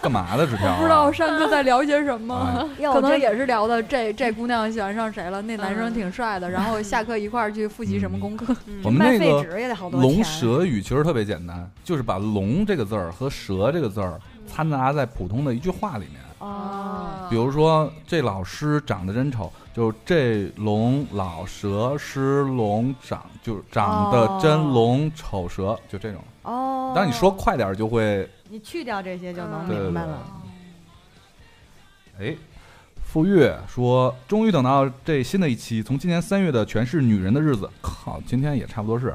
S1: 干嘛的纸条啊？
S3: 嗯不知道上课在聊些什
S1: 哎
S3: 么。
S4: 要
S3: 可
S4: 我
S3: 能
S4: 这
S3: 也是聊的这这姑娘喜欢上谁了，那男生
S2: 嗯
S3: 挺帅的，然后下课一块儿去复习什么功课。
S2: 嗯
S1: 我们
S4: 卖
S1: 那
S4: 废
S1: 个
S4: 纸也得好多钱。
S1: 龙蛇语其实特别简单，就是把“龙”这个字儿和“蛇”这个字儿掺杂在普通的一句话里面。
S4: 啊，
S1: 比如说，这老师长得真丑，就是这龙老蛇狮龙长，就是长得真龙丑蛇，就这种。
S4: 哦，
S1: 当你说快点儿就会，
S4: 你去掉这些就能
S1: 对
S4: 明白了。
S1: 哎。傅玉说：“终于等到这新的一期，从今年三月的全是女人的日子，靠，今天也差不多是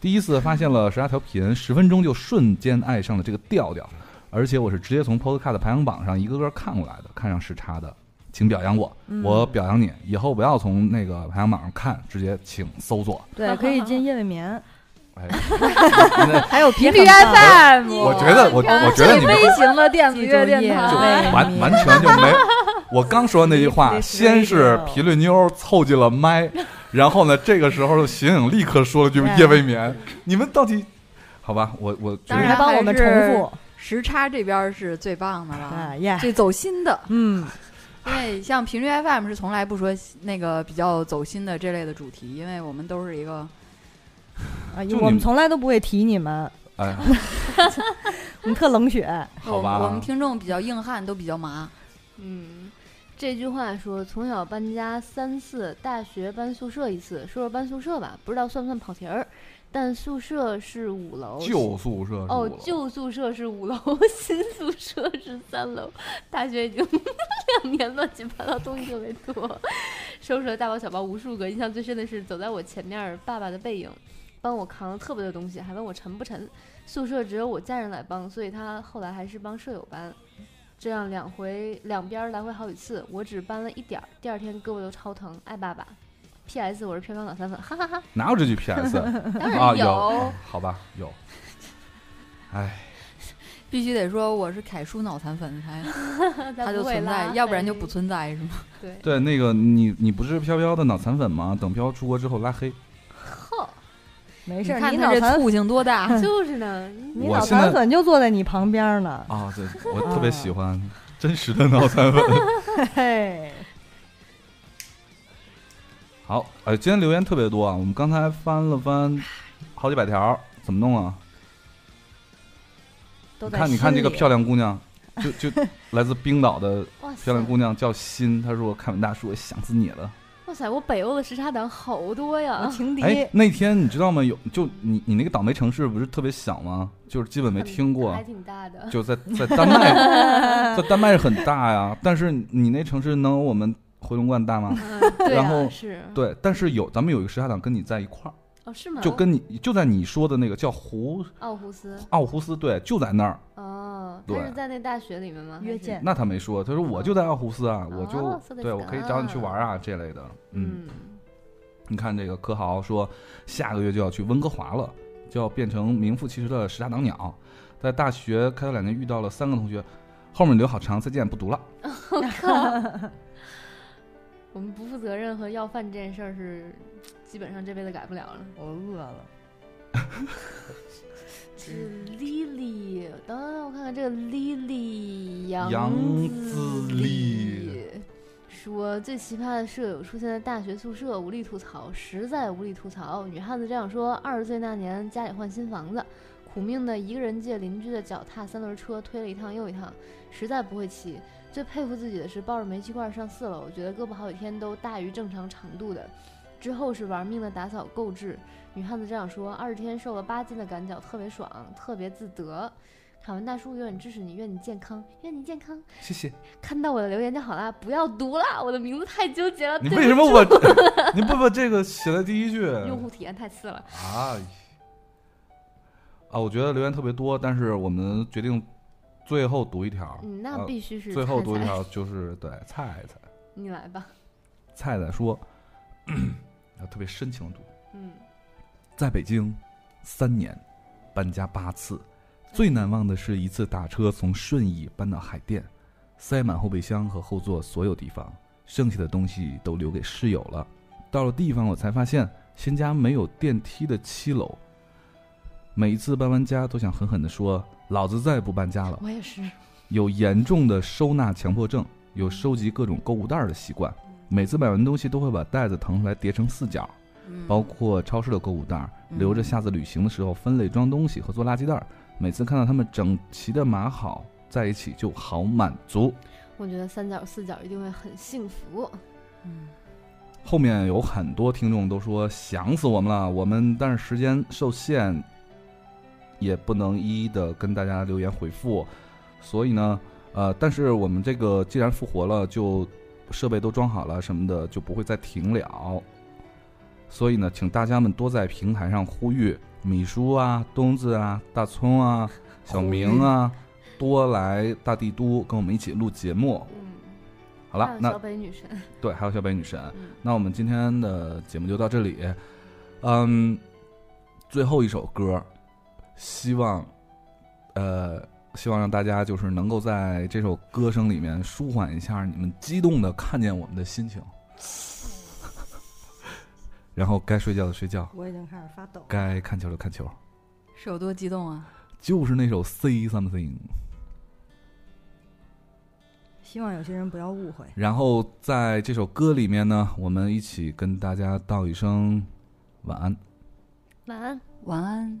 S1: 第一次发现了十二条频，十分钟就瞬间爱上了这个调调，而且我是直接从 Podcast 排行榜上一个个看过来的，看上时差的，请表扬我，
S4: 嗯
S1: 我表扬你，以后不要从那个排行榜上看，直接请搜索。
S4: 对，可以进夜未眠，
S1: 哎，
S4: 还有频
S3: 率
S4: FM，
S1: 我觉得我我觉得你们
S3: 微型的电
S4: 子乐电台
S1: 就
S4: 哎
S1: 完完全就没，我刚说完那句话，先是皮绿妞凑近了麦，然后呢，这个时候邢颖立刻说了句
S4: 对
S1: 夜未眠，你们到底？好吧，我我觉
S3: 当
S4: 你
S1: 得
S3: 然
S4: 还帮我们重复，
S3: 时差这边是最棒的了，
S4: 哎耶，
S3: 最走心的。
S4: 嗯，
S3: 因为像频率 FM 是从来不说那个比较走心的这类的主题，因为我们都是一个
S4: 哎
S1: 就
S4: 我
S1: 你
S4: 们
S1: 们
S4: 从来都不会提你们，
S1: 哎，
S4: 我们特冷血。
S1: 好吧
S3: 我们听众比较硬汉，都比较麻。
S2: 嗯，这句话说从小搬家三次，大学搬宿舍一次。说说搬宿舍吧，不知道算不算跑题儿，但宿舍是五楼，
S1: 旧宿舍是
S2: 哦
S1: 五，楼
S2: 旧宿舍是五楼， 新宿舍是三楼。大学已经 两年乱七八糟东西特别多，收拾了大包小包无数个。印象最深的是走在我前面儿爸爸的背影，帮我扛了特别多东西，还问我沉不沉。宿舍只有我家人来帮，所以他后来还是帮舍友搬。这样两回两边儿来回好几次，我只搬了一点儿，第二天胳膊都超疼，爱爸爸。P.S. 我是飘飘脑残粉，哈哈哈，
S1: 哪有这句 PS 啊？
S2: 当然
S1: 有，好吧，有。哎，
S3: 必须得说我是凯叔脑残粉才，
S2: 他
S3: 他就存在，要不然就不存在是吗？
S2: 对。
S1: 对，那个你你不是飘飘的脑残粉吗？等飘出国之后拉黑。
S2: 呵，
S4: 没
S3: 你
S4: 事儿，
S3: 看
S4: 你
S3: 他
S4: 脑
S3: 这
S4: 残，
S3: 醋性多 大？
S1: 嗯
S2: 就是呢，
S4: 你
S1: 我
S4: 脑
S1: 现在
S4: 残粉就坐在你旁边呢。
S1: 啊，对，我特别喜欢真实的脑残粉。
S4: 嘿，
S1: 好，呃，今天留言特别多啊，我们刚才翻了翻好几百条，怎么弄啊？
S4: 都
S1: 你
S4: 在
S1: 看，你看这个漂
S4: 亮，
S1: 亮姑娘，就 就来自冰岛的
S2: 哇
S1: 漂
S2: 塞，
S1: 亮姑娘叫欣，她说看完大叔我想死你了。
S2: 哇塞，我北欧的时差党好多
S4: 我
S2: 呀，
S4: 情敌，
S1: 哎，那天你知道吗？有就你你那个倒霉城市不是特别小吗？就是基本没
S2: 很
S1: 听过
S2: 还，挺大 的。
S1: 就在在丹麦，在丹麦是很大呀，但是你那城市能有我们回龙观大吗？
S2: 嗯，对
S1: 然后
S2: 啊，是，
S1: 对，但是有咱们有一个时差党跟你在一块儿，
S2: 哦，是吗？
S1: 就跟你就在你说的那个叫胡
S2: 奥胡斯，
S1: 奥胡斯，对，就在那儿。
S2: 哦，
S1: 对
S2: 他是在那大学里面吗？
S4: 约
S2: 还是
S4: 见
S1: 那他没说，他说我就在奥胡斯啊，我
S2: 哦
S1: 就
S2: そうですか
S1: 对我可以找你去玩啊这类的。嗯，
S2: 嗯，
S1: 你看这个柯豪说下个月就要去温哥华了，就要变成名副其实的时差党鸟。在大学开头两年遇到了三个同学，后面留好长，再见不读了。
S2: 我们不负责任和要饭这件事儿是基本上这辈子改不了了。
S4: 我饿了。
S2: 是 Lily，等等，我看看这个 Lily 杨
S1: 杨
S2: 子
S1: 子
S2: 丽
S1: 丽
S2: 说最奇葩的舍友出现在大学宿舍，无力吐槽，实在无力吐槽。女汉子这样说：二十岁那年家里换新房子，苦命的一个人借邻居的脚踏三轮车推了一趟又一趟，实在不会骑。最佩服自己的是抱着煤气罐上四楼，觉得胳膊好几天都大于正常长度的。之后是玩命的打扫购置，女汉子这样说：“二十天瘦了八斤的赶脚，特别爽，特别自得。”卡文大叔永远支持你，愿你健康，愿你健康。
S1: 谢谢。
S2: 看到我的留言就好啦，不要读啦，我的名字太纠结了。
S1: 你
S2: 对
S1: 为
S2: 不
S1: 什么我？ 你不不，这个写的第一句，
S2: 起 用户体验太次了？
S1: 哎，啊，我觉得留言特别多，但是我们决定最后读一条，
S2: 嗯，那
S1: 呃
S2: 必须是
S1: 最后
S2: 菜
S1: 读一
S2: 菜
S1: 条就是对菜菜
S2: 你来吧。
S1: 菜菜说，啊，特别深情地读，
S2: 嗯，
S1: 在北京三年，搬家八次，最难忘的是一次打车从顺义搬到海淀，塞满后备箱和后座所有地方，剩下的东西都留给室友了。到了地方，我才发现新家没有电梯的七楼。每一次搬完家，都想狠狠地说：“老子再也不搬家了。”
S2: 我也是。
S1: 有严重的收纳强迫症，有收集各种购物袋儿的习惯。每次买完东西都会把袋子腾出来叠成四角，
S3: 嗯
S1: 包括超市的购物袋儿，
S3: 嗯
S1: 留着下次旅行的时候分类装东西和做垃圾袋儿。每次看到他们整齐的码好在一起，就好满足。
S2: 我觉得三角四角一定会很幸福。
S3: 嗯
S1: 后面有很多听众都说想死我们了，我们但是时间受限，也不能一一的跟大家留言回复，所以呢，呃，但是我们这个既然复活了，就设备都装好了什么的，就不会再停了。所以呢，请大家们多在平台上呼吁米叔啊、东子啊、大葱啊、小明啊，多来大帝都跟我们一起录节目。
S2: 嗯，
S1: 好了
S2: 还，有
S1: 那
S2: 小北 女神，
S1: 对，还有小北女神。
S2: 嗯
S1: 那我们今天的节目就到这里，嗯，最后一首歌，希望，呃，希望让大家就是能够在这首歌声里面舒缓一下你们激动的看见我们的心情， 然后该睡觉的睡觉，
S4: 我已经开始发抖。
S1: 该看球的看球，
S3: 是有多激动啊？
S1: 就是那首《Say Something》。
S4: 希望有些人不要误会。
S1: 然后在这首歌里面呢，我们一起跟大家道一声晚安。
S2: 晚安。
S3: 晚安。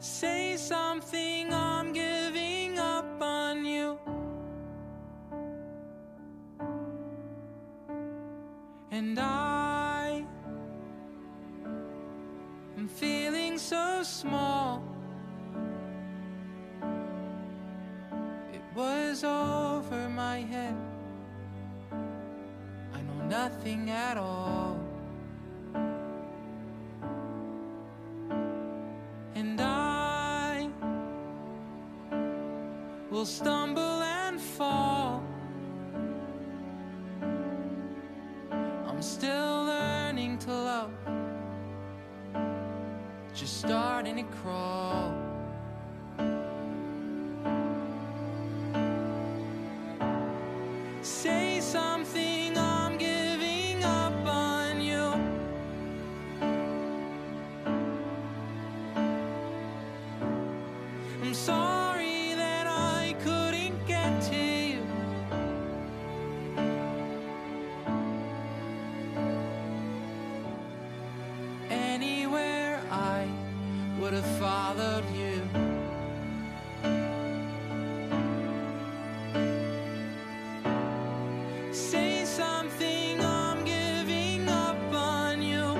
S8: Say something, I'm giving up on you. And I am feeling so small. It was over my head. I know nothing at all. and I will stumble and fall. I'm still learning to love, just starting to crawl. Say something, I'm giving up on you. I'm sorry that I couldn't get to you. Anywhere I would have followed you. Say something, I'm giving up on you.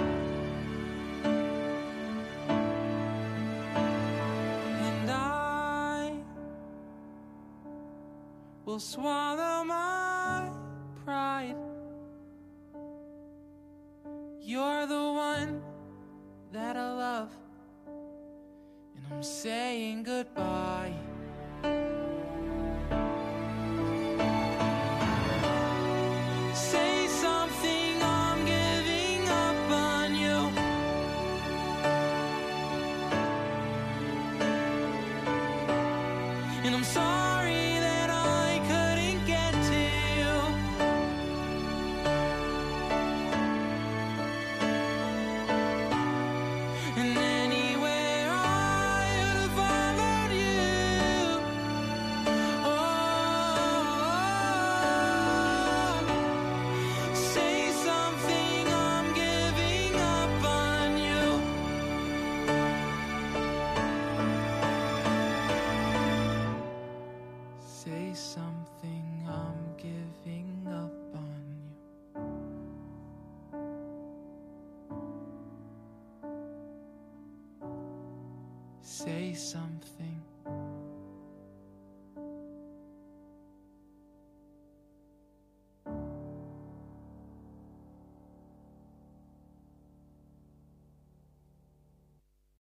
S8: And will swallow my pride. You're the one that I love, and I'm saying goodbye. Say something, I'm giving up on you. And I'm sorry that I couldn't get to you. And anywhere I would have followed you. Oh, say something, I'm giving up on you. Say something, I'm giving up on you. Say something,